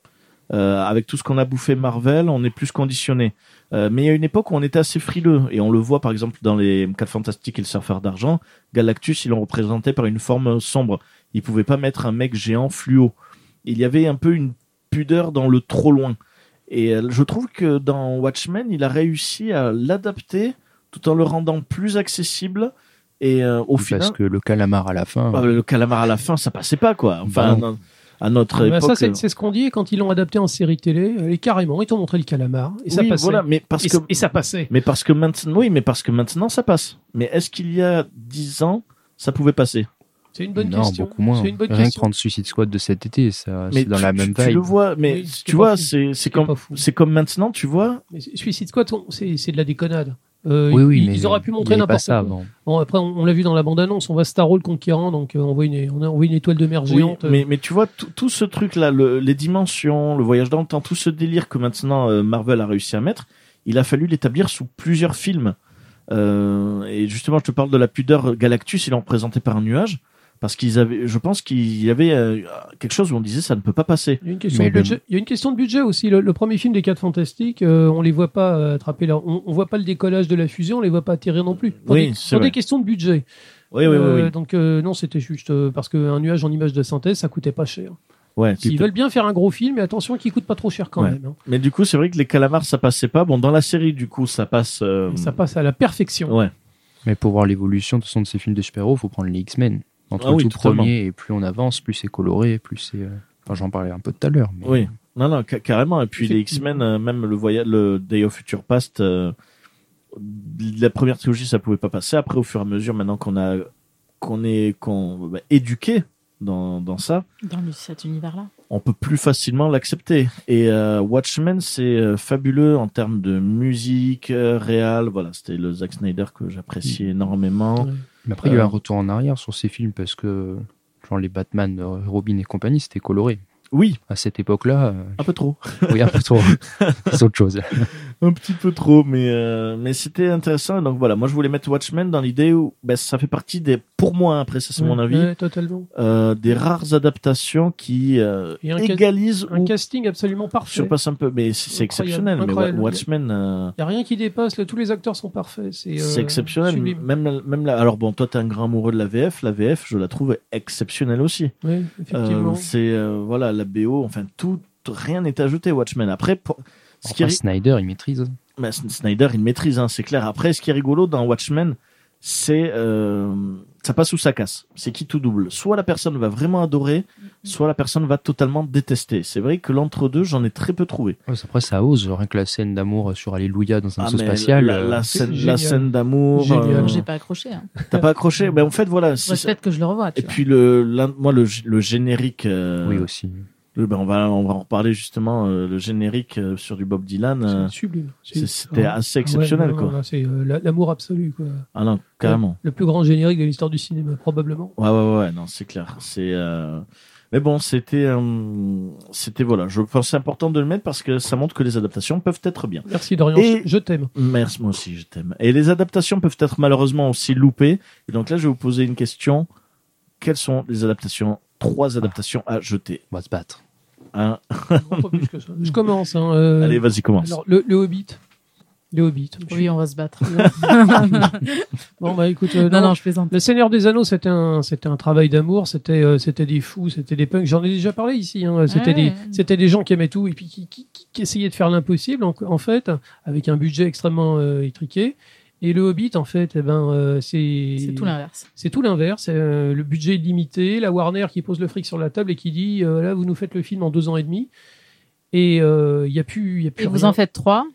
Euh, avec tout ce qu'on a bouffé Marvel, on est plus conditionné. Euh, mais il y a une époque où on était assez frileux et on le voit par exemple dans les Quatre Fantastiques et le Surfeur d'argent. Galactus, ils l'ont représenté par une forme sombre. Ils pouvaient pas mettre un mec géant fluo. Il y avait un peu une pudeur dans le trop loin. Et euh, je trouve que dans Watchmen, il a réussi à l'adapter tout en le rendant plus accessible. Et euh, au
parce
final,
que le calamar à la fin.
bah, le calamar à la fin, ça passait pas quoi. Enfin,
Bah
non, à notre
Bah,
époque. euh,
ça, c'est c'est ce qu'on dit. Et quand ils l'ont adapté en série télé, allez, carrément, ils t'ont montré le calamar. Et ça
oui,
passait.
voilà, mais parce
Et-
que
et ça passait.
Mais parce que maintenant, oui, mais parce que maintenant ça passe. Mais est-ce qu'il y a 10 ans, ça pouvait passer
C'est une bonne
non,
question.
beaucoup moins.
C'est une bonne
Rien que
question.
prendre Suicide Squad de cet été, ça,
Mais
c'est dans
tu-
la
tu-
même
tu
vibe.
le vois, mais
Oui, ce qui
tu
est
vois,
pas fou.
c'est
qui
c'est
est
comme
pas fou.
c'est comme maintenant, tu vois.
Mais Suicide Squad, on- c'est c'est de la déconnade. Euh,
oui, oui,
ils,
mais
ils auraient
il
pu
y
montrer
avait pas
n'importe
ça
quoi.
avant.
Bon, après, on, on l'a vu dans la bande-annonce, on voit Starro le conquérant, donc euh, on, voit une, on, a- on voit une étoile de mer
Oui,
géante. euh.
mais mais tu vois tout tout ce truc là, les dimensions, le voyage dans le temps, tout ce délire que maintenant euh, Marvel a réussi à mettre, il a fallu l'établir sous plusieurs films. Euh, et justement, je te parle de la pudeur Galactus, ils l'ont présenté par un nuage parce qu'ils avaient, je pense qu'il y avait euh, quelque chose où on disait ça ne peut pas passer.
Il y, a une question de
Mais le-
budget. il y a une question de budget aussi. Le, le premier film des 4 Fantastiques, euh, on les voit pas euh, attraper leur. On, on voit pas le décollage de la fusion, on les voit pas atterrir non plus. Pour,
Oui,
des,
c'est
pour
vrai.
des questions de budget.
Oui, oui, oui,
Euh,
oui.
Donc, euh, non, c'était juste euh, parce qu'un nuage en image de synthèse, ça coûtait pas cher.
Ouais,
Ils veulent bien faire un gros film, mais attention qu'il coûte pas trop cher quand
Ouais.
même. hein.
Mais du coup, c'est vrai que les calamars, ça passait pas. Bon, dans la série, du coup, ça passe. euh,
Ça passe à la perfection.
Ouais.
Mais pour voir l'évolution de, toute façon, de ces films de super-héros, faut prendre les X-Men. Entre
Ah
le
oui,
tout
totalement.
premier et plus on avance, plus c'est coloré, plus c'est. euh, Enfin, j'en parlais un peu tout à l'heure. mais-
Oui. Non, non, ca- carrément. Et puis les
Effectivement.
X-Men, euh, même le voyage, le Day of Future Past, euh, la première trilogie, ça pouvait pas passer. Après, au fur et à mesure, maintenant qu'on a, qu'on est, qu'on bah, éduqué dans, dans ça,
Dans le- cet univers-là.
on peut plus facilement l'accepter. Et euh, Watchmen, c'est euh, fabuleux en termes de musique, euh, réal. Voilà, c'était le Zack Snyder que j'appréciais énormément.
Mais après, il y a eu
Euh,
un retour en arrière sur ces films parce que, genre, les Batman, euh, Robin et compagnie, c'était coloré.
Oui,
À cette époque-là, euh,
un peu trop.
oui, un peu trop. C'est autre chose.
un petit peu trop, mais euh, mais c'était intéressant. Donc voilà, moi je voulais mettre Watchmen dans l'idée où ben, ça fait partie des, pour moi hein, après ça c'est
Ouais,
mon avis,
ouais, totalement.
euh, des rares adaptations qui euh,
Et un cas-
égalisent
Un
ou
casting absolument parfait.
surpassent un peu. Mais c'est c'est
Incroyable,
exceptionnel. Mais
incroyable.
Wa- Watchmen, euh,
Il n'y a rien qui dépasse, là, tous les acteurs sont parfaits. C'est
c'est
euh,
exceptionnel.
sublime.
Même même là, alors bon, toi t'es un grand amoureux de la VF, la VF je la trouve exceptionnelle aussi. Euh,
Ouais, effectivement.
c'est euh, voilà la BO, enfin tout rien n'est ajouté Watchmen. Après, pour- ce qui
Enfin,
est
Snyder, il maîtrise.
Mais Snyder, il maîtrise, hein, c'est clair. Après, ce qui est rigolo dans Watchmen, c'est euh, ça passe ou ça casse. C'est qui tout double. Soit la personne va vraiment adorer, soit la personne va totalement détester. C'est vrai que l'entre-deux, j'en ai très peu trouvé.
Ouais, après, ça ose, rien que la scène d'amour sur Alléluia dans un
Ah,
saut
mais
spatial.
la, la
euh,
scène,
c'est
la
génial.
scène d'amour,
Génial.
euh,
J'ai pas accroché. Hein.
t'as pas accroché. Ben en fait, voilà. c'est
Faudrait
ça.
Peut-être que je le revois. tu
Et
vois.
puis le, l'un- moi le, g- le générique. euh,
Oui, aussi.
le- ben, on va, on va en reparler justement. euh, le générique euh, sur du Bob Dylan, euh,
C'est sublime.
c'est-
C'est-
c'était
Ah,
assez exceptionnel,
ouais, non,
quoi.
non, C'est euh, la- l'amour absolu, quoi.
Ah non, carrément.
Le plus grand générique de l'histoire du cinéma, probablement.
Ouais, ouais, ouais, non, c'est clair. C'est. euh, Mais bon, c'était, euh, c'était voilà. Je pense que c'est important de le mettre parce que ça montre que les adaptations peuvent être bien.
Merci Dorian,
Et-
je, je t'aime.
Merci, moi aussi, je t'aime. Et les adaptations peuvent être malheureusement aussi loupées. Et donc là, je vais vous poser une question. Quelles sont les adaptations Trois adaptations à jeter.
On va se battre.
hein
Non, pas plus que ça. Je commence. hein, euh,
Allez, vas-y, commence.
alors, le, le Hobbit. Le Hobbit. Je suis-
Oui, on va se battre.
Bon, bah écoute, euh,
non, non, je plaisante.
Le Seigneur des Anneaux, c'était un, c'était un travail d'amour, c'était, euh, c'était des fous, c'était des punks. J'en ai déjà parlé ici. hein. C'était
Ouais.
des, c'était des gens qui aimaient tout et puis qui, qui, qui- qui essayaient de faire l'impossible en, en fait, avec un budget extrêmement euh, étriqué. Et le Hobbit, en fait, eh ben, euh, c'est,
C'est tout l'inverse.
c'est tout l'inverse. Euh, le budget est limité, la Warner qui pose le fric sur la table et qui dit euh, là, vous nous faites le film en deux ans et demi. Et euh, il n'y a plus, il y a plus
Et vous
rien.
en faites trois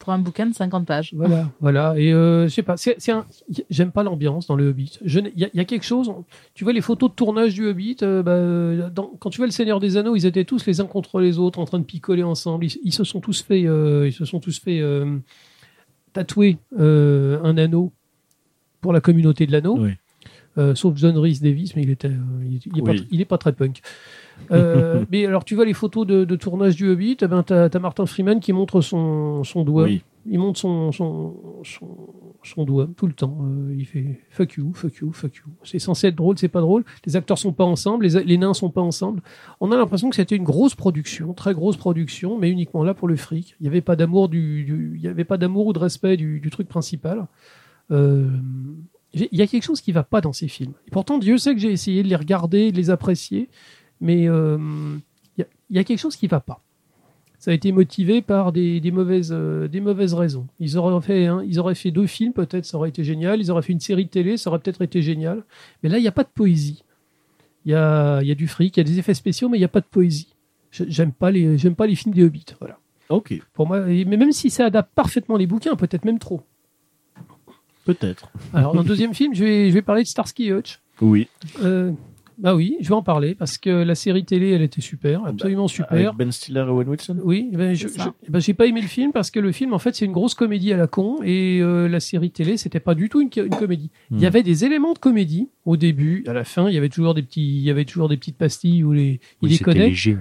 pour un bouquin de 50 pages.
Voilà, voilà. Et euh, je sais pas, c'est, c'est un... j'aime pas l'ambiance dans le Hobbit. Je n'ai- Il y, a- il y a quelque chose. on- Tu vois les photos de tournage du Hobbit. euh, bah, euh, dans- Quand tu vois le Seigneur des Anneaux, ils étaient tous les uns contre les autres en train de picoler ensemble. Ils, ils se sont tous fait, euh, ils se sont tous fait euh, tatouer euh, un anneau pour la communauté de l'anneau.
Oui.
Euh, sauf John Rhys Davis, mais il était, euh, il, il est pas
Oui.
tr- il est pas très punk. Euh, mais alors tu vois les photos de, de tournage du Hobbit, eh ben t'as, t'as Martin Freeman qui montre son, son doigt
Oui.
il monte son, son, son, son doigt tout le temps. Euh, il fait fuck you, fuck you, fuck you. C'est censé être drôle, c'est pas drôle. Les acteurs sont pas ensemble, les, les nains sont pas ensemble. On a l'impression que c'était une grosse production, très grosse production, mais uniquement là pour le fric. Il n'y avait pas d'amour du, du- il y avait pas d'amour ou de respect du, du truc principal. Euh, j'ai- il y a quelque chose qui va pas dans ces films. Et pourtant, Dieu sait que j'ai essayé de les regarder, de les apprécier, mais euh, il y a- il y a quelque chose qui va pas ça a été motivé par des, des mauvaises, euh, des mauvaises raisons. Ils auraient, fait, un- ils auraient fait deux films, peut-être, ça aurait été génial. Ils auraient fait une série de télé, ça aurait peut-être été génial. Mais là, il n'y a pas de poésie. Il y a, il y a du fric, il y a des effets spéciaux, mais il n'y a pas de poésie. Je- J'aime pas, les- j'aime pas les films des Hobbits. Voilà.
Ok,
Pour moi, et- mais même si ça adapte parfaitement les bouquins, peut-être même trop.
peut-être.
Alors, dans le deuxième film, je vais, je vais parler de Starsky et Hutch.
Oui.
Euh, bah oui, je vais en parler parce que la série télé, elle était super, absolument super.
Avec Ben Stiller et Owen Wilson.
Oui, ben je-
C'est ça.
je- ben, j'ai pas aimé le film parce que le film, en fait, c'est une grosse comédie à la con et euh, la série télé, c'était pas du tout une, co- une comédie. Il y
Hmm.
avait des éléments de comédie au début, à la fin, il y avait toujours des petits, il y avait toujours des petites pastilles où les, il
Oui,
les
c'était
connaît.
léger.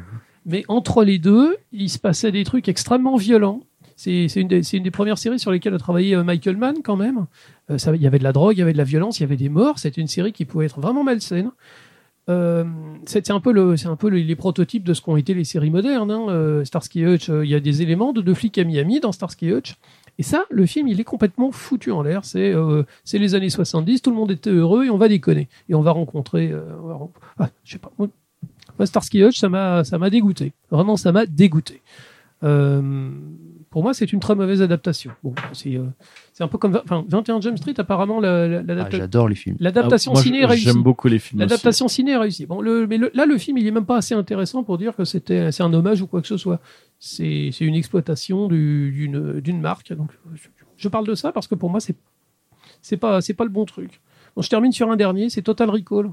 Mais entre les deux, il se passait des trucs extrêmement violents. C'est c'est une, des- c'est une des premières séries sur lesquelles a travaillé euh, Michael Mann quand même. Euh, ça- Il y avait de la drogue, il y avait de la violence, il y avait des morts. C'était une série qui pouvait être vraiment malsaine. Euh, c'est c'est un peu, le, c'est un peu le- les prototypes de ce qu'ont été les séries modernes. hein. Euh, Starsky et Hutch, euh, il y a des éléments de deux flics à Miami dans Starsky et Hutch. Et ça, le film, il est complètement foutu en l'air. C'est euh, c'est les années 70, tout le monde était heureux et on va déconner. Et on va rencontrer... euh, on va ren- ah, je sais pas, moi, moi, Starsky et Hutch, ça m'a, ça m'a dégoûté. Vraiment, ça m'a dégoûté. Euh, pour moi, c'est une très mauvaise adaptation. Bon, c'est, euh, c'est un peu comme vingt- enfin, 21 Jump Street, apparemment, la- la-
Ah,
l'adapta-
J'adore les films.
l'adaptation
Ah, moi,
ciné
je-
est réussie.
J'aime beaucoup les films. aussi.
L'adaptation ciné a réussi. Bon, le, mais le- là, le film, il est même pas assez intéressant pour dire que c'était c'est un hommage ou quoi que ce soit. C'est c'est une exploitation du- d'une d'une marque. Donc, je, je parle de ça parce que pour moi, c'est c'est pas c'est pas le bon truc. Bon, je termine sur un dernier, c'est Total Recall.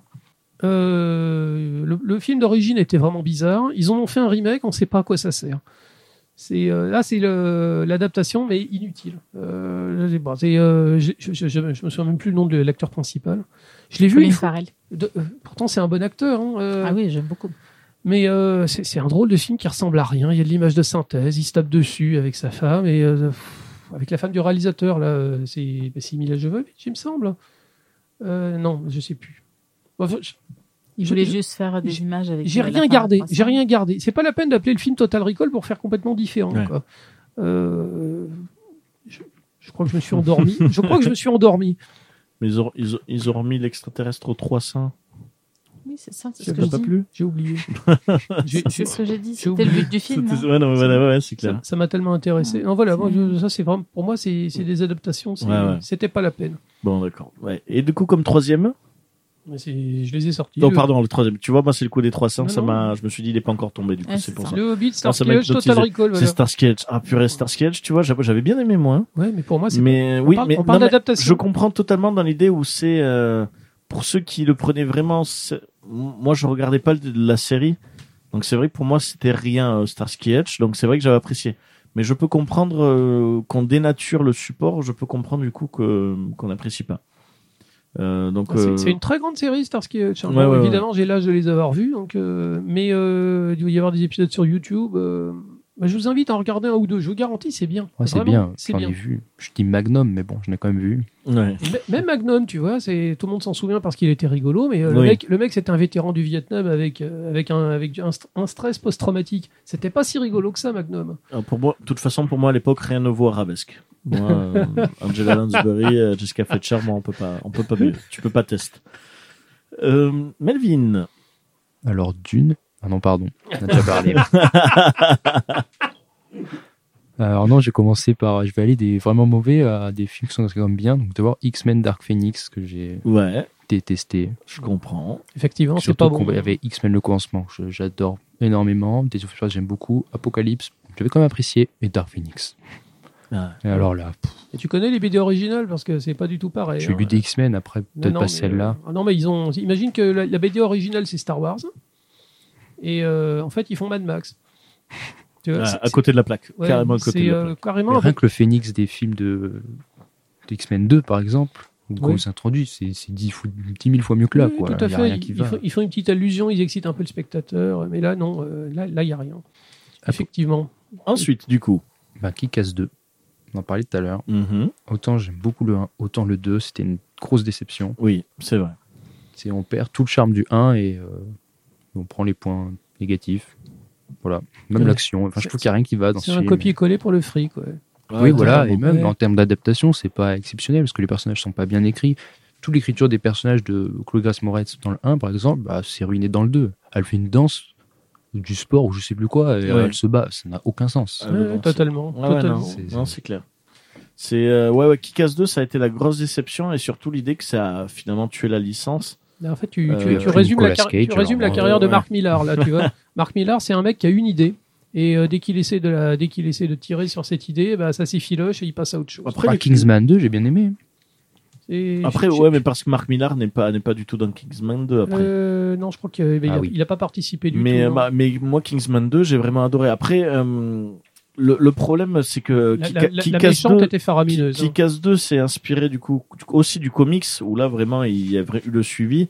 Euh, le, le film d'origine était vraiment bizarre. Ils en ont fait un remake, on ne sait pas à quoi ça sert. C'est euh, là, c'est le- l'adaptation, mais inutile. Euh, c'est- bon, c'est, euh, je, je, je- je me souviens même plus le nom de l'acteur principal. Je l'ai vu
Colin
une fois.
Farrell.
De- euh, pourtant, c'est un bon acteur. hein, euh,
Ah oui, j'aime beaucoup.
Mais euh, c'est c'est un drôle de film qui ressemble à rien. Il y a de l'image de synthèse. Il se tape dessus avec sa femme et euh, pff, avec la femme du réalisateur. Là, euh, c'est bah, c'est Mila Jovovich, il me semble. Euh, non, je sais plus. Enfin, je-
Il
Je-
voulait
je-
juste faire des
j'ai-
images avec.
j'ai
euh, la
rien
fin
gardé.
de la
J'ai rien gardé. C'est pas la peine d'appeler le film Total Recall pour faire complètement différent.
Ouais.
quoi. Euh, je, je crois que je me suis endormi. je crois que je me suis endormi.
Mais ils ont, ils ont, ils ont remis l'extraterrestre au 300.
croissance. Oui, c'est ça, c'est
Je
ce
sais
que je
pas
dis.
plus
J'ai oublié. J'ai-
C'est ce que j'ai dit.
J'ai
C'était le
oublié.
but du film.
C'était-
hein.
ouais, non, mais voilà, ouais, c'est
Ça-
clair.
Ça m'a tellement intéressé. Non, voilà,
C'est-
moi, je- ça c'est vraiment, pour moi, c'est c'est des adaptations. c'est-
Ouais, ouais.
C'était pas la peine.
Bon, d'accord. Ouais. Et du coup, comme troisième
Mais c'est- je les ai sortis.
Donc,
Le-
pardon, le troisième. Tu vois, moi, c'est le coup des 300.
Non,
ça
non.
m'a, je me suis dit, il est pas encore tombé, du coup,
Ah,
c'est
c'est
pour
ça.
ça.
Le Hobbit, Star
ça m'a
Sketch, Total
hypnotisé.
Recall.
C'est
Voilà.
Star Sketch. Ah, purée, Star Sketch, tu vois, j'avais j'avais bien aimé, moi. hein.
Ouais, mais pour moi, c'est.
Mais
on
oui,
parle-
mais,
on parle
non, mais
d'adaptation.
Je comprends totalement dans l'idée où c'est euh, pour ceux qui le prenaient vraiment. c'est- Moi, je regardais pas le- la série, donc c'est vrai que pour moi c'était rien euh, Starsky et Hutch, donc c'est vrai que j'avais apprécié. Mais je peux comprendre euh, qu'on dénature le support, je peux comprendre du coup que qu'on n'apprécie pas. Euh, donc
Ah, c'est-
euh,
C'est une très grande série, Starsky et Hutch. hein.
Ouais,
Bon,
ouais, ouais.
évidemment, j'ai l'âge de les avoir vus, donc, euh, mais euh, il doit y avoir des épisodes sur YouTube. euh, bah, je vous invite à en regarder un ou deux. Je vous garantis, c'est bien.
Ouais, c'est
Vraiment,
bien,
C'est
j'en ai
bien.
vu. Je dis Magnum, mais bon, je l'ai quand même vu.
ouais.
M- Même Magnum, tu vois, c'est tout le monde s'en souvient parce qu'il était rigolo, mais euh, le
Oui.
mec, le mec, c'était un vétéran du Vietnam avec euh, avec un avec un, st- un stress post-traumatique. C'était pas si rigolo que ça, Magnum.
Alors, Euh, pour moi, de toute façon, pour moi à l'époque rien ne vaut Arabesque. Moi, euh, Angela Lansbury, euh, Jessica Fletcher, moi on peut pas, on peut pas mieux. Tu peux pas tester. Euh, Melvin,
Alors Dune Ah non, pardon, on a déjà parlé. Alors non, j'ai commencé par... Je vais aller des vraiment mauvais à des films qui sont quand même bien. Donc d'abord X-Men Dark Phoenix que j'ai
ouais.
détesté.
Je comprends.
Effectivement, c'est
Surtout
pas bon.
qu'on- Il y avait X-Men le commencement, que je- j'adore énormément. Des of Us, j'aime beaucoup. Apocalypse, j'avais quand même apprécié. Et Dark Phoenix.
Ah.
Et alors là, pff,
Et tu connais les BD originales parce que c'est pas du tout pareil.
j'ai
hein.
lu des X-Men après,
Non,
peut-être
non,
pas
mais,
celle-là.
euh, non, mais ils ont. Imagine que la, la BD originale c'est Star Wars, et euh, en fait ils font Mad Max. Tu vois,
Ah,
Euh, c'est-
à côté de la plaque.
ouais,
carrément à côté
c'est,
de la
euh,
plaque.
carrément
Mais
un peu-
rien que le Phoenix des films de, de X-Men 2, par exemple, où quand
Oui.
ils s'introduisent, c'est c'est 10, fois- 10 000 fois mieux que là.
Oui,
quoi.
tout à
Il y a
fait.
rien
Ils,
qui
ils
va.
font, ils font une petite allusion, ils excitent un peu le spectateur, mais là non, euh, là là il y a
Ah,
rien. Effectivement.
Ensuite, du coup. Mm-hmm.
Ben, qui casse 2 On en parlait tout à l'heure. Autant j'aime beaucoup le 1, autant le 2, c'était une grosse déception.
Oui, c'est vrai.
C'est On perd tout le charme du 1 et euh, on prend les points négatifs. Voilà. Même
Ouais.
l'action. Enfin, je trouve qu'il n'y a rien qui va dans ce
C'est un
film.
copier-coller pour le fric. ouais.
Oui,
totalement.
voilà, et même
Ouais.
en termes d'adaptation, c'est pas exceptionnel parce que les personnages sont pas bien écrits. Toute l'écriture des personnages de Chloé Grace Moretz dans le 1, par exemple, bah, c'est ruiné dans le 2. Elle fait une danse du sport ou je sais plus quoi, et
Ouais.
elle se bat, ça n'a aucun sens.
Ah, le
Ouais,
bon,
totalement.
Ah ouais,
totalement.
non,
C'est-
non, c'est clair. C'est euh, ouais, ouais, Kick-Ass 2, ça a été la grosse déception et surtout l'idée que ça a finalement tué la licence.
Mais En fait, tu, tu-
Euh,
tu résumes, la,
Nicolas
car-
Cage,
tu résumes
alors,
la
ouais,
carrière de
ouais.
Marc Millar, là, tu vois. Marc Millar, c'est un mec qui a une idée. Et euh, dès qu'il essaie, de la- dès qu'il essaie de tirer sur cette idée, bah, ça s'effiloche et il passe à autre chose.
Après,
Après,
les-
Kingsman 2, j'ai bien aimé.
Et-
Après,
je- je-
ouais, mais parce que Mark Millar n'est pas, n'est pas du tout dans Kingsman 2 après.
Euh, non, je crois qu'il n'a
Ah oui.
pas participé du
mais,
tout. hein.
euh,
non.
bah, mais moi, Kingsman 2, j'ai vraiment adoré. Après, euh, le, le problème, c'est que
la,
Kick-
la- la- la
Kick-Ass
méchante
2,
était faramineuse. hein.
Qui casse 2 s'est inspiré du coup du- aussi du comics où là vraiment il y a vra- eu le suivi,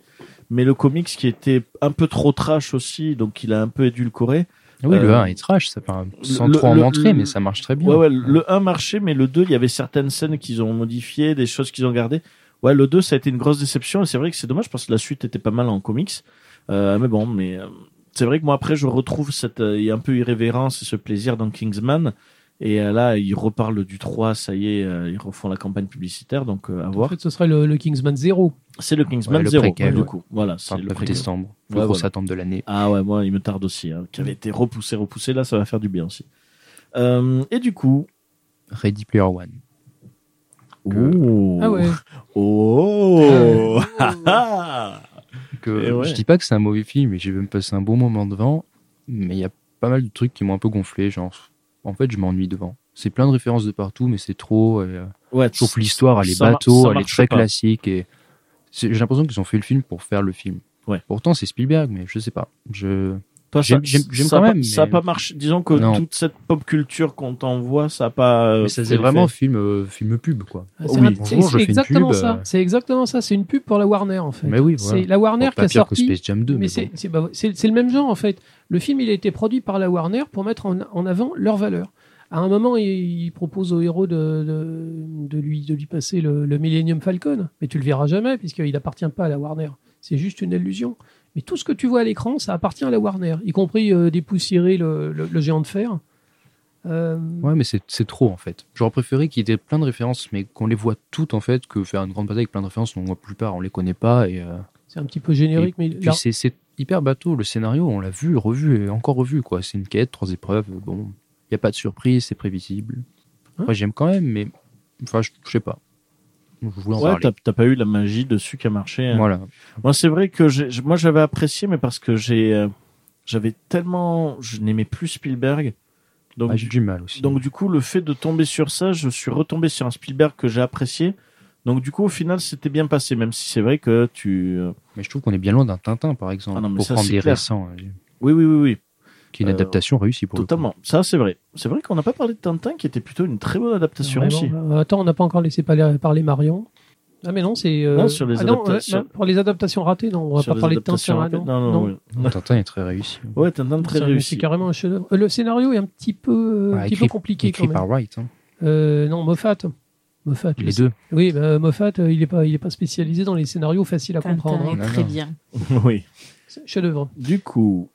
mais le comics qui était un peu trop trash aussi, donc il a un peu édulcoré.
Ah Oui, le
Euh,
1 est trash, ça, enfin, sans
le-
trop en
le-
montrer,
le-
mais ça marche très bien.
Ouais ouais, le 1 marchait, mais le 2 il y avait certaines scènes qu'ils ont modifiées, des choses qu'ils ont gardées. Ouais, le 2 ça a été une grosse déception et c'est vrai que c'est dommage parce que la suite était pas mal en comics, Euh, mais bon, mais euh, c'est vrai que moi après je retrouve cette euh, il y a un peu irrévérence et ce plaisir dans Kingsman. Et euh, là, ils reparlent du 3, ça y est, euh, ils refont la campagne publicitaire, donc euh, à
En
voir.
fait, ce serait le, le Kingsman 0.
C'est le
Ouais,
Kingsman
le
0,
préquel,
du
ouais.
coup. Voilà, c'est le
9
préquel.
décembre, plus
Ouais,
grosse
voilà.
attente de l'année.
Ah ouais, moi, il me tarde aussi, hein, qui avait été repoussé, repoussé. Là, ça va faire du bien aussi. Euh, et du coup...
Ready Player One. Que-
Oh
Ah ouais.
Oh Ah,
que
Et Eh ouais.
je dis pas que c'est un mauvais film mais j'ai même passé un bon moment devant mais il y a pas mal de trucs qui m'ont un peu gonflé genre en fait je m'ennuie devant c'est plein de références de partout mais c'est trop euh,
Ouais,
sauf l'histoire elle est
ça mar- ça
bateau elle est
marche
très
pas.
classique et c'est- j'ai l'impression qu'ils ont fait le film pour faire le film
Ouais. Euh,
pourtant c'est Spielberg mais je sais pas je
Toi, ça-
J'aime- j'aime- j'aime
ça
quand
a pas-
même,
Ça a
mais-
pas marché. Disons que
Non.
toute cette pop culture qu'on t'envoie, ça a pas... euh,
mais ça
fait
c'est vraiment
l'effet.
film euh, film pub quoi
Ah, C'est
Oui,
un-
bonjour,
c'est-
je
c'est
fais une
exactement
pub,
ça.
euh.
C'est exactement ça. C'est une pub pour la Warner, en fait.
mais oui voilà
C'est la Warner
Bon,
qui a
pas pire que
sorti.
Space Jam 2 mais,
mais
bon.
c'est c'est- bah, c'est- c'est le même genre en fait. Le film, il a été produit par la Warner pour mettre en, en avant leurs valeurs. À un moment, il, il propose au héros de, de, de lui, de lui passer le, le Millennium Falcon, mais tu le verras jamais puisqu'il appartient pas à la Warner. C'est juste une allusion. Mais tout ce que tu vois à l'écran, ça appartient à la Warner, y compris euh, dépoussiérer le, le- le géant de fer. Euh,
Ouais, mais c'est c'est trop en fait. J'aurais préféré qu'il y ait plein de références, mais qu'on les voit toutes en fait, que faire une grande bataille avec plein de références dont la plupart on les connaît pas et euh,
C'est un petit peu générique, mais
Puis
là-
c'est- c'est hyper bateau, le scénario, on l'a vu, revu et encore revu, quoi. C'est une quête, trois épreuves, bon,
Hein
il n'y a pas de surprise, c'est prévisible. Moi, j'aime quand même, mais enfin, je je sais pas. Je voulais en
Ouais,
parler.
t'as t'as pas eu la magie dessus qui a marché. hein.
Voilà.
Moi, c'est vrai que j'ai- j'- moi j'avais apprécié, mais parce que j'ai, euh, j'avais tellement, je n'aimais plus Spielberg. Donc,
Ah, j'ai du mal aussi.
donc du coup, le fait de tomber sur ça, je suis retombé sur un Spielberg que j'ai apprécié. Donc du coup, au final, c'était bien passé, même si c'est vrai que tu. euh,
mais je trouve qu'on est bien loin d'un Tintin, par exemple,
Ah non, mais
pour
ça,
prendre
c'est
des
clair.
récents, hein,
Oui, oui, oui, oui,
qui est une
Euh,
adaptation réussie pour le coup.
totalement. Ça, c'est vrai. C'est vrai qu'on n'a pas parlé de Tintin, qui était plutôt une très bonne adaptation
Vraiment,
aussi.
euh, attends, on n'a pas encore laissé parler, parler Marion. Ah mais non, c'est euh,
Non, sur les
ah non,
adaptations-
ouais, non, pour les adaptations ratées, non, on va
Sur
pas
les
parler de
adaptations
Tintin. ah,
rapides.
non,
non, non,
non.
ouais.
Non, Tintin est très réussi.
Ouais, Tintin très
C'est- C'est
réussi.
carrément un chef-d'œuvre. Euh, Le scénario est un petit peu, euh, un
Ouais,
petit peu compliqué quand
Écrit
même.
par Wright, hein.
Euh, non, Moffat. Moffat.
les deux.
Oui, bah, Moffat, euh, il est pas, il est pas spécialisé dans les scénarios faciles à comprendre.
Tintin
hein.
est très bien.
oui.
C'est un Chef-d'œuvre.
Du coup,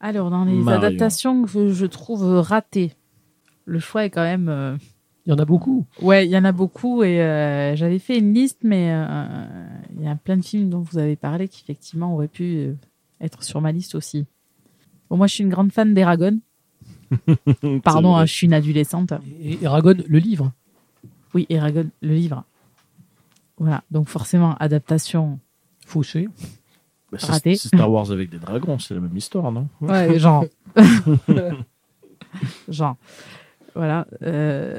Alors, dans les
Marion.
adaptations que je trouve ratées, le choix est quand même. euh,
Il y en a beaucoup.
Ouais, il y en a beaucoup et euh, j'avais fait une liste, mais euh, il y a plein de films dont vous avez parlé qui effectivement auraient pu euh, être sur ma liste aussi. Bon, moi, je suis une grande fan d'Eragon.
c'est
Pardon,
vrai.
hein, je suis une adolescente.
Et Eragon, le livre.
Oui, Eragon, le livre. Voilà, donc forcément, adaptation.
Fauché.
Bah, c'est-
raté.
c'est Star Wars avec des dragons, c'est la même histoire, non
Ouais, genre. genre. Voilà. euh,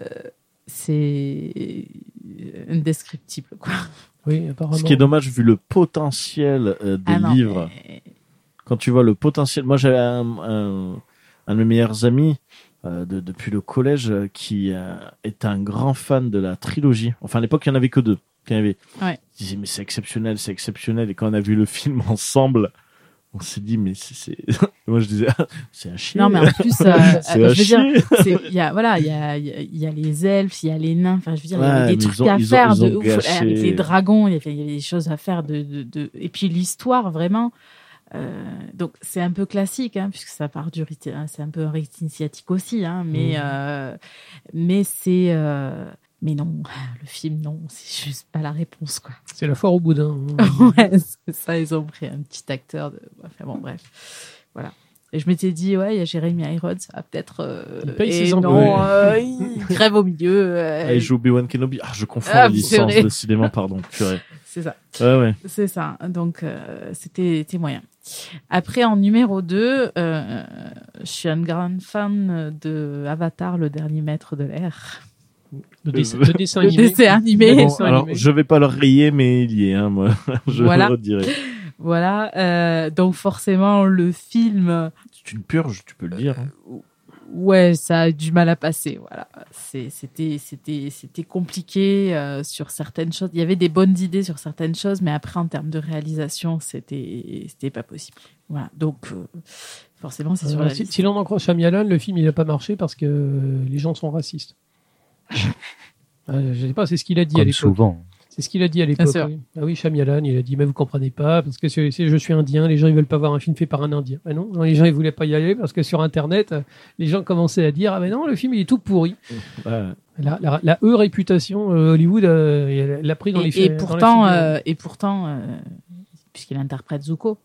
c'est indescriptible, quoi.
Oui, apparemment.
Ce qui est dommage vu le potentiel euh, des
Ah non,
livres.
mais-
Quand tu vois le potentiel, moi j'avais un, un- un de mes meilleurs amis euh, de- depuis le collège euh, qui euh, est un grand fan de la trilogie. Enfin à l'époque il n'y en avait que deux. Qu'il y en avait.
Ouais.
Il disait mais c'est exceptionnel, c'est exceptionnel. Et quand on a vu le film ensemble, on s'est dit mais c'est... c'est- moi je disais Ah, c'est un chien.
Non, mais en plus, euh,
c'est
euh,
à
je veux dire,
chier.
C'est- il y a voilà il y a, il y a- il y a les elfes il y a les nains enfin je veux dire il y
Ouais,
avait
mais
des trucs
ils ont-
à
ils ont-
faire
ils ont
de ouf
gâché.
avec les dragons il y avait, il y avait des choses à faire de, de- de- et puis l'histoire vraiment Euh, donc c'est un peu classique hein, puisque ça part du rite hein, c'est un peu un rite initiatique aussi hein, mais
Mmh.
Mhm.
euh, mais c'est euh, mais non le film non c'est juste pas la réponse quoi
C'est la foire au boudin. hein.
ouais, c'est ça, ils ont pris un petit acteur. De... Enfin bon, bref. Voilà. Et je m'étais dit, ouais, il y a Jeremy Irons, ah, peut-être. euh,
Il paye
et
ses impôts.
Non, euh, il crève au milieu. euh,
Ah, il joue Obi-Wan Kenobi. Ah, je confonds
Ah,
les
c'est
licences,
vrai.
décidément, pardon. Purée.
C'est ça.
Ouais, ouais.
C'est ça. Donc, euh, c'était c'était moyen. Après, en numéro 2, je suis une grande fan de Avatar, le dernier maître de l'air.
Le, dessin, le dessin
Le
animé.
dessin animé.
Le
Bon,
dessin
alors,
animé.
je vais pas le rayer, mais il y est, hein, moi. Je
Voilà.
le redirai.
Voilà. euh, donc, forcément, le film.
C'est une purge, tu peux le dire. hein.
ouais, ça a du mal à passer. Voilà, C'est- c'était c'était c'était compliqué euh, sur certaines choses. Il y avait des bonnes idées sur certaines choses, mais après en termes de réalisation, c'était c'était pas possible. Voilà, donc euh, forcément c'est sur
Euh,
la
si
liste.
si l'on encroche à Mialan, le film il n'a pas marché parce que euh, les gens sont racistes. Euh, je sais pas, c'est ce qu'il a dit à
Comme
l'époque.
souvent. hein.
C'est ce qu'il a dit à l'époque.
sûr.
oui. Ah oui, Shyamalan, il a dit mais vous comprenez pas parce que c'est- c'est- je suis indien, les gens ils veulent pas voir un film fait par un indien. Ben non, non, les gens ils voulaient pas y aller parce que sur internet, euh, les gens commençaient à dire ah ben non, le film il est tout pourri.
Ouais.
La, la- la e réputation euh, Hollywood euh, elle l'a pris dans les
Et, et
faits- dans les
pourtant
films.
euh, et pourtant euh, puisqu'il interprète Zuko,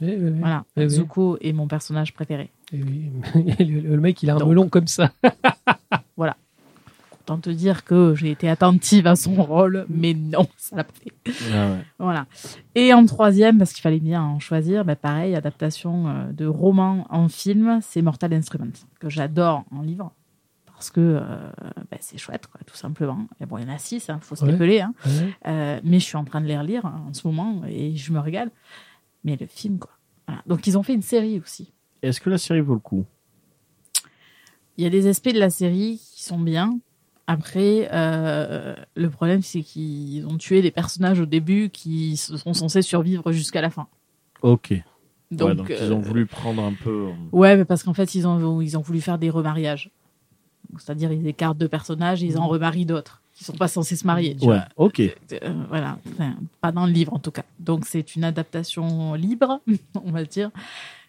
Eh, ouais, ouais.
voilà,
Oui, oui.
Zuko est mon personnage préféré.
Eh oui. le, le mec il a un
Donc.
melon comme ça.
Autant te dire que j'ai été attentive à son rôle, mais non, ça l'a pas fait.
Ah ouais.
Voilà. Et en troisième, parce qu'il fallait bien en choisir, bah pareil, adaptation euh, de roman en film, c'est Mortal Instruments, que j'adore en livre. Parce que euh, bah, c'est chouette, quoi, tout simplement. Et bon, il y en a six, il faut se
Ouais.
rappeler. hein. Euh, mais je suis en train de les relire hein, en ce moment et je me régale. Mais le film, quoi. Voilà. Donc, ils ont fait une série aussi.
Est-ce que la série vaut le coup
Il y a des aspects de la série qui sont bien. Après, euh, le problème, c'est qu'ils ont tué des personnages au début qui sont censés survivre jusqu'à la fin.
Ok.
Donc,
Ouais, donc ils ont
euh,
voulu prendre un peu.
Ouais, mais parce qu'en fait, ils ont, ils ont voulu faire des remariages. Donc, C'est-à-dire, ils écartent deux personnages et ils en remarient d'autres qui sont pas censés se marier. tu
Mm. Ouais,
vois.
ok.
Euh, voilà, Enfin, pas dans le livre en tout cas. Donc, c'est une adaptation libre, on va dire.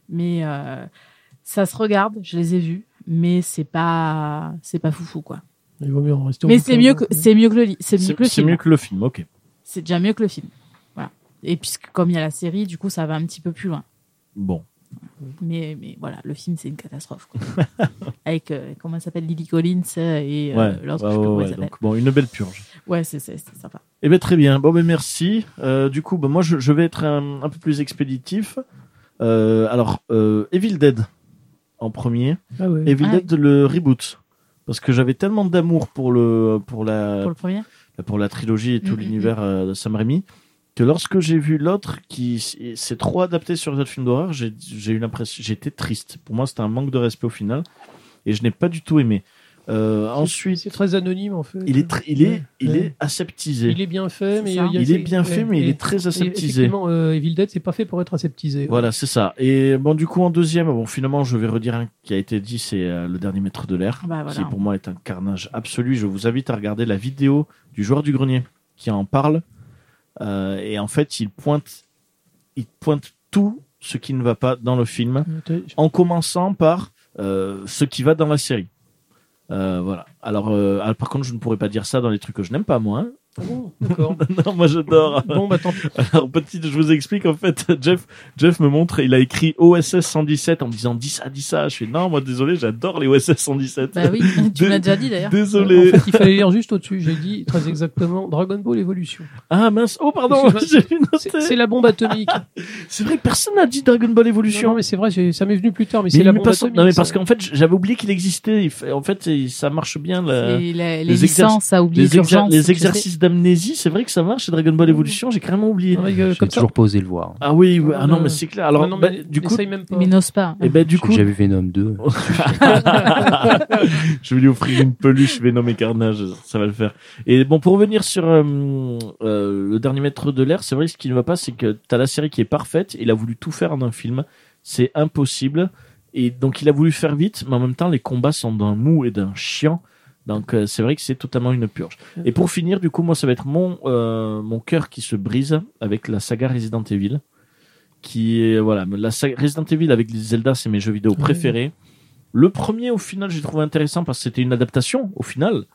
Mais euh, ça se regarde, je les ai vus, mais c'est pas, c'est pas foufou quoi.
Il vaut mieux en rester au
Mais
bouquin,
c'est mieux, que,
hein.
c'est mieux que le, li- c'est mieux
C'est
que le
c'est
film.
mieux que le film, ok.
C'est déjà mieux que le film. Voilà. Et puisque comme il y a la série, du coup, ça va un petit peu plus loin.
Bon.
Mais, mais voilà, le film, c'est une catastrophe. quoi. Avec, euh, comment elle s'appelle, Lily Collins euh, et
Ouais,
euh, l'autre, je
ouais,
sais pas comment
ouais,
elle s'appelle.
donc bon, une belle purge.
Ouais, c'est c'est- c'est sympa.
Eh bien, très bien. Bon, ben merci. Euh, du coup, ben, moi, je, je vais être un, un peu plus expéditif. Euh, alors, euh, Evil Dead en premier.
Ah ouais.
Evil
Ah
Dead, le reboot. Parce que j'avais tellement d'amour pour, le, pour, la,
Pour le premier
pour la trilogie et tout
Mm, mm,
l'univers euh, de Sam Raimi que lorsque j'ai vu l'autre qui s'est trop adapté sur les autres films d'horreur, j'ai j'ai eu l'impression j'étais triste. Pour moi, c'était un manque de respect au final et je n'ai pas du tout aimé. Euh, ensuite,
c'est très anonyme en fait.
il est tr- il est il
Ouais.
est aseptisé.
Il est bien fait,
C'est
mais
ça.
il, y a-
Il est bien fait,
ouais,
mais il
et-
est très
et
aseptisé.
Effectivement, euh, Evil Dead, c'est pas fait pour être aseptisé. ouais.
Voilà, c'est ça. Et bon, du coup, en deuxième, bon, finalement, je vais redire un qui a été dit, c'est euh, le dernier maître de l'air,
Bah, voilà.
qui pour moi est un carnage absolu. Je vous invite à regarder la vidéo du joueur du grenier qui en parle. Euh, et en fait, il pointe, il pointe tout ce qui ne va pas dans le film,
Euh,
en commençant par euh, ce qui va dans la série. Euh, voilà. Alors, euh, ah, par contre, je ne pourrais pas dire ça dans les trucs que je n'aime pas, moi. hein.
Ah bon, D'accord.
non, moi, j'adore.
bon, bah tant pis.
Alors, petite, je vous explique, en fait, Jeff, Jeff me montre, il a écrit OSS 117 en me disant, dis ça, dis ça. Je fais, non, moi, désolé, j'adore les OSS 117.
Bah oui, tu me l'as déjà dit d'ailleurs.
Désolé.
En fait, il fallait lire juste au-dessus. J'ai dit très exactement Dragon Ball Evolution.
Ah, mince. Oh, pardon, j'ai
Excuse-moi.
vu
C'est c'est
noter.
la bombe atomique. Non,
C'est vrai que personne n'a dit Dragon Ball Evolution.
non, mais c'est vrai, j'ai- ça m'est venu plus tard, mais,
Mais
c'est la
mais
bombe
parce-
atomique.
non, mais
ça.
parce qu'en fait, j'avais oublié qu'il existait. Il fait- En fait, il- ça marche bien, la-
Et
euh,
la- les,
les exerc-
licences à oublier
les, exer-
d'urgence.
les
tu sais.
exercices d'amnésie. C'est vrai que ça marche chez Dragon Ball Evolution. J'ai carrément oublié.
Non, mais, euh,
J'ai
comme ça.
toujours pas osé le voir. hein.
Ah oui, oui. Ah non,
Non, non,
mais
non.
c'est clair. Alors,
Non, non,
bah,
mais
du coup,
n'essaye même pas.
Mais n'ose pas.
eh ben, du
J'ai
coup,
déjà vu Venom 2.
Je vais lui offrir une peluche Venom et Carnage, ça va le faire. Et bon, pour revenir sur euh, euh, le dernier maître de l'air, c'est vrai, ce qui ne va pas, c'est que t'as la série qui est parfaite, il a voulu tout faire en un film, c'est impossible. Et donc, il a voulu faire vite, mais en même temps, les combats sont d'un mou et d'un chiant. Donc, euh, c'est vrai que c'est totalement une purge. Et pour finir, du coup, moi, ça va être mon, euh, mon cœur qui se brise avec la saga Resident Evil. Qui est, voilà, la saga Resident Evil avec les Zelda, c'est mes jeux vidéo
Ouais.
préférés. Le premier, au final, j'ai trouvé intéressant parce que c'était une adaptation, au final.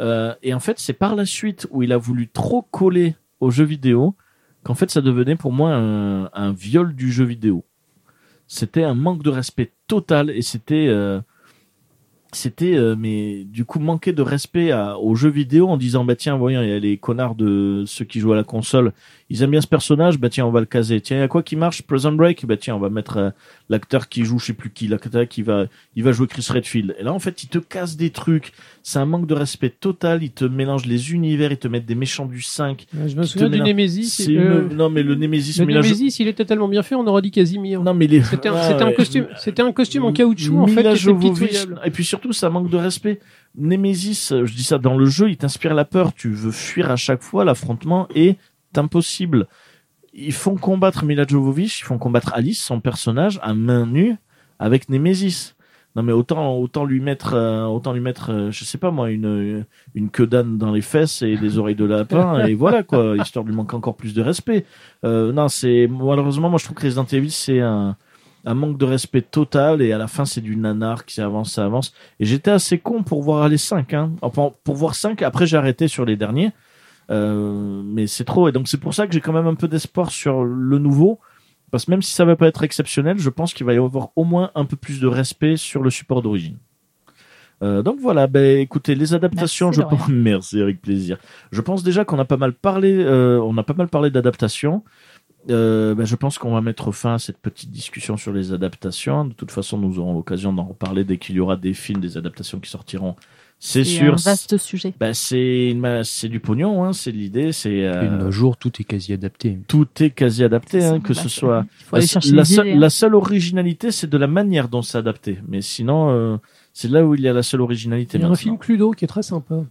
Euh, et en fait, c'est par la suite où il a voulu trop coller aux jeux vidéo qu'en fait, ça devenait pour moi un, un viol du jeu vidéo. C'était un manque de respect total et c'était. euh, c'était, euh, mais du coup, manquer de respect à- aux jeux vidéo en disant, bah tiens, voyons, il y a les connards de ceux qui jouent à la console, ils aiment bien ce personnage, bah tiens, on va le caser. Tiens, il y a quoi qui marche Prison Break Bah tiens, on va mettre euh, l'acteur qui joue, je sais plus qui, l'acteur qui va, il va jouer Chris Redfield. Et là, en fait, il te casse des trucs. C'est un manque de respect total. Ils te mélangent les univers, ils te mettent des méchants du 5.
Ouais, Je me
Qui te
souviens du
mélange.
Némésis.
C'est
c'est- euh,
une- Non, mais le Némésis,
Le
mais là, je-
Némésis, il était tellement bien fait, on aurait dit Casimir.
Non, mais les...
C'était un,
Ah,
c'était un
ouais.
costume, c'était un costume en caoutchouc en fait,
Mila
qui était
Jovovich.
pitoyable.
Et puis surtout, ça manque de respect. Nemesis, euh, je dis ça dans le jeu, il t'inspire la peur. Tu veux fuir à chaque fois. L'affrontement est impossible. Ils font combattre Mila Jovovich, ils font combattre Alice, son personnage, à main nue avec Nemesis. Non mais autant autant lui mettre euh, autant lui mettre euh, je sais pas moi une une queue d'âne dans les fesses et des oreilles de lapin et voilà quoi histoire de lui manquer encore plus de respect. Euh, non c'est malheureusement moi je trouve que Resident Evil c'est un un manque de respect total et à la fin c'est du nanar qui avance ça avance et j'étais assez con pour voir les 5 hein. Enfin, pour voir 5 après j'ai arrêté sur les derniers Euh, mais c'est trop et donc c'est pour ça que j'ai quand même un peu d'espoir sur le nouveau parce que même si ça va pas être exceptionnel je pense qu'il va y avoir au moins un peu plus de respect sur le support d'origine Euh, donc voilà, ben écoutez, les adaptations,
Merci,
je pense, merci avec plaisir. Je pense déjà qu'on a pas mal parlé, euh, on a pas mal parlé d'adaptation. Euh, ben, je pense qu'on va mettre fin à cette petite discussion sur les adaptations. De toute façon, nous aurons l'occasion d'en reparler dès qu'il y aura des films, des adaptations qui sortiront. C'est
C'est
sûr.
un vaste sujet.
Ben, c'est bah, c'est du pognon, hein, c'est de l'idée, c'est euh,
Et de nos jours, tout est quasi adapté.
tout est quasi adapté, hein,
C'est
que ce
vaste.
soit
Bah, Il faut aller
la,
chercher
la
les
seule,
idées, hein.
la seule originalité, c'est de la manière dont c'est adapté. Mais sinon, euh, c'est là où il y a la seule originalité.
Il y a un
maintenant.
film Cluedo qui est très sympa.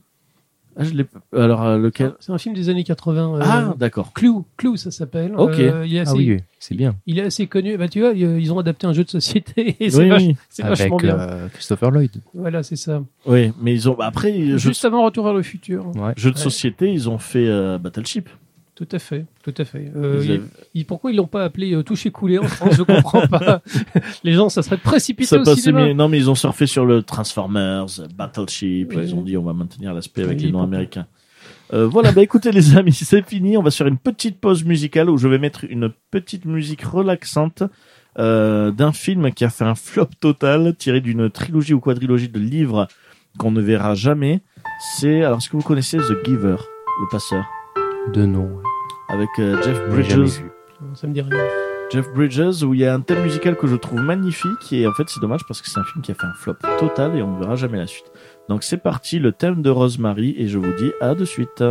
Ah, je l'ai- Alors euh, lequel
C'est un film des années 80. euh,
Ah d'accord.
Clou, Clou, ça s'appelle.
Ok.
Euh, il, est assez,
Ah oui, oui, c'est bien.
il est assez connu. Bah, tu vois, ils ils ont adapté un jeu de société. Et c'est
Oui,
vach-
oui.
c'est
Avec
vachement bien.
euh, Christopher Lloyd.
Voilà, c'est ça.
Oui, mais ils ont. bah, après, jeux,
Juste avant Retour vers le futur.
Ouais.
jeux de
Ouais.
société, ils ont fait euh, Battleship.
Tout à fait, tout à fait. Euh,
Ils
il- il- pourquoi ils l'ont pas appelé euh, Toucher coulé en France Je comprends pas. Les gens, ça serait précipité
Ça
au
passait,
cinéma.
mais non, mais ils ont surfé sur le Transformers, euh, Battleship.
Ouais.
Ils ont dit on va maintenir l'aspect avec
Oui,
les noms
pourquoi
américains. Euh, voilà, bah écoutez les amis, c'est fini. On va se faire une petite pause musicale où je vais mettre une petite musique relaxante euh, d'un film qui a fait un flop total, tiré d'une trilogie ou quadrilogie de livres qu'on ne verra jamais. C'est alors est-ce que vous connaissez The Giver, le passeur,
De nom. ouais.
avec euh, Jeff
Je l'ai jamais
Bridges.
vu.
Ça me dit rien.
Jeff Bridges, où il y a un thème musical que je trouve magnifique et en fait c'est dommage parce que c'est un film qui a fait un flop total et on ne verra jamais la suite. Donc c'est parti, le thème de Rosemary et je vous dis à de suite.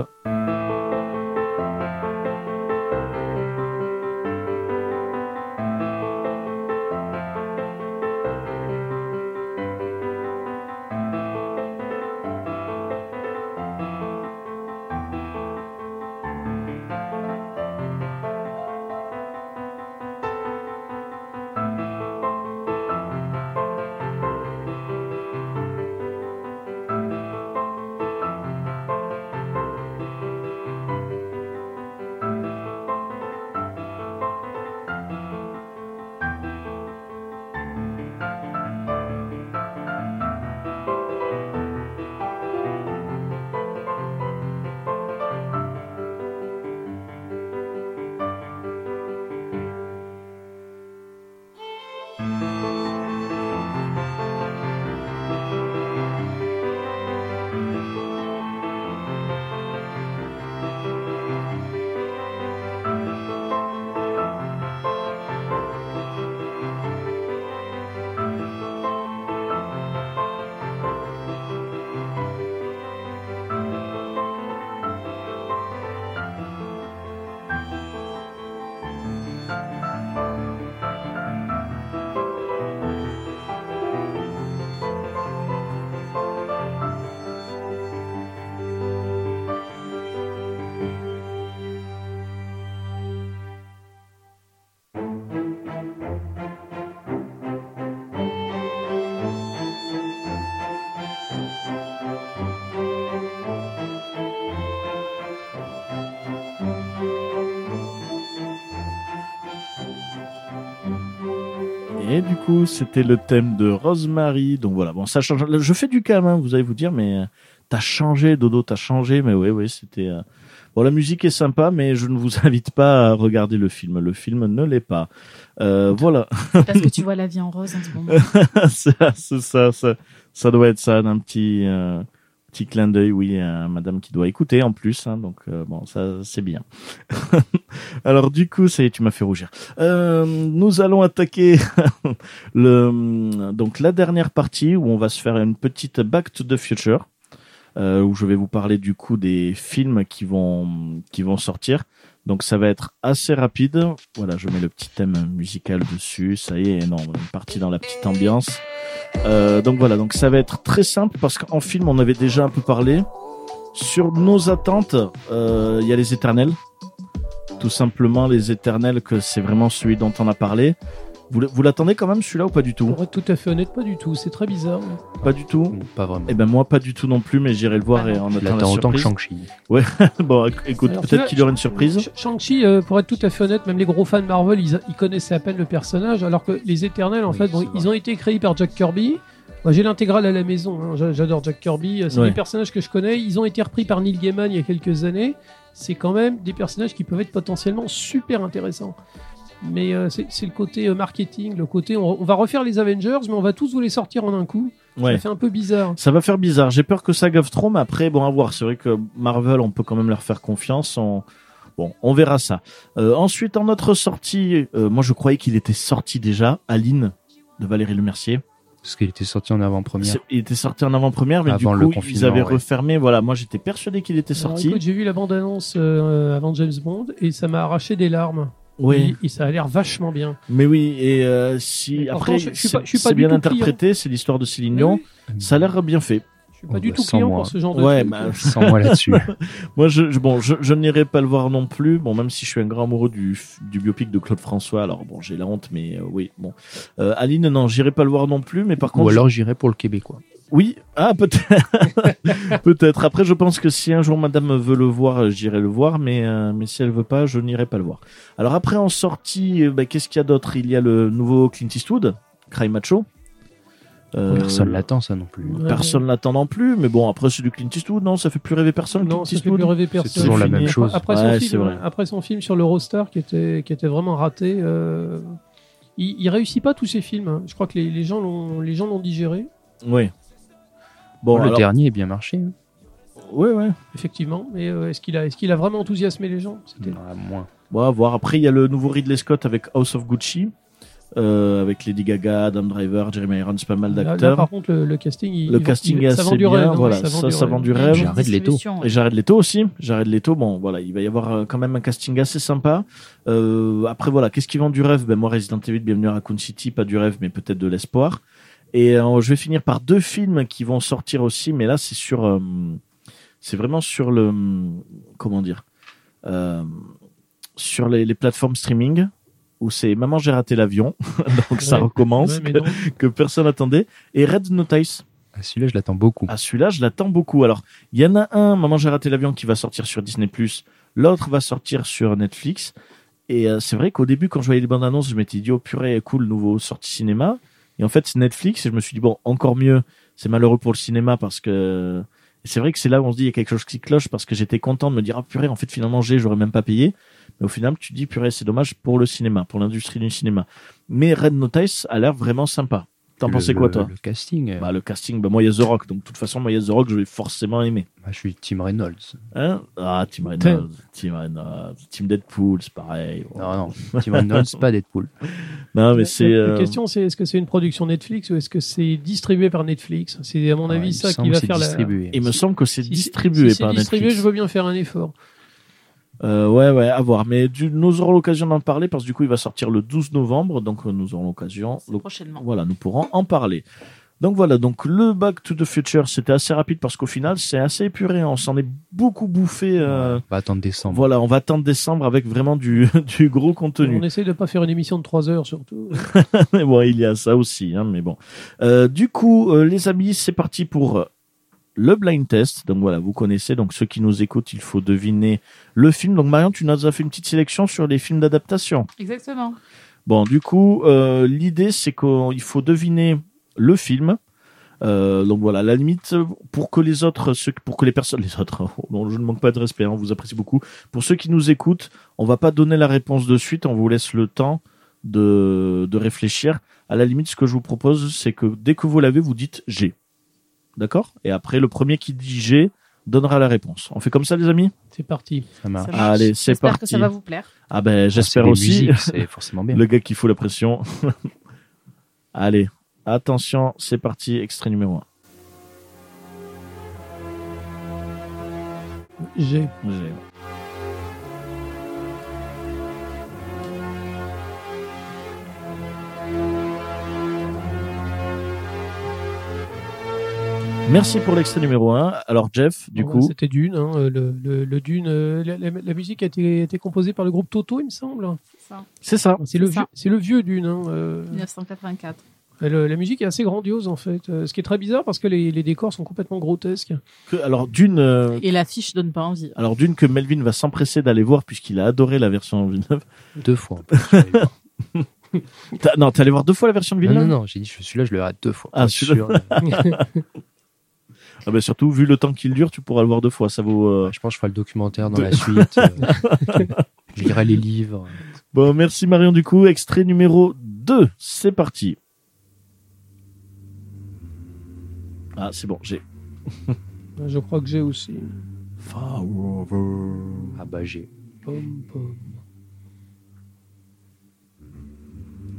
Et du coup, c'était le thème de Rosemary. Donc voilà, bon, ça change. Je fais du calme, hein, vous allez vous dire, mais euh, t'as changé, Dodo, t'as changé. Mais oui, oui, c'était. euh, Bon, la musique est sympa, mais je ne vous invite pas à regarder le film. Le film ne l'est pas. Euh, voilà,
hein. Parce que tu vois la vie en rose en ce moment.
c'est c'est ça, ça, ça doit être ça, un petit euh, petit clin d'œil, oui, à Madame qui doit écouter en plus. hein, donc euh, bon, ça c'est bien. Alors du coup, ça y est, tu m'as fait rougir. Euh, nous allons attaquer le donc la dernière partie où on va se faire une petite Back to the Future euh, où je vais vous parler du coup des films qui vont qui vont sortir. Donc ça va être assez rapide. Voilà, je mets le petit thème musical dessus. Ça y est, non, on est parti dans la petite ambiance. Euh, donc voilà, donc ça va être très simple parce qu'en film on avait déjà un peu parlé. Sur nos attentes, euh, il y a les éternels. Tout simplement les éternels que c'est vraiment celui dont on a parlé. Vous le- vous l'attendez quand même celui-là ou pas du tout
Pour être tout à fait honnête, pas du tout. C'est très bizarre.
Pas du tout.
Ou Pas vraiment.
Eh ben moi pas du tout non plus, mais j'irai le voir et en attendant
Je
la
l'attends autant que
surprise.
Shang-Chi.
bon, éc- écoute,
Alors,
peut-être
celui-là,
qu'il y aura une surprise.
Sh- Shang-Chi, euh, pour être tout à fait honnête, même les gros fans Marvel, ils, ils connaissaient à peine le personnage, alors que les Éternels, en
Oui,
fait, bon,
c'est
ils
vrai.
ont été créés par Jack Kirby. Moi, J'ai l'intégrale à la maison, hein. J'a- j'adore Jack Kirby. euh, C'est
Ouais.
des personnages que je connais. Ils ont été repris par Neil Gaiman il y a quelques années. C'est quand même des personnages qui peuvent être potentiellement super intéressants. Mais euh, c'est c'est le côté euh, marketing, le côté on, on va refaire les Avengers, mais on va tous vous les sortir en un coup.
Ouais.
Ça fait un peu bizarre.
Ça va faire bizarre. J'ai peur que ça gaffe trop, mais après, bon, à voir. C'est vrai que Marvel, on peut quand même leur faire confiance. On... Bon, on verra ça. Euh, ensuite, en notre sortie, euh, moi je croyais qu'il était sorti déjà, Aline de Valérie Lemercier.
Parce qu'il était sorti en avant-première.
C'est- Il était sorti en avant-première, mais
Avant
du
le
coup, ils
confinement,
avaient
ouais.
refermé. Voilà, moi j'étais persuadé qu'il était
Alors,
sorti.
Bah, écoute, J'ai vu la bande-annonce euh, avant James Bond et ça m'a arraché des larmes.
oui,
Et, et ça a l'air vachement bien.
mais oui, et euh, si
Mais par
après,
contre, je- je suis
c'est
pas- je suis pas
c'est
du
bien
tout
interprété, c'est l'histoire de Céline Dion. Ça a l'air bien fait.
Je suis pas
Oh,
du
bah,
tout
sans
client
moi.
pour ce genre de
Ouais,
truc.
bah,
Sans moi là-dessus.
Moi, je, je- bon, je, je n'irai pas le voir non plus. Bon, même si je suis un grand amoureux du, du biopic de Claude François, alors bon, j'ai la honte, mais euh, oui, bon. Euh, Aline, non, j'irai pas le voir non plus, mais par contre,
Ou alors j'irai pour le Québécois.
oui, ah peut-être, peut-être. Après, je pense que si un jour Madame veut le voir, euh, j'irai le voir, mais euh, mais si elle veut pas, je n'irai pas le voir. Alors après, en sortie, euh, bah, qu'est-ce qu'il y a d'autre Il y a le nouveau Clint Eastwood, Cry Macho. Euh,
Personne l'attend, ça non plus.
Ouais.
Personne l'attend non plus, mais bon, après c'est du Clint Eastwood, non, ça fait plus rêver personne.
Non,
Clint
ça fait
Eastwood.
plus rêver personne.
C'est toujours la
fini.
même chose.
Après,
Ouais,
son
c'est
film,
vrai.
après son film sur l'Eurostar qui était, qui était vraiment raté, euh, il, il réussit pas tous ses films. hein. Je crois que les, les gens l'ont les gens l'ont digéré,
Oui. Bon,
le
alors-
dernier est bien marché. hein.
Ouais, ouais.
effectivement. Mais euh, est-ce qu'il a est-ce qu'il a vraiment enthousiasmé les gens C'était-
Ah, moins.
Bon, à voir. Après, il y a le nouveau Ridley Scott avec House of Gucci, euh, avec Lady Gaga, Adam Driver, Jeremy Irons, pas mal
Là- là,
d'acteurs.
par contre, le, le casting, il,
Le
il-
casting
il-
est
ça vend
assez
du
bien,
rêve, hein,
voilà, ça, ça vend du
Il y a
rêve.
une
J'arrête les taux.
distribution,
Et
ouais.
Jared Leto aussi. Jared Leto, bon, voilà, il va y avoir euh, quand même un casting assez sympa. Euh, après, voilà, qu'est-ce qui vend du rêve Ben moi, Resident Evil, bienvenue à Raccoon City, pas du rêve, mais peut-être de l'espoir. Et euh, je vais finir par deux films qui vont sortir aussi, mais là, c'est sur, euh, c'est vraiment sur le, comment dire, euh, sur les, les plateformes streaming où c'est Maman j'ai raté l'avion, donc ça
Ouais.
recommence
Ouais, mais non.
que personne n'attendait. Et Red Notice,
Ah, Celui-là, je l'attends beaucoup.
ah, celui-là, je l'attends beaucoup. Alors, il y en a un, Maman, j'ai raté l'avion, qui va sortir sur Disney. L'autre va sortir sur Netflix. Et euh, c'est vrai qu'au début, quand je voyais les bandes annonces, je m'étais dit, oh purée, cool, nouveau sorti cinéma. Et en fait, c'est Netflix. Et je me suis dit, bon, encore mieux. C'est malheureux pour le cinéma parce que. C'est vrai que c'est là où on se dit, il y a quelque chose qui cloche parce que j'étais content de me dire, ah purée, en fait, finalement, j'ai, j'aurais même pas payé. Mais au final, tu te dis, purée, c'est dommage pour le cinéma, pour l'industrie du cinéma. Mais Red Notice a l'air vraiment sympa. T'en
Le-
pensais quoi,
le-
toi
Le casting. euh,
bah, le casting, bah, moi, il y a The Rock. Donc, de toute façon, moi, il y a The Rock, je vais forcément aimer.
bah, je suis Tim Reynolds.
Hein ah, Team Reynolds, Team Reynolds, Team Deadpool, c'est pareil.
Non, hein. non, Tim Reynolds, pas Deadpool.
Non, mais
La-
c'est.
La, la
euh,
question, c'est est-ce que c'est une production Netflix ou est-ce que c'est distribué par Netflix C'est à mon
Ah, il
avis
me
ça qui
semble
va
c'est
faire la.
distribué.
Il me semble que c'est
Si-
distribué
si c'est
par
distribué,
Netflix.
je veux bien faire un effort.
Euh, ouais, ouais, à voir. Mais du- nous aurons l'occasion d'en parler parce que du coup, il va sortir le 12 novembre. Donc, euh, nous aurons l'occasion.
C'est prochainement.
Voilà, nous pourrons en parler. Donc voilà, donc le Back to the Future, c'était assez rapide parce qu'au final, c'est assez épuré. hein. On s'en est beaucoup bouffé. euh,
Ouais, on va attendre décembre.
Voilà, on va attendre décembre avec vraiment du, du gros contenu.
On essaie de pas faire une émission de 3 heures surtout.
Mais bon, il y a ça aussi, hein, mais bon. Euh, du coup, euh, les amis, c'est parti pour euh, le blind test. Donc voilà, vous connaissez. Donc ceux qui nous écoutent, il faut deviner le film. Donc Marion, tu nous as fait une petite sélection sur les films d'adaptation.
Exactement.
Bon, du coup, euh, l'idée, c'est qu'il faut deviner le film. Euh, donc voilà, à la limite, pour que les autres, ceux, pour que les personnes, les autres, non, je ne manque pas de respect, hein, on vous apprécie beaucoup. Pour ceux qui nous écoutent, on va pas donner la réponse de suite, on vous laisse le temps de, de réfléchir. À la limite, ce que je vous propose, c'est que dès que vous l'avez, vous dites j'ai. D'accord Et après, le premier qui dit j'ai donnera la réponse. On fait comme ça, les amis
C'est parti.
Ça marche.
Ça
Ah,
marche.
allez, c'est
J'espère que
parti.
ça va vous plaire.
Ah ben, j'espère
C'est les
aussi.
musiques, C'est forcément bien.
Le gars qui fout la pression. Allez, attention, c'est parti, extrait numéro
J'ai.
1. Merci pour l'extrait numéro 1. Alors Jeff, du
Bon,
coup,
C'était Dune. hein, euh, le, le- le Dune. euh, la, la- la musique a été, a été composée par le groupe Toto, il me semble.
c'est ça.
C'est le,
C'est ça.
vieux- c'est le vieux Dune. hein, euh.
1984.
Le- la musique est assez grandiose en fait. Euh, ce qui est très bizarre parce que les, les décors sont complètement grotesques.
Que- alors d'une euh,
Et l'affiche donne pas envie.
alors d'une que Melvin va s'empresser d'aller voir puisqu'il a adoré la version de Villeneuve.
Deux fois. en plus, je l'ai vu.
T'as- non, t'es allé voir deux fois la version de
Ah, non,
Villeneuve
non, non, j'ai dit, je- celui-là, je le rate deux fois.
Ah,
Pour être
celui-là.
sûr, euh,
Ah ben, surtout vu le temps qu'il dure, tu pourras le voir deux fois, ça vaut euh,
je pense que je ferai le documentaire dans
Deux.
la suite. euh, je lirai les livres.
Bon, merci Marion du coup. Extrait numéro 2, c'est parti. Ah, c'est bon, j'ai.
Euh, Je crois que j'ai aussi.
euh,
Ah bah j'ai.
Pom, pom.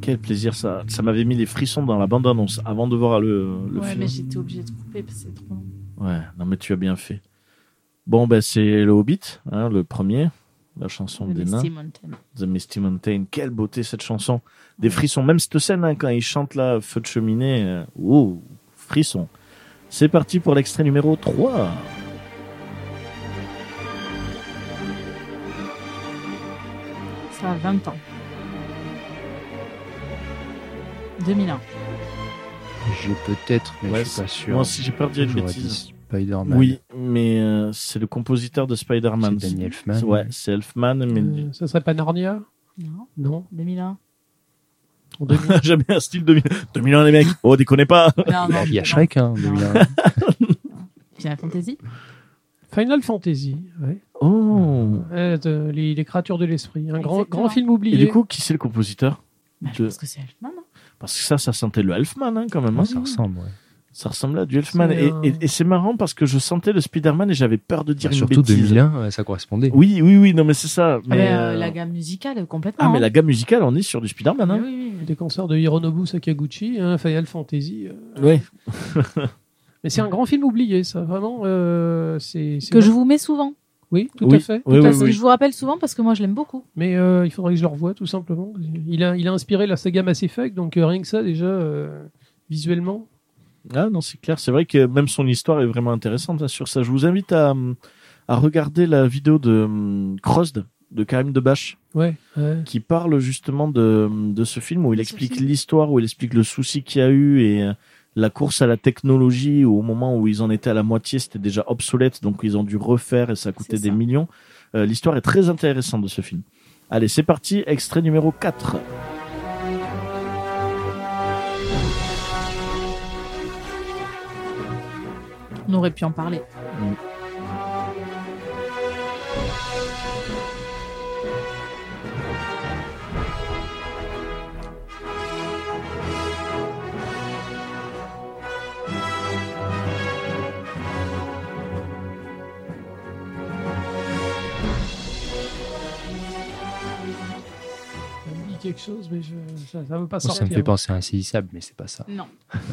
Quel plaisir ça. Ça m'avait mis les frissons dans la bande-annonce avant de voir le, le
ouais,
film.
mais j'étais obligée de couper parce que c'est trop long.
Ouais, non mais tu as bien fait. Bon, ben c'est le Hobbit, hein, le premier, la chanson
Le
des nains.
Misty Mountain.
The Misty Mountain. Quelle beauté cette chanson. Des frissons, même cette scène hein, quand il chante là, feu de cheminée. euh, oh, frisson. C'est parti pour l'extrait numéro 3.
Ça a 20 ans. 2001.
J'ai peut-être, mais
Ouais,
je suis pas sûr.
Moi aussi j'ai peur de dire une
J'aurais
bêtise.
dit Spider-Man.
Oui, mais euh, c'est le compositeur de Spider-Man.
C'est Danny Elfman.
Ouais, c'est Elfman, mais
Euh, ça serait pas Narnia
Non,
Non.
2001.
En 2000.
j'aime bien un style 2000. 2001, les mecs. Oh, déconnez pas.
Non,
Il y
non.
a- il y a
non.
Shrek, hein, en 2001.
Final Fantasy.
Final Fantasy. Ouais.
Oh.
Euh, de- les, les créatures de l'esprit. Un grand,
Exactement.
grand film oublié.
Et du coup, qui c'est le compositeur
Bah, je
De-
pense que c'est Elfman. hein.
Parce que ça, ça sentait le Elfman hein, quand même. hein.
ça ressemble, ouais.
Ça ressemblait à du Elfman.
C'est
Et,
un-
et- et c'est marrant parce que je sentais le Spider-Man et j'avais peur de
Bah,
dire
Bah,
une
Surtout
bêtise.
2001, euh, ça correspondait.
Oui, oui, oui, non, mais c'est ça.
Ah,
Mais,
Mais, euh,
euh,
la gamme musicale, complètement.
Ah, mais
hein.
la gamme musicale, on est sur du Spider-Man. Hein.
Oui, oui, oui.
Des concerts de Hironobu Sakaguchi, hein, Final Fantasy. euh.
Oui.
Mais c'est un grand film oublié, ça, vraiment. euh, c'est c'est
Que je
vrai.
vous mets souvent.
Oui, tout
Oui,
à fait.
oui,
Tout à
oui,
fait.
Parce que Je vous rappelle souvent parce que moi je l'aime beaucoup.
Mais euh, il faudrait que je le revoie, tout simplement. Il a, il a inspiré la saga Mass Effect, donc euh, rien que ça, déjà, euh, visuellement.
Ah non, c'est clair. C'est vrai que même son histoire est vraiment intéressante hein, sur ça. Je vous invite à, hum, à regarder la vidéo de hum, Crozd de Karim Debache
Ouais. ouais.
qui parle justement de, hum, de ce film où il
Le
explique
souci.
l'histoire, où il explique le souci qu'il y a eu et euh, la course à la technologie où au moment où ils en étaient à la moitié, c'était déjà obsolète, donc ils ont dû refaire et ça coûtait
C'est
des
ça.
millions. Euh, l'histoire est très intéressante de ce film. Allez, c'est parti, extrait numéro 4.
On aurait pu en parler.
Ça me dit quelque chose, mais je, ça ne veut pas
Bon,
sortir.
ça me fait penser à Insaisissable, mais c'est pas ça.
Non.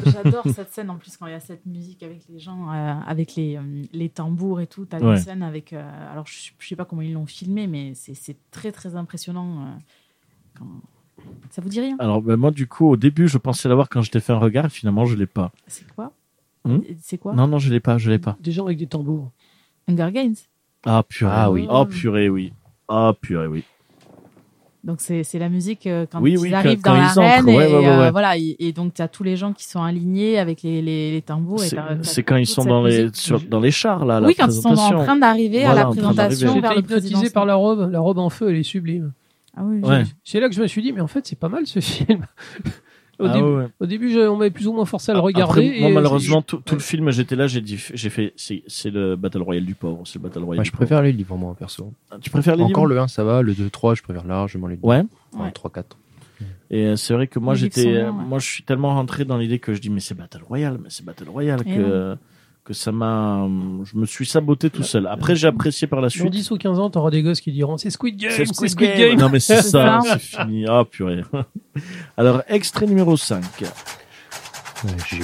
J'adore cette scène en plus quand il y a cette musique avec les gens, euh, avec les, euh, les tambours et tout. T'as
Ouais.
une scène avec. euh, alors je, je sais pas comment ils l'ont filmé, mais c'est c'est très très impressionnant. euh, quand- Ça vous dit rien
Alors ben, moi du coup au début je pensais l'avoir quand je t'ai fait un regard, finalement je l'ai pas.
C'est quoi
Hmm
C'est quoi
Non non je l'ai pas, je l'ai pas.
Des gens avec des tambours.
Hunger Games.
Ah purée,
Ah
oui.
oui.
Ah purée, oui. Ah purée, oui.
Donc c'est c'est la musique euh, quand
Oui,
ils
oui, quand-
arrivent
quand
dans
ils
l'arène
entrent, ouais,
et
ouais, ouais,
euh,
ouais.
voilà et, et donc t'as tous les gens qui sont alignés avec les, les, les tambours. et
C'est-
t'as- t'as
C'est quand ils
toute
sont
cette
dans les,
musique.
sur- dans les chars, là, à
oui,
la
quand ils sont
présentation.
en train d'arriver
Voilà,
à la
en train d'arriver.
présentation vers
J'étais
le
hypnotisé
président.
par la robe. La robe en feu, elle est sublime.
Ah oui,
Ouais.
C'est là que je me suis dit, mais en fait, c'est pas mal ce film. au,
Ah
début,
ouais, ouais.
au début, je- on m'avait plus ou moins forcé à le
Après,
regarder.
moi,
et-
malheureusement, tout, tout le film, j'étais là, j'ai dit, j'ai fait, c'est c'est le Battle Royale du pauvre, c'est le Battle Royale
Moi,
du
je préfère les livres, moi, perso.
pauvre. Tu préfères les
Encore
livres
le 1, ça va. Le 2, 3, je préfère largement les livres.
Ouais.
Enfin,
Ouais.
3, 4.
Et euh, c'est vrai que moi,
Les livres
j'étais,
sont
euh,
bien, ouais.
moi, je suis tellement rentré dans l'idée que je dis, mais c'est Battle Royale, mais c'est Battle Royale,
Et
que, que ça m'a, euh, je me suis saboté tout seul. Après, j'ai apprécié par la
Sur
suite.
10 ou 15 ans, t'auras des gosses qui diront c'est Squid Game,
C'est
c'est
Squid Game. Non, mais c'est
C'est
ça,
ça.
c'est fini. Ah, purée. Alors, extrait numéro 5.
Ouais, Euh, j'ai eu.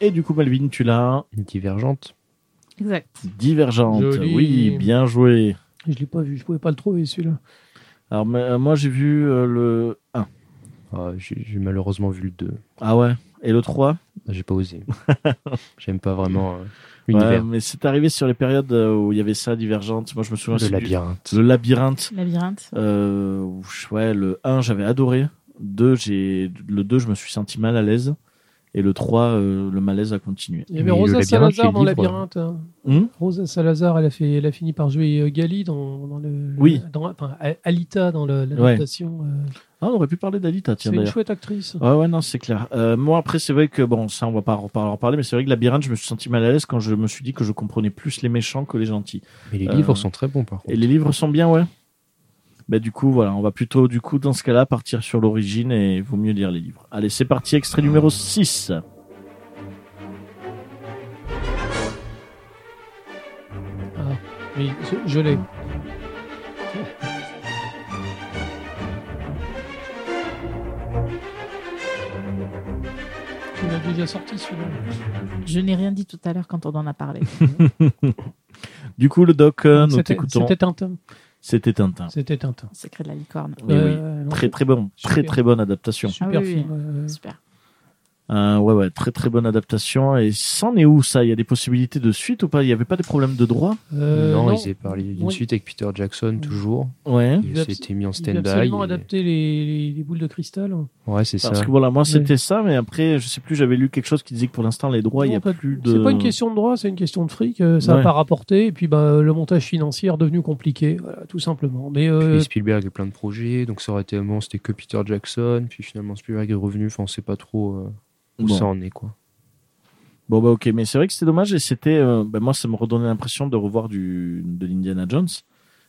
Et du coup, Melvin, tu l'as.
Divergente.
Exact.
Divergente.
Joli.
Oui, bien joué.
Je l'ai pas vu, je pouvais pas le trouver celui-là.
Alors, mais, euh, moi, j'ai vu euh, le 1.
Ah, j'ai j'ai malheureusement vu le 2.
Ah ouais. Et le 3.
J'ai pas osé. J'aime pas vraiment euh,
Ouais,
l'univers
mais c'est arrivé sur les périodes euh, où il y avait ça, Divergente. Moi, je me souviens.
de
c'est du-
labyrinthe.
Le labyrinthe.
Labyrinthe.
Euh, où je- ouais, le 1, j'avais adoré. 2, j'ai... Le 2, je me suis senti mal à l'aise. Et le 3, euh, le malaise a continué.
Il y avait
Mais le
Rosa
labyrinthe,
Salazar
les
dans
livres,
Labyrinthe. hein.
Hum
Rosa Salazar, elle a, fait, elle a fini par jouer euh, Gali dans, dans le.
Oui.
Dans, enfin, A- Alita dans le- l'adaptation. euh,
Ah, on aurait pu parler d'Alita, tiens,
c'est une
d'ailleurs.
chouette actrice.
Ouais, ouais, non, c'est clair. Euh, moi, après, c'est vrai que, bon, ça, on va pas en parler, en parler, mais c'est vrai que Labyrinthe, je me suis senti mal à l'aise quand je me suis dit que je comprenais plus les méchants que les gentils.
Mais les
Euh,
livres sont très bons, par contre.
Et les livres sont bien, ouais. Bah, du coup, voilà, on va plutôt, du coup, dans ce cas-là, partir sur l'origine et vaut mieux lire les livres. Allez, c'est parti, extrait numéro 6.
Ah, Oui, je, je l'ai. Tu l'as déjà sorti celui-là.
Je n'ai rien dit tout à l'heure quand on en a parlé.
Du coup, le doc, euh, nous
C'était
t'écoutons.
c'était Tintin.
C'était Tintin.
C'était Tintin.
Secret de la licorne.
Oui, oui.
Euh, non,
Très, très bon. Très,
Super.
très bonne adaptation.
Super
Ah oui,
film. euh,
Super.
Euh, ouais, ouais, très très bonne adaptation. Et c'en est où ça Il y a des possibilités de suite ou pas Il n'y avait pas des problèmes de droit
Euh,
non, ils avaient parlé d'une
Oui.
suite avec Peter Jackson, toujours.
Ouais.
Il
devait abs-
s'était mis en
Il a
stand-by.
absolument
et-
adapté les, les- les boules de cristal.
Ouais, c'est
Parce
ça.
que voilà, moi
Oui.
c'était ça, mais après, je sais plus, j'avais lu quelque chose qui disait que pour l'instant, les droits, il n'y
Non,
a
pas-
plus de.
C'est pas une question de droit, c'est une question de fric. euh, ça n'a
Ouais.
pas rapporté. Et puis, bah, le montage financier est devenu compliqué, voilà, tout simplement. Mais euh,
Puis Spielberg a plein de projets, donc ça aurait été un moment, c'était que Peter Jackson, puis finalement Spielberg est revenu, enfin on sait pas trop euh, où
Bon.
ça en est quoi.
Bon, bah ok, mais c'est vrai que c'était dommage et c'était. euh, bah, moi, ça me redonnait l'impression de revoir du, de l'Indiana Jones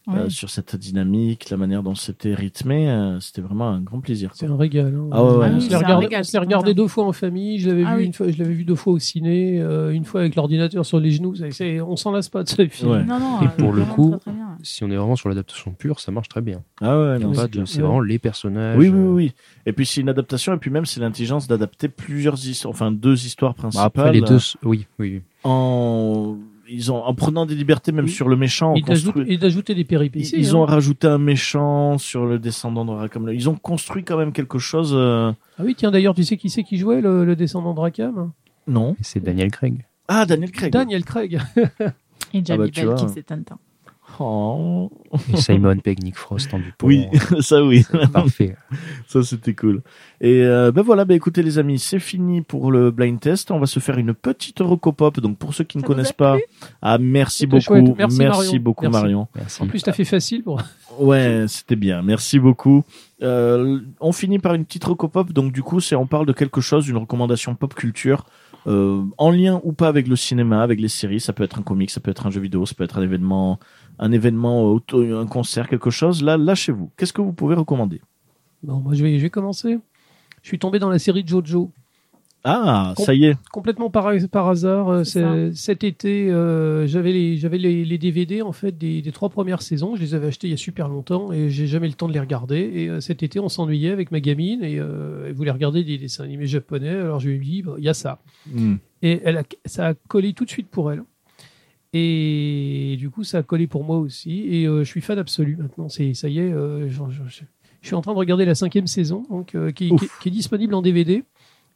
Ouais.
euh, sur cette dynamique, la manière dont c'était rythmé. euh, c'était vraiment un grand plaisir.
c'est un régal. hein.
Ah ouais, ouais.
on
Ah oui,
se
c'est
l'est
un
regardé,
régal,
on se
c'est
l'est regardé
certain.
deux fois en famille. Je l'avais
Ah
vu,
oui.
une fois- je l'avais vu deux fois au ciné, euh, une fois avec l'ordinateur sur les genoux. C'est- c'est- on s'en lasse pas de ce film.
Ouais.
Non, non,
Et
euh,
pour le
vraiment
coup,
très, très bien.
Si on est vraiment sur l'adaptation pure, ça marche très bien.
Ah ouais, non,
Pas
c'est
de-
clair.
c'est vraiment les personnages.
Oui, oui,
euh,
oui. Et puis c'est une adaptation, et puis même c'est l'intelligence d'adapter plusieurs histoires, enfin deux histoires
bah,
principales. euh,
après les deux, s- oui, oui. oui.
En, ils ont, en prenant des libertés, même
Oui.
sur le méchant. on
Et d'ajout-
construit-
Et d'ajouter des
Ils,
péripéties.
ils
hein.
ont rajouté un méchant sur le descendant de Rackham. Ils ont construit quand même quelque chose. euh,
Ah oui, tiens, d'ailleurs, tu sais qui c'est qui jouait le, le descendant de Rackham
Non.
Et c'est Daniel Craig.
Ah, Daniel Craig.
Daniel Craig.
Et Jamie
bah, tu
Bell qui
vois.
s'est
Ah
Tintin.
Oh.
Et Simon Pegg, Nick Frost en dupont.
Oui, ça oui.
Parfait.
Ça c'était cool. Et euh, ben voilà, ben écoutez les amis, c'est fini pour le blind test. On va se faire une petite recopop. Donc pour ceux qui ne
Ça vous
connaissent
a
pas,
plu
ah merci
C'était
beaucoup,
chouette. Merci, Marion.
beaucoup
Merci.
Marion.
Merci.
En plus, t'as fait facile pour.
Ouais, c'était bien. Merci beaucoup. Euh, on finit par une petite recopop. Donc du coup, c'est on parle de quelque chose, une recommandation pop culture. euh, en lien ou pas avec le cinéma, avec les séries, ça peut être un comic, ça peut être un jeu vidéo, ça peut être un événement, un événement, auto- un concert, quelque chose. Là, là chez vous, qu'est-ce que vous pouvez recommander
Bon, moi, je vais, je vais commencer. Je suis tombé dans la série Jojo.
Ah,
Com-
ça y est.
complètement par, par hasard. euh,
C'est
c'est- cet été, euh, j'avais les, j'avais les, les DVD en fait des, des trois premières saisons. Je les avais achetés il y a super longtemps et j'ai jamais eu le temps de les regarder. Et euh, cet été, on s'ennuyait avec ma gamine et euh, elle voulait regarder des dessins animés japonais. Alors je lui ai dit, Bah, il y a ça.
Hmm.
Et elle a- ça a collé tout de suite pour elle. Et du coup, ça a collé pour moi aussi. Et euh, je suis fan absolu maintenant. C'est ça y est, euh, j'en- j'en- je, je suis en train de regarder la cinquième saison, donc euh, qui,
Ouf.
qui- qui est disponible en DVD.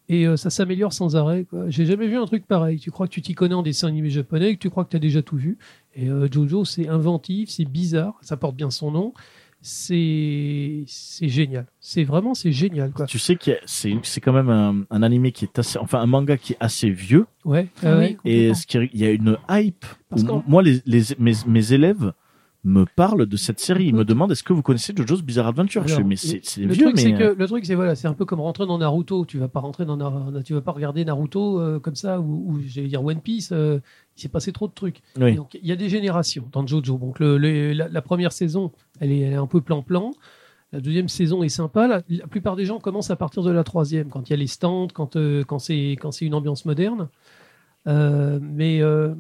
Et euh, ça s'améliore sans arrêt. quoi. J'ai jamais vu un truc pareil. Tu crois que tu t'y connais en dessin animé japonais, que tu crois que tu as déjà tout vu. Et euh, Jojo, c'est inventif, c'est bizarre, ça porte bien son nom. C'est c'est génial. C'est vraiment c'est génial quoi.
Tu sais que c'est c'est quand même un, un animé qui est assez, enfin un manga qui est assez vieux.
Ouais.
Ah
euh,
oui,
ouais.
Et
complètement.
ce qui est- il y a une hype.
Parce
où
qu'en-
moi, les, les- mes, mes élèves me parlent de cette série. Ils me demandent est-ce que vous connaissez JoJo's Bizarre Adventure Je
Alors,
fais, mais c'est c'est
Le
vieux,
truc, c'est
mais. euh,
que, le truc, c'est voilà, c'est un peu comme rentrer dans Naruto. Tu vas pas rentrer dans Naruto, tu vas pas regarder Naruto euh, comme ça ou, ou j'allais dire One Piece. euh, il s'est passé trop de trucs.
Oui.
Donc il y a des générations dans Jojo. Donc le- le- la, la première saison, elle est, elle est un peu plan-plan. La deuxième saison est sympa. La, la plupart des gens commencent à partir de la troisième, quand il y a les stands, quand euh, quand c'est quand c'est une ambiance moderne. Euh, mais euh,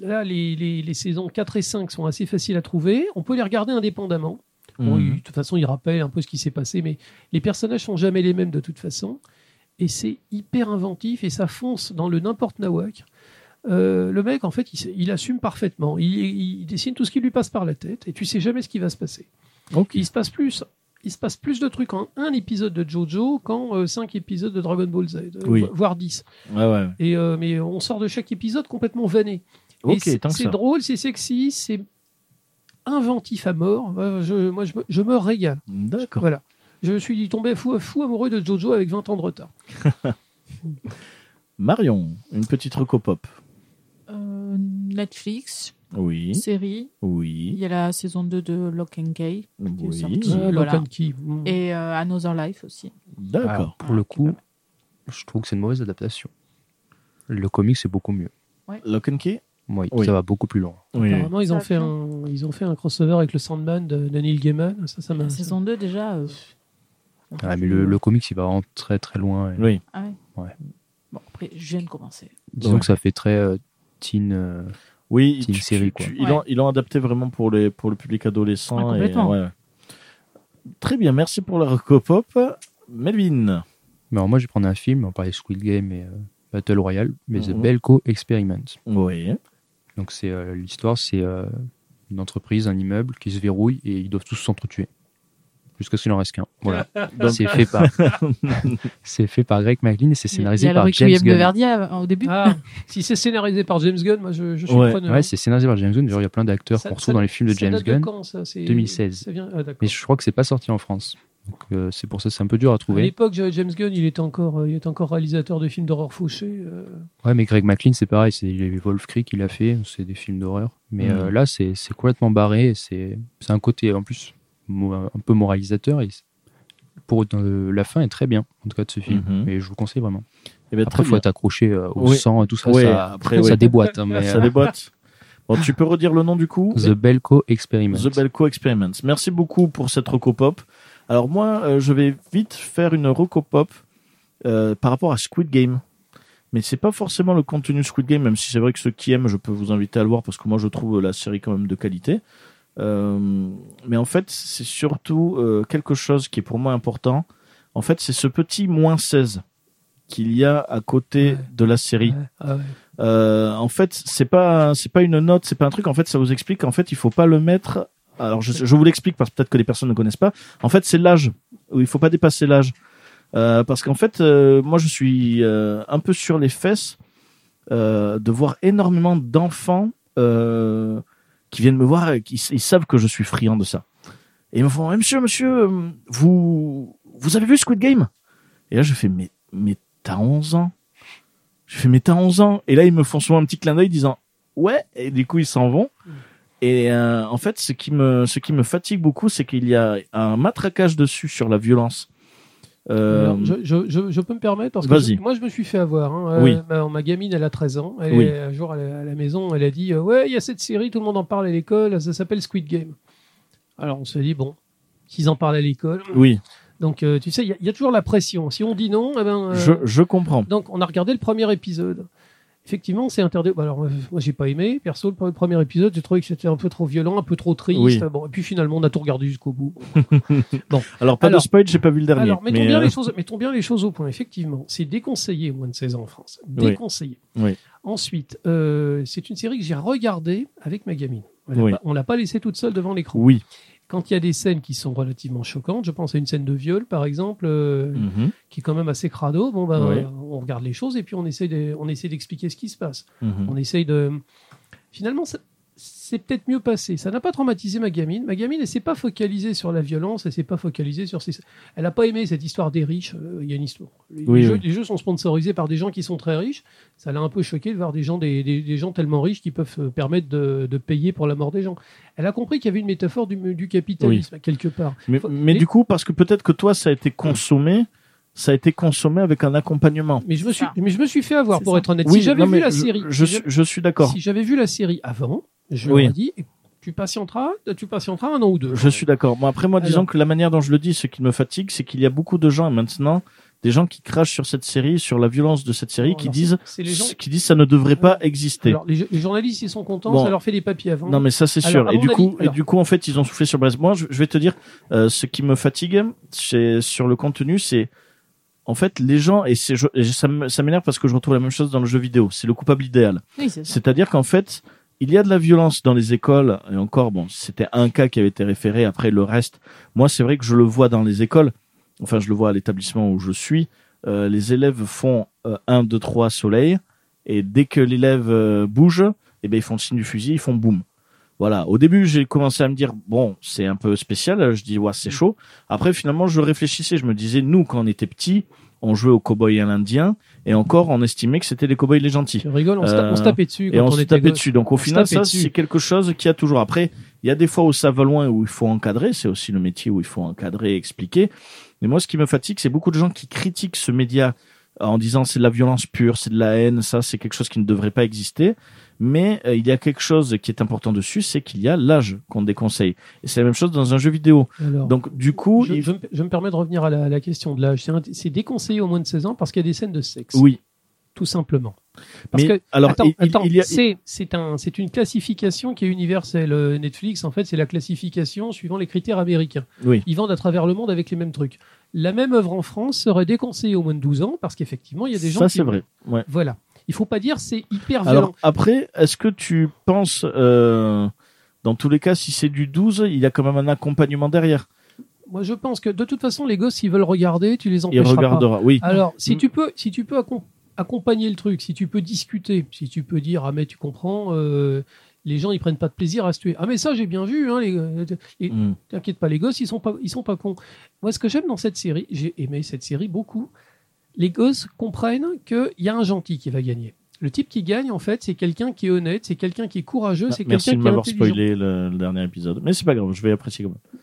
là, les, les- les saisons 4 et 5 sont assez faciles à trouver. On peut les regarder indépendamment. Bon,
Mm. Hmm.
il- de toute façon, il rappelle un peu ce qui s'est passé, mais les personnages sont jamais les mêmes de toute façon. Et c'est hyper inventif et ça fonce dans le n'importe nawak. Euh, le mec, en fait, il, s- il assume parfaitement. Il, il dessine tout ce qui lui passe par la tête et tu sais jamais ce qui va se passer.
Ok.
Il se passe plus. Il se passe plus de trucs en un épisode de Jojo qu'en euh, cinq épisodes de Dragon Ball Z, euh,
Oui.
vo- voire dix.
Ouais, ouais.
Et, euh, mais on sort de chaque épisode complètement vanné. Et
Ok,
c'est-
tant que
c'est
ça.
drôle, c'est sexy, c'est inventif à mort. Euh, je- moi, je me, je me régale.
D'accord.
Voilà. Je suis tombé fou, fou amoureux de Jojo avec 20 ans de retard.
Marion, une petite recopop.
Euh, Netflix,
Oui.
série. Il
Oui.
y a la saison 2 de Lock and Key. est
Oui.
sorti.
Euh,
Voilà.
Lock and Key. Mm.
Et euh, Another Life aussi.
D'accord.
Alors, pour le coup, je trouve que c'est une mauvaise adaptation. Le comic, c'est beaucoup mieux.
Ah.
Lock and Key
Oui,
Oui.
ça va beaucoup plus loin.
Oui.
Apparemment, ils ont,
Ça
fait
a
un, ils ont fait un crossover avec le Sandman de, de Neil Gaiman. Ça, ça m'a.
La saison 2 déjà. euh,
Ah, mais le, le comics, il va vraiment très très loin. et-
Oui.
Ah ouais.
Ouais.
Bon, après, je viens de commencer.
Disons
Ouais.
que ça fait très euh, teen. euh,
Oui,
C'est une
tu-
série,
tu-
quoi.
tu- ils, l'ont,
Ouais.
ils l'ont adapté vraiment pour, les, pour le public adolescent.
Ah,
et-
complètement.
ouais. Très bien, merci pour la recopop. Melvin.
Mais alors moi, je vais prendre un film, on parlait de Squid Game et euh, Battle Royale, mais The
Mhm.
Belco Experiment.
Oui.
Donc c'est euh, l'histoire, c'est euh, une entreprise, un immeuble qui se verrouille et ils doivent tous s'entretuer.
jusqu'à ce qu'il en reste qu'un. Voilà. C'est fait par c'est fait par Greg McLean et c'est
Il y a- il y
scénarisé
a le
par James
Requiem de
Gunn.
Verdi euh, au début.
Ah, si c'est scénarisé par James Gunn, moi je, je suis
Ouais.
preneur.
Ouais, c'est scénarisé par James Gunn. D'ailleurs, il y a plein d'acteurs
Ça-
qu'on
ça-
retrouve dans les films de
Ça
James
date
Gunn.
quand, ça C'est-
2016.
ça vient- ah, d'accord.
Mais je crois que c'est pas sorti en France. Donc, euh, c'est pour ça que c'est un peu dur à
À
trouver.
l'époque, James Gunn, il était encore, euh, il était encore réalisateur de films d'horreur fauchés. euh,
Ouais, mais Greg McLean, c'est pareil. C'est il y a eu Wolf Creek, il a fait. C'est des films d'horreur. Mais
Mhm.
euh, là, c'est c'est complètement barré. et C'est c'est un côté en plus mo- un peu moralisateur. Et c'est- pour autant, euh, la fin est très bien en tout cas de ce film.
Mhm.
Et je vous le conseille vraiment.
Eh ben,
Après,
très
faut
bien.
être accroché euh, au
Oui.
sang et tout ça.
Oui,
ça
après,
après, ça
oui.
déboîte. hein, mais,
Ça
euh,
déboîte. Bon, tu peux redire le nom du coup
The Belko Experiment.
The Belco Experiments. Merci beaucoup pour cette Rocopop. Alors moi, euh, je vais vite faire une Rocopop euh, par rapport à Squid Game. Mais c'est pas forcément le contenu Squid Game, même si c'est vrai que ceux qui aiment, je peux vous inviter à le voir parce que moi, je trouve la série quand même de qualité. Euh, mais en fait, c'est surtout euh, quelque chose qui est pour moi important. En fait, c'est ce petit moins 16 qu'il y a à côté
Ouais.
de la série.
ouais. Ah ouais.
Euh, en fait, c'est pas c'est pas une note, c'est pas un truc. En fait, ça vous explique qu'en fait, il faut pas le mettre. Alors, je, je vous l'explique parce que peut-être que les personnes ne connaissent pas. En fait, c'est l'âge. où Il faut pas dépasser l'âge. Euh, parce qu'en fait, euh, moi, je suis euh, un peu sur les fesses euh, de voir énormément d'enfants euh, qui viennent me voir et qui ils savent que je suis friand de ça. Et ils me font Eh, Monsieur, monsieur, euh, vous, vous avez vu Squid Game Et là, je fais Mais, mais t'as 11 ans Je fais Mais t'as 11 ans Et là, ils me font souvent un petit clin d'œil disant Ouais, et du coup, ils s'en vont. Et euh, en fait, ce qui me, ce qui me fatigue beaucoup, c'est qu'il y a un matraquage dessus sur la violence. Euh,
Alors, je, je- je- je peux me permettre parce que
vas-y.
je- moi je me suis fait avoir. hein. Euh,
Oui.
ma, ma gamine, elle a 13 ans. Elle
Oui.
est- un jour elle est à la maison, elle a dit euh, Ouais, il y a cette série, tout le monde en parle à l'école, ça s'appelle Squid Game. Alors on se dit Bon, s'ils en parlent à l'école.
oui,
Donc euh, tu sais, il y, a- il y a toujours la pression. Si on dit non, eh ben, euh,
je, je comprends.
donc on a regardé le premier épisode. Effectivement, c'est interdit. bah, Alors, euh, moi, j'ai pas aimé. Perso, le premier épisode, j'ai trouvé que c'était un peu trop violent, un peu trop triste.
Oui.
Bon, et puis finalement, on a tout regardé jusqu'au bout.
Alors, pas
Alors-
de spoil, j'ai pas vu le dernier.
Alors, mettons,
mais,
bien
euh,
les choses, mettons bien les choses au point. Effectivement, c'est déconseillé au moins de 16 ans en France. Déconseillé.
Oui.
Ensuite, euh, c'est une série que j'ai regardée avec ma gamine. On l'a
Oui.
pas- On l'a pas laissée toute seule devant l'écran.
Oui.
Quand il y a des scènes qui sont relativement choquantes, je pense à une scène de viol, par exemple, euh,
Mhm,
qui est quand même assez crado, bon, ben,
Oui.
euh, on regarde les choses et puis on essaie de- on essaie d'expliquer ce qui se passe.
mhm.
On essaye de. Finalement, ça- c'est peut-être mieux passé. Ça n'a pas traumatisé ma gamine. Ma gamine, elle s'est pas focalisée sur la violence, elle s'est pas focalisée sur ces. Elle n'a pas aimé cette histoire des riches. Euh, Il y a une histoire.
Oui,
Les, les
oui.
Jeux, les jeux sont sponsorisés par des gens qui sont très riches. Ça l'a un peu choqué de voir des gens, des, des- des gens tellement riches qui peuvent se permettre de, de payer pour la mort des gens. Elle a compris qu'il y avait une métaphore du, du capitalisme, quelque part.
Mais,
Faut-
mais
les-
du coup, parce que peut-être que toi, ça a
Mm.
été consommé, ça a été consommé avec un accompagnement.
Mais je, me suis,
ça.
mais je me suis fait avoir,
C'est
pour
ça.
être honnête.
Oui,
si j'avais
non,
vu
mais
la
je-
série.
Je, suis- je suis d'accord.
Si j'avais vu la série avant, je
Oui.
lui dit tu patienteras, tu patienteras un an ou deux.
Je suis d'accord. Moi, après, moi, disons
Alors-
que la manière dont je le dis, ce qui me fatigue, c'est qu'il y a beaucoup de gens maintenant, des gens qui crachent sur cette série, sur la violence de cette série,
Alors,
qui
c'est-
disent,
c'est Oh, les gens-
qui disent ça ne devrait pas exister.
Alors, les, les journalistes, ils sont contents,
Bon.
ça leur fait des papiers avant.
Non mais ça c'est sûr.
Alors, à
et
mon
du
avis-
coup, et
alors-
du coup en fait ils ont soufflé sur Brest. Moi je, je vais te dire euh, ce qui me fatigue c'est sur le contenu c'est en fait les gens et c'est je- et ça me- ça m'énerve parce que je retrouve la même chose dans le jeu vidéo. C'est le coupable idéal.
Oui, c'est ça.
C'est-à-dire qu'en fait il y a de la violence dans les écoles et encore bon c'était un cas qui avait été référé. Après le reste, moi c'est vrai que je le vois dans les écoles. Enfin je le vois à l'établissement où je suis. Euh, les élèves font euh, 1, 2, 3 soleil et dès que l'élève euh, bouge, eh ben, ils font le signe du fusil, ils font boum. Voilà. Au début, j'ai commencé à me dire, bon, c'est un peu spécial. Je dis, ouais,
Mm.
c'est chaud. Après, finalement, je réfléchissais. Je me disais, nous, quand on était petits, on jouait au cowboy et à l'indien. Et encore, on estimait que c'était les cowboys les gentils.
Tu rigoles, on, se, ta-
Euh,
on se tapait dessus quand
Et on se
était
tapait
gosse.
dessus. Donc, au
On se
final,
tapait
ça,
dessus.
c'est quelque chose qui a toujours. Après, il y a des fois où ça va loin, où il faut encadrer. C'est aussi le métier où il faut encadrer, expliquer. Mais moi, ce qui me fatigue, c'est beaucoup de gens qui critiquent ce média euh, en disant c'est de la violence pure, c'est de la haine, ça, c'est quelque chose qui ne devrait pas exister. Mais euh, il y a quelque chose qui est important dessus, c'est qu'il y a l'âge qu'on déconseille. Et c'est la même chose dans un jeu vidéo.
Alors,
Donc, du coup,
je,
il-
je me, je me permets de revenir à la, à la question de l'âge. C'est un- C'est déconseillé au moins de 16 ans parce qu'il y a des scènes de sexe,
oui.
tout simplement. Parce
mais
que,
alors,
attends,
il, il-
attends,
il y a.
c'est- c'est un- c'est une classification qui est universelle. Euh, Netflix, en fait, c'est la classification suivant les critères américains.
Oui.
Ils vendent à travers le monde avec les mêmes trucs. La même œuvre en France serait déconseillée au moins de 12 ans parce qu'effectivement, il y a des gens
ça,
qui-
c'est vrai. Ouais.
Voilà. Il faut pas dire c'est hyper violent.
Alors après, est-ce que tu penses, euh, dans tous les cas, si c'est du 12, il y a quand même un accompagnement derrière
Moi, je pense que de toute façon, les gosses, s'ils veulent regarder, tu les
Il
empêcheras pas.
regardera. Oui.
Alors, si
Mm.
tu peux, si tu peux accom- accompagner le truc, si tu peux discuter, si tu peux dire ah mais tu comprends, euh, les gens ils prennent pas de plaisir à se tuer. Ah mais ça j'ai bien vu, hein, les, les-
Mm.
t'inquiète pas, les gosses ils sont pas, ils sont pas cons. Moi ce que j'aime dans cette série, j'ai aimé cette série beaucoup. Les gosses comprennent qu'il y a un gentil qui va gagner. Le type qui gagne en fait c'est quelqu'un qui est honnête, c'est quelqu'un qui est courageux, c'est
Bah, Merci
quelqu'un
de
qui est
m'avoir
intelligent.
spoilé le, le dernier épisode. Mais c'est pas grave, je vais apprécier quand même.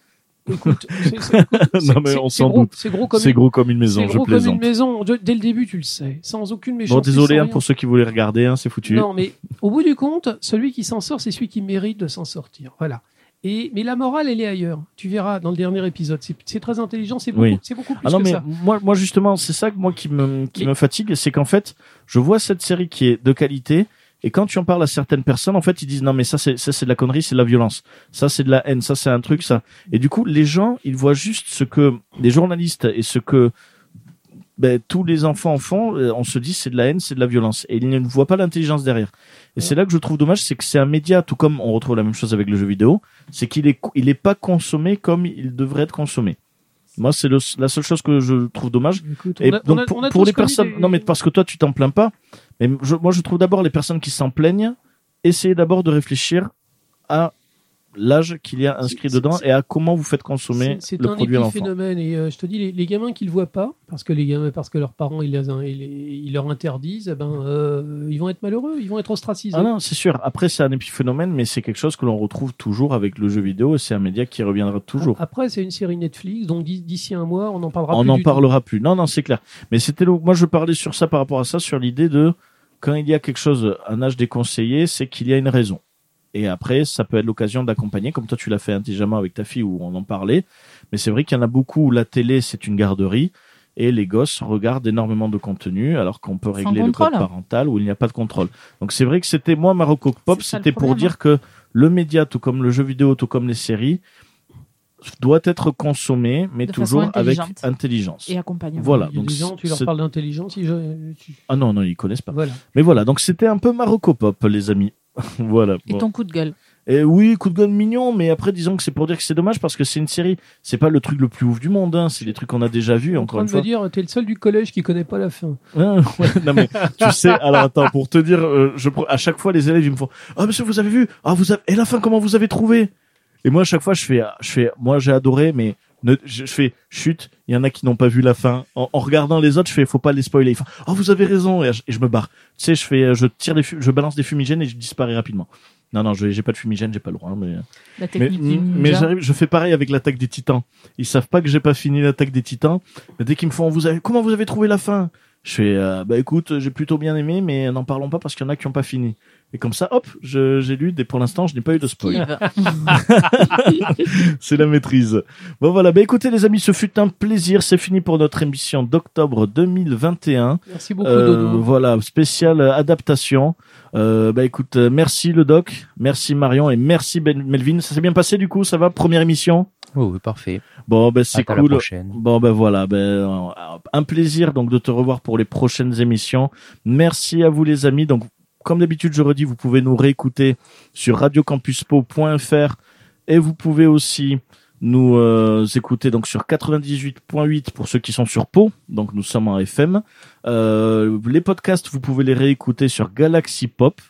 Écoute, c'est- c'est- écoute, c'est-
mais
c'est-
on
c'est
s'en
gros-
doute.
C'est gros comme
C'est
une-
gros comme une maison,
c'est
je
gros comme une
plaisante.
maison. De- dès le début tu le sais, sans aucune méchanceté.
Bon, désolé
sans
hein,
rien.
pour ceux qui voulaient regarder, hein, c'est foutu.
Non, mais au bout du compte, celui qui s'en sort, c'est celui qui mérite de s'en sortir. Voilà. Et, mais la morale, elle est ailleurs. Tu verras dans le dernier épisode. C'est c'est très intelligent, c'est beaucoup,
Oui.
c'est beaucoup plus
Ah non,
que
mais
ça.
moi, moi justement, c'est ça que moi qui me, qui
Mais-
me fatigue, c'est qu'en fait, je vois cette série qui est de qualité, et quand tu en parles à certaines personnes, en fait, ils disent non, mais ça, c'est, ça, c'est de la connerie, c'est de la violence, ça, c'est de la haine, ça, c'est un truc, ça. Et du coup, les gens, ils voient juste ce que les journalistes et ce que ben, tous les enfants en font, euh, on se dit c'est de la haine, c'est de la violence, et ils ne voient pas l'intelligence derrière. Et c'est là que je trouve dommage, c'est que c'est un média, tout comme on retrouve la même chose avec le jeu vidéo, c'est qu'il est, il est pas consommé comme il devrait être consommé. Moi, c'est le- la seule chose que je trouve dommage.
Écoute, on
Et
a- on
donc
a-
pour,
on a
pour
tous
les
commis
personnes,
des-
non mais parce que toi tu t'en plains pas, mais je- moi je trouve d'abord les personnes qui s'en plaignent, essayez d'abord de réfléchir à l'âge qu'il y a inscrit
C'est- c'est-
dedans
c'est-
et à comment vous faites consommer
C'est c'est
le
un
produit à l'enfant.
épiphénomène. Et euh, je te dis, les, les gamins qui le voient pas, parce que les gamins, parce que leurs parents, ils, les- ils les- ils leur interdisent, eh ben, euh, ils vont être malheureux, ils vont être ostracisés.
Ah non, c'est sûr. Après c'est un épiphénomène, mais c'est quelque chose que l'on retrouve toujours avec le jeu vidéo et c'est un média qui reviendra toujours.
Après, c'est une série Netflix, donc d'i- d'ici un mois, on en parlera
On
plus
n'en
du tout.
parlera plus. Non, non, c'est clair. Mais c'était le... moi je parlais sur ça par rapport à ça, sur l'idée de quand il y a quelque chose, un âge déconseillé, c'est qu'il y a une raison. Et après, ça peut être l'occasion d'accompagner, comme toi tu l'as fait intelligemment avec ta fille où on en parlait. Mais c'est vrai qu'il y en a beaucoup où la télé c'est une garderie et les gosses regardent énormément de contenu alors qu'on peut régler le code
contrôle.
parental où il n'y a pas de contrôle. Donc c'est vrai que c'était moi Marocco Pop,
C'est ça le
c'était pour
problème,
dire que le média, tout comme le jeu vidéo, tout comme les séries, doit être consommé, mais
De façon
toujours avec
intelligente.
intelligence.
Et accompagnant.
Voilà.
Il y a
donc
des gens, tu leur
c'est-
parles d'intelligence, ils- euh, tu-
Ah non, non, ils connaissent pas.
voilà.
Mais voilà, donc c'était un peu Marocopop, les amis. voilà.
Et
bon.
ton coup de gueule.
Et oui, coup de gueule mignon, mais après, disons que c'est pour dire que c'est dommage parce que c'est une série. C'est pas le truc le plus ouf du monde, hein. c'est des trucs qu'on a déjà vus,
en
encore une
train de me
fois.
dire, t'es le seul du collège qui connaît pas la fin.
Ah, ouais, non, mais tu sais, alors attends, pour te dire, euh, je, pre- à chaque fois, les élèves, ils me font Ah, monsieur, vous avez vu Ah, vous avez... Et la fin, comment vous avez trouvé Et moi, à chaque fois, je fais, ah, je fais Moi, j'ai adoré, mais ne- je, je fais Chut, il y en a qui n'ont pas vu la fin. En, en regardant les autres, je fais Faut pas les spoiler. Ils font Ah, vous avez raison. Et, je- et je me barre. Tu sais, je fais, euh, je tire les, fu- je balance des fumigènes et je disparais rapidement. Non, non, je- j'ai pas de fumigène, j'ai pas le droit. hein, mais
La
mais,
technique du ninja.
mais j'arrive, je fais pareil avec l'attaque des titans. Ils savent pas que j'ai pas fini l'attaque des titans. Mais dès qu'ils me font, vous avez, comment vous avez trouvé la fin Je fais, euh, bah écoute, j'ai plutôt bien aimé, mais n'en parlons pas parce qu'il y en a qui ont pas fini. Et comme ça, hop, je- j'ai lu, et pour l'instant, je n'ai pas eu de spoil.
Yves.
C'est la maîtrise. Bon voilà, bah écoutez les amis, ce fut un plaisir. C'est fini pour notre émission d'octobre 2021.
Merci beaucoup,
Euh,
Dodo.
voilà, spéciale euh, adaptation. Euh, bah écoute, euh, merci le doc, merci Marion et merci Ben- Melvin. Ça s'est bien passé du coup, ça va Première émission
Oh, oui, parfait.
Bon, ben c'est
C'est à la
cool.
prochaine.
Bon, ben voilà, ben, euh, un plaisir donc de te revoir pour les prochaines émissions. Merci à vous les amis. Donc, comme d'habitude, je redis, vous pouvez nous réécouter sur radiocampuspo.fr et vous pouvez aussi nous euh, écouter donc sur 98.8 pour ceux qui sont sur Pau. Donc, nous sommes en FM. Euh, les podcasts, vous pouvez les réécouter sur Galaxy Pop.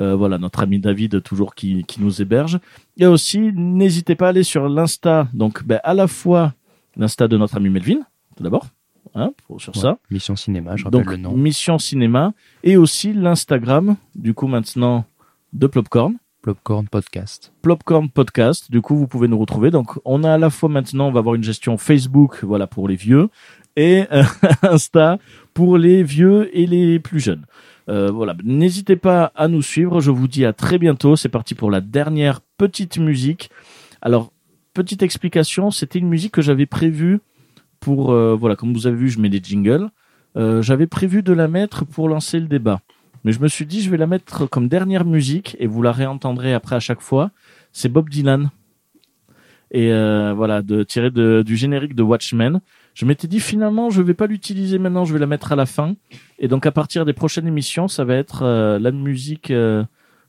Euh, voilà, notre ami David, toujours qui, qui nous héberge. Et aussi, n'hésitez pas à aller sur l'Insta. Donc, ben, à la fois l'Insta de notre ami Melvin, tout d'abord, hein, pour- sur
Ouais.
ça.
Mission Cinéma, je rappelle
Donc,
le nom.
Mission Cinéma. Et aussi l'Instagram, du coup, maintenant, de Plopcorn.
Popcorn Podcast.
Plopcorn Podcast. Du coup, vous pouvez nous retrouver. Donc, on a à la fois maintenant, on va avoir une gestion Facebook, voilà, pour les vieux, et euh, Insta pour les vieux et les plus jeunes. Euh, voilà, n'hésitez pas à nous suivre. Je vous dis à très bientôt. C'est parti pour la dernière petite musique. Alors, petite explication, c'était une musique que j'avais prévue pour, euh, voilà, comme vous avez vu, je mets des jingles. Euh, j'avais prévu de la mettre pour lancer le débat. Mais je me suis dit, je vais la mettre comme dernière musique et vous la réentendrez après à chaque fois c'est Bob Dylan. Et euh, voilà, de, tiré de- du générique de Watchmen. Je m'étais dit finalement, je vais pas l'utiliser maintenant, je vais la mettre à la fin. Et donc à partir des prochaines émissions, ça va être euh, la musique euh,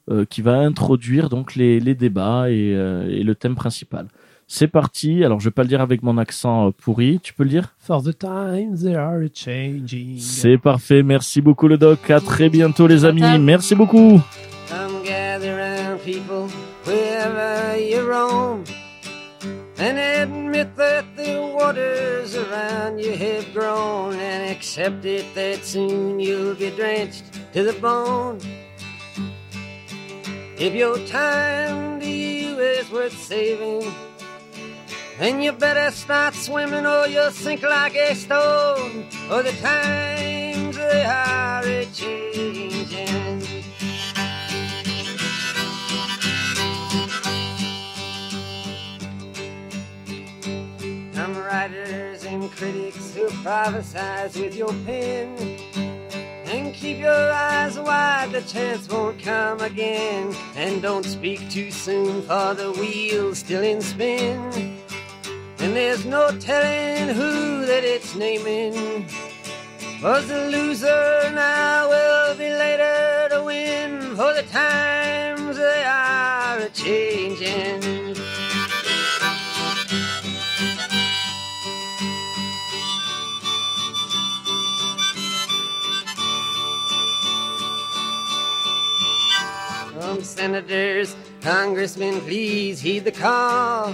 euh, qui va introduire donc les, les débats et, euh, et le thème principal. C'est parti. Alors, je vais pas le dire avec mon accent euh, pourri. Tu peux le dire
For the times they are changing.
C'est parfait. Merci beaucoup, le doc. À très bientôt, les amis. Merci beaucoup.
Come gather round, people, wherever you roam, and admit that the waters around you have grown, and accept it that soon you'll be drenched to the bone. If your time to you is worth saving, then you better start swimming or you'll sink like a stone. Or the times they are a changing. Some writers and critics who prophesize with your pen. And keep your eyes wide, the chance won't come again. And don't speak too soon, for the wheel's still in spin. And there's no telling who that it's naming. Was the loser now will be later to win, for the times they are a changing. Some senators, congressmen, please heed the call.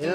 The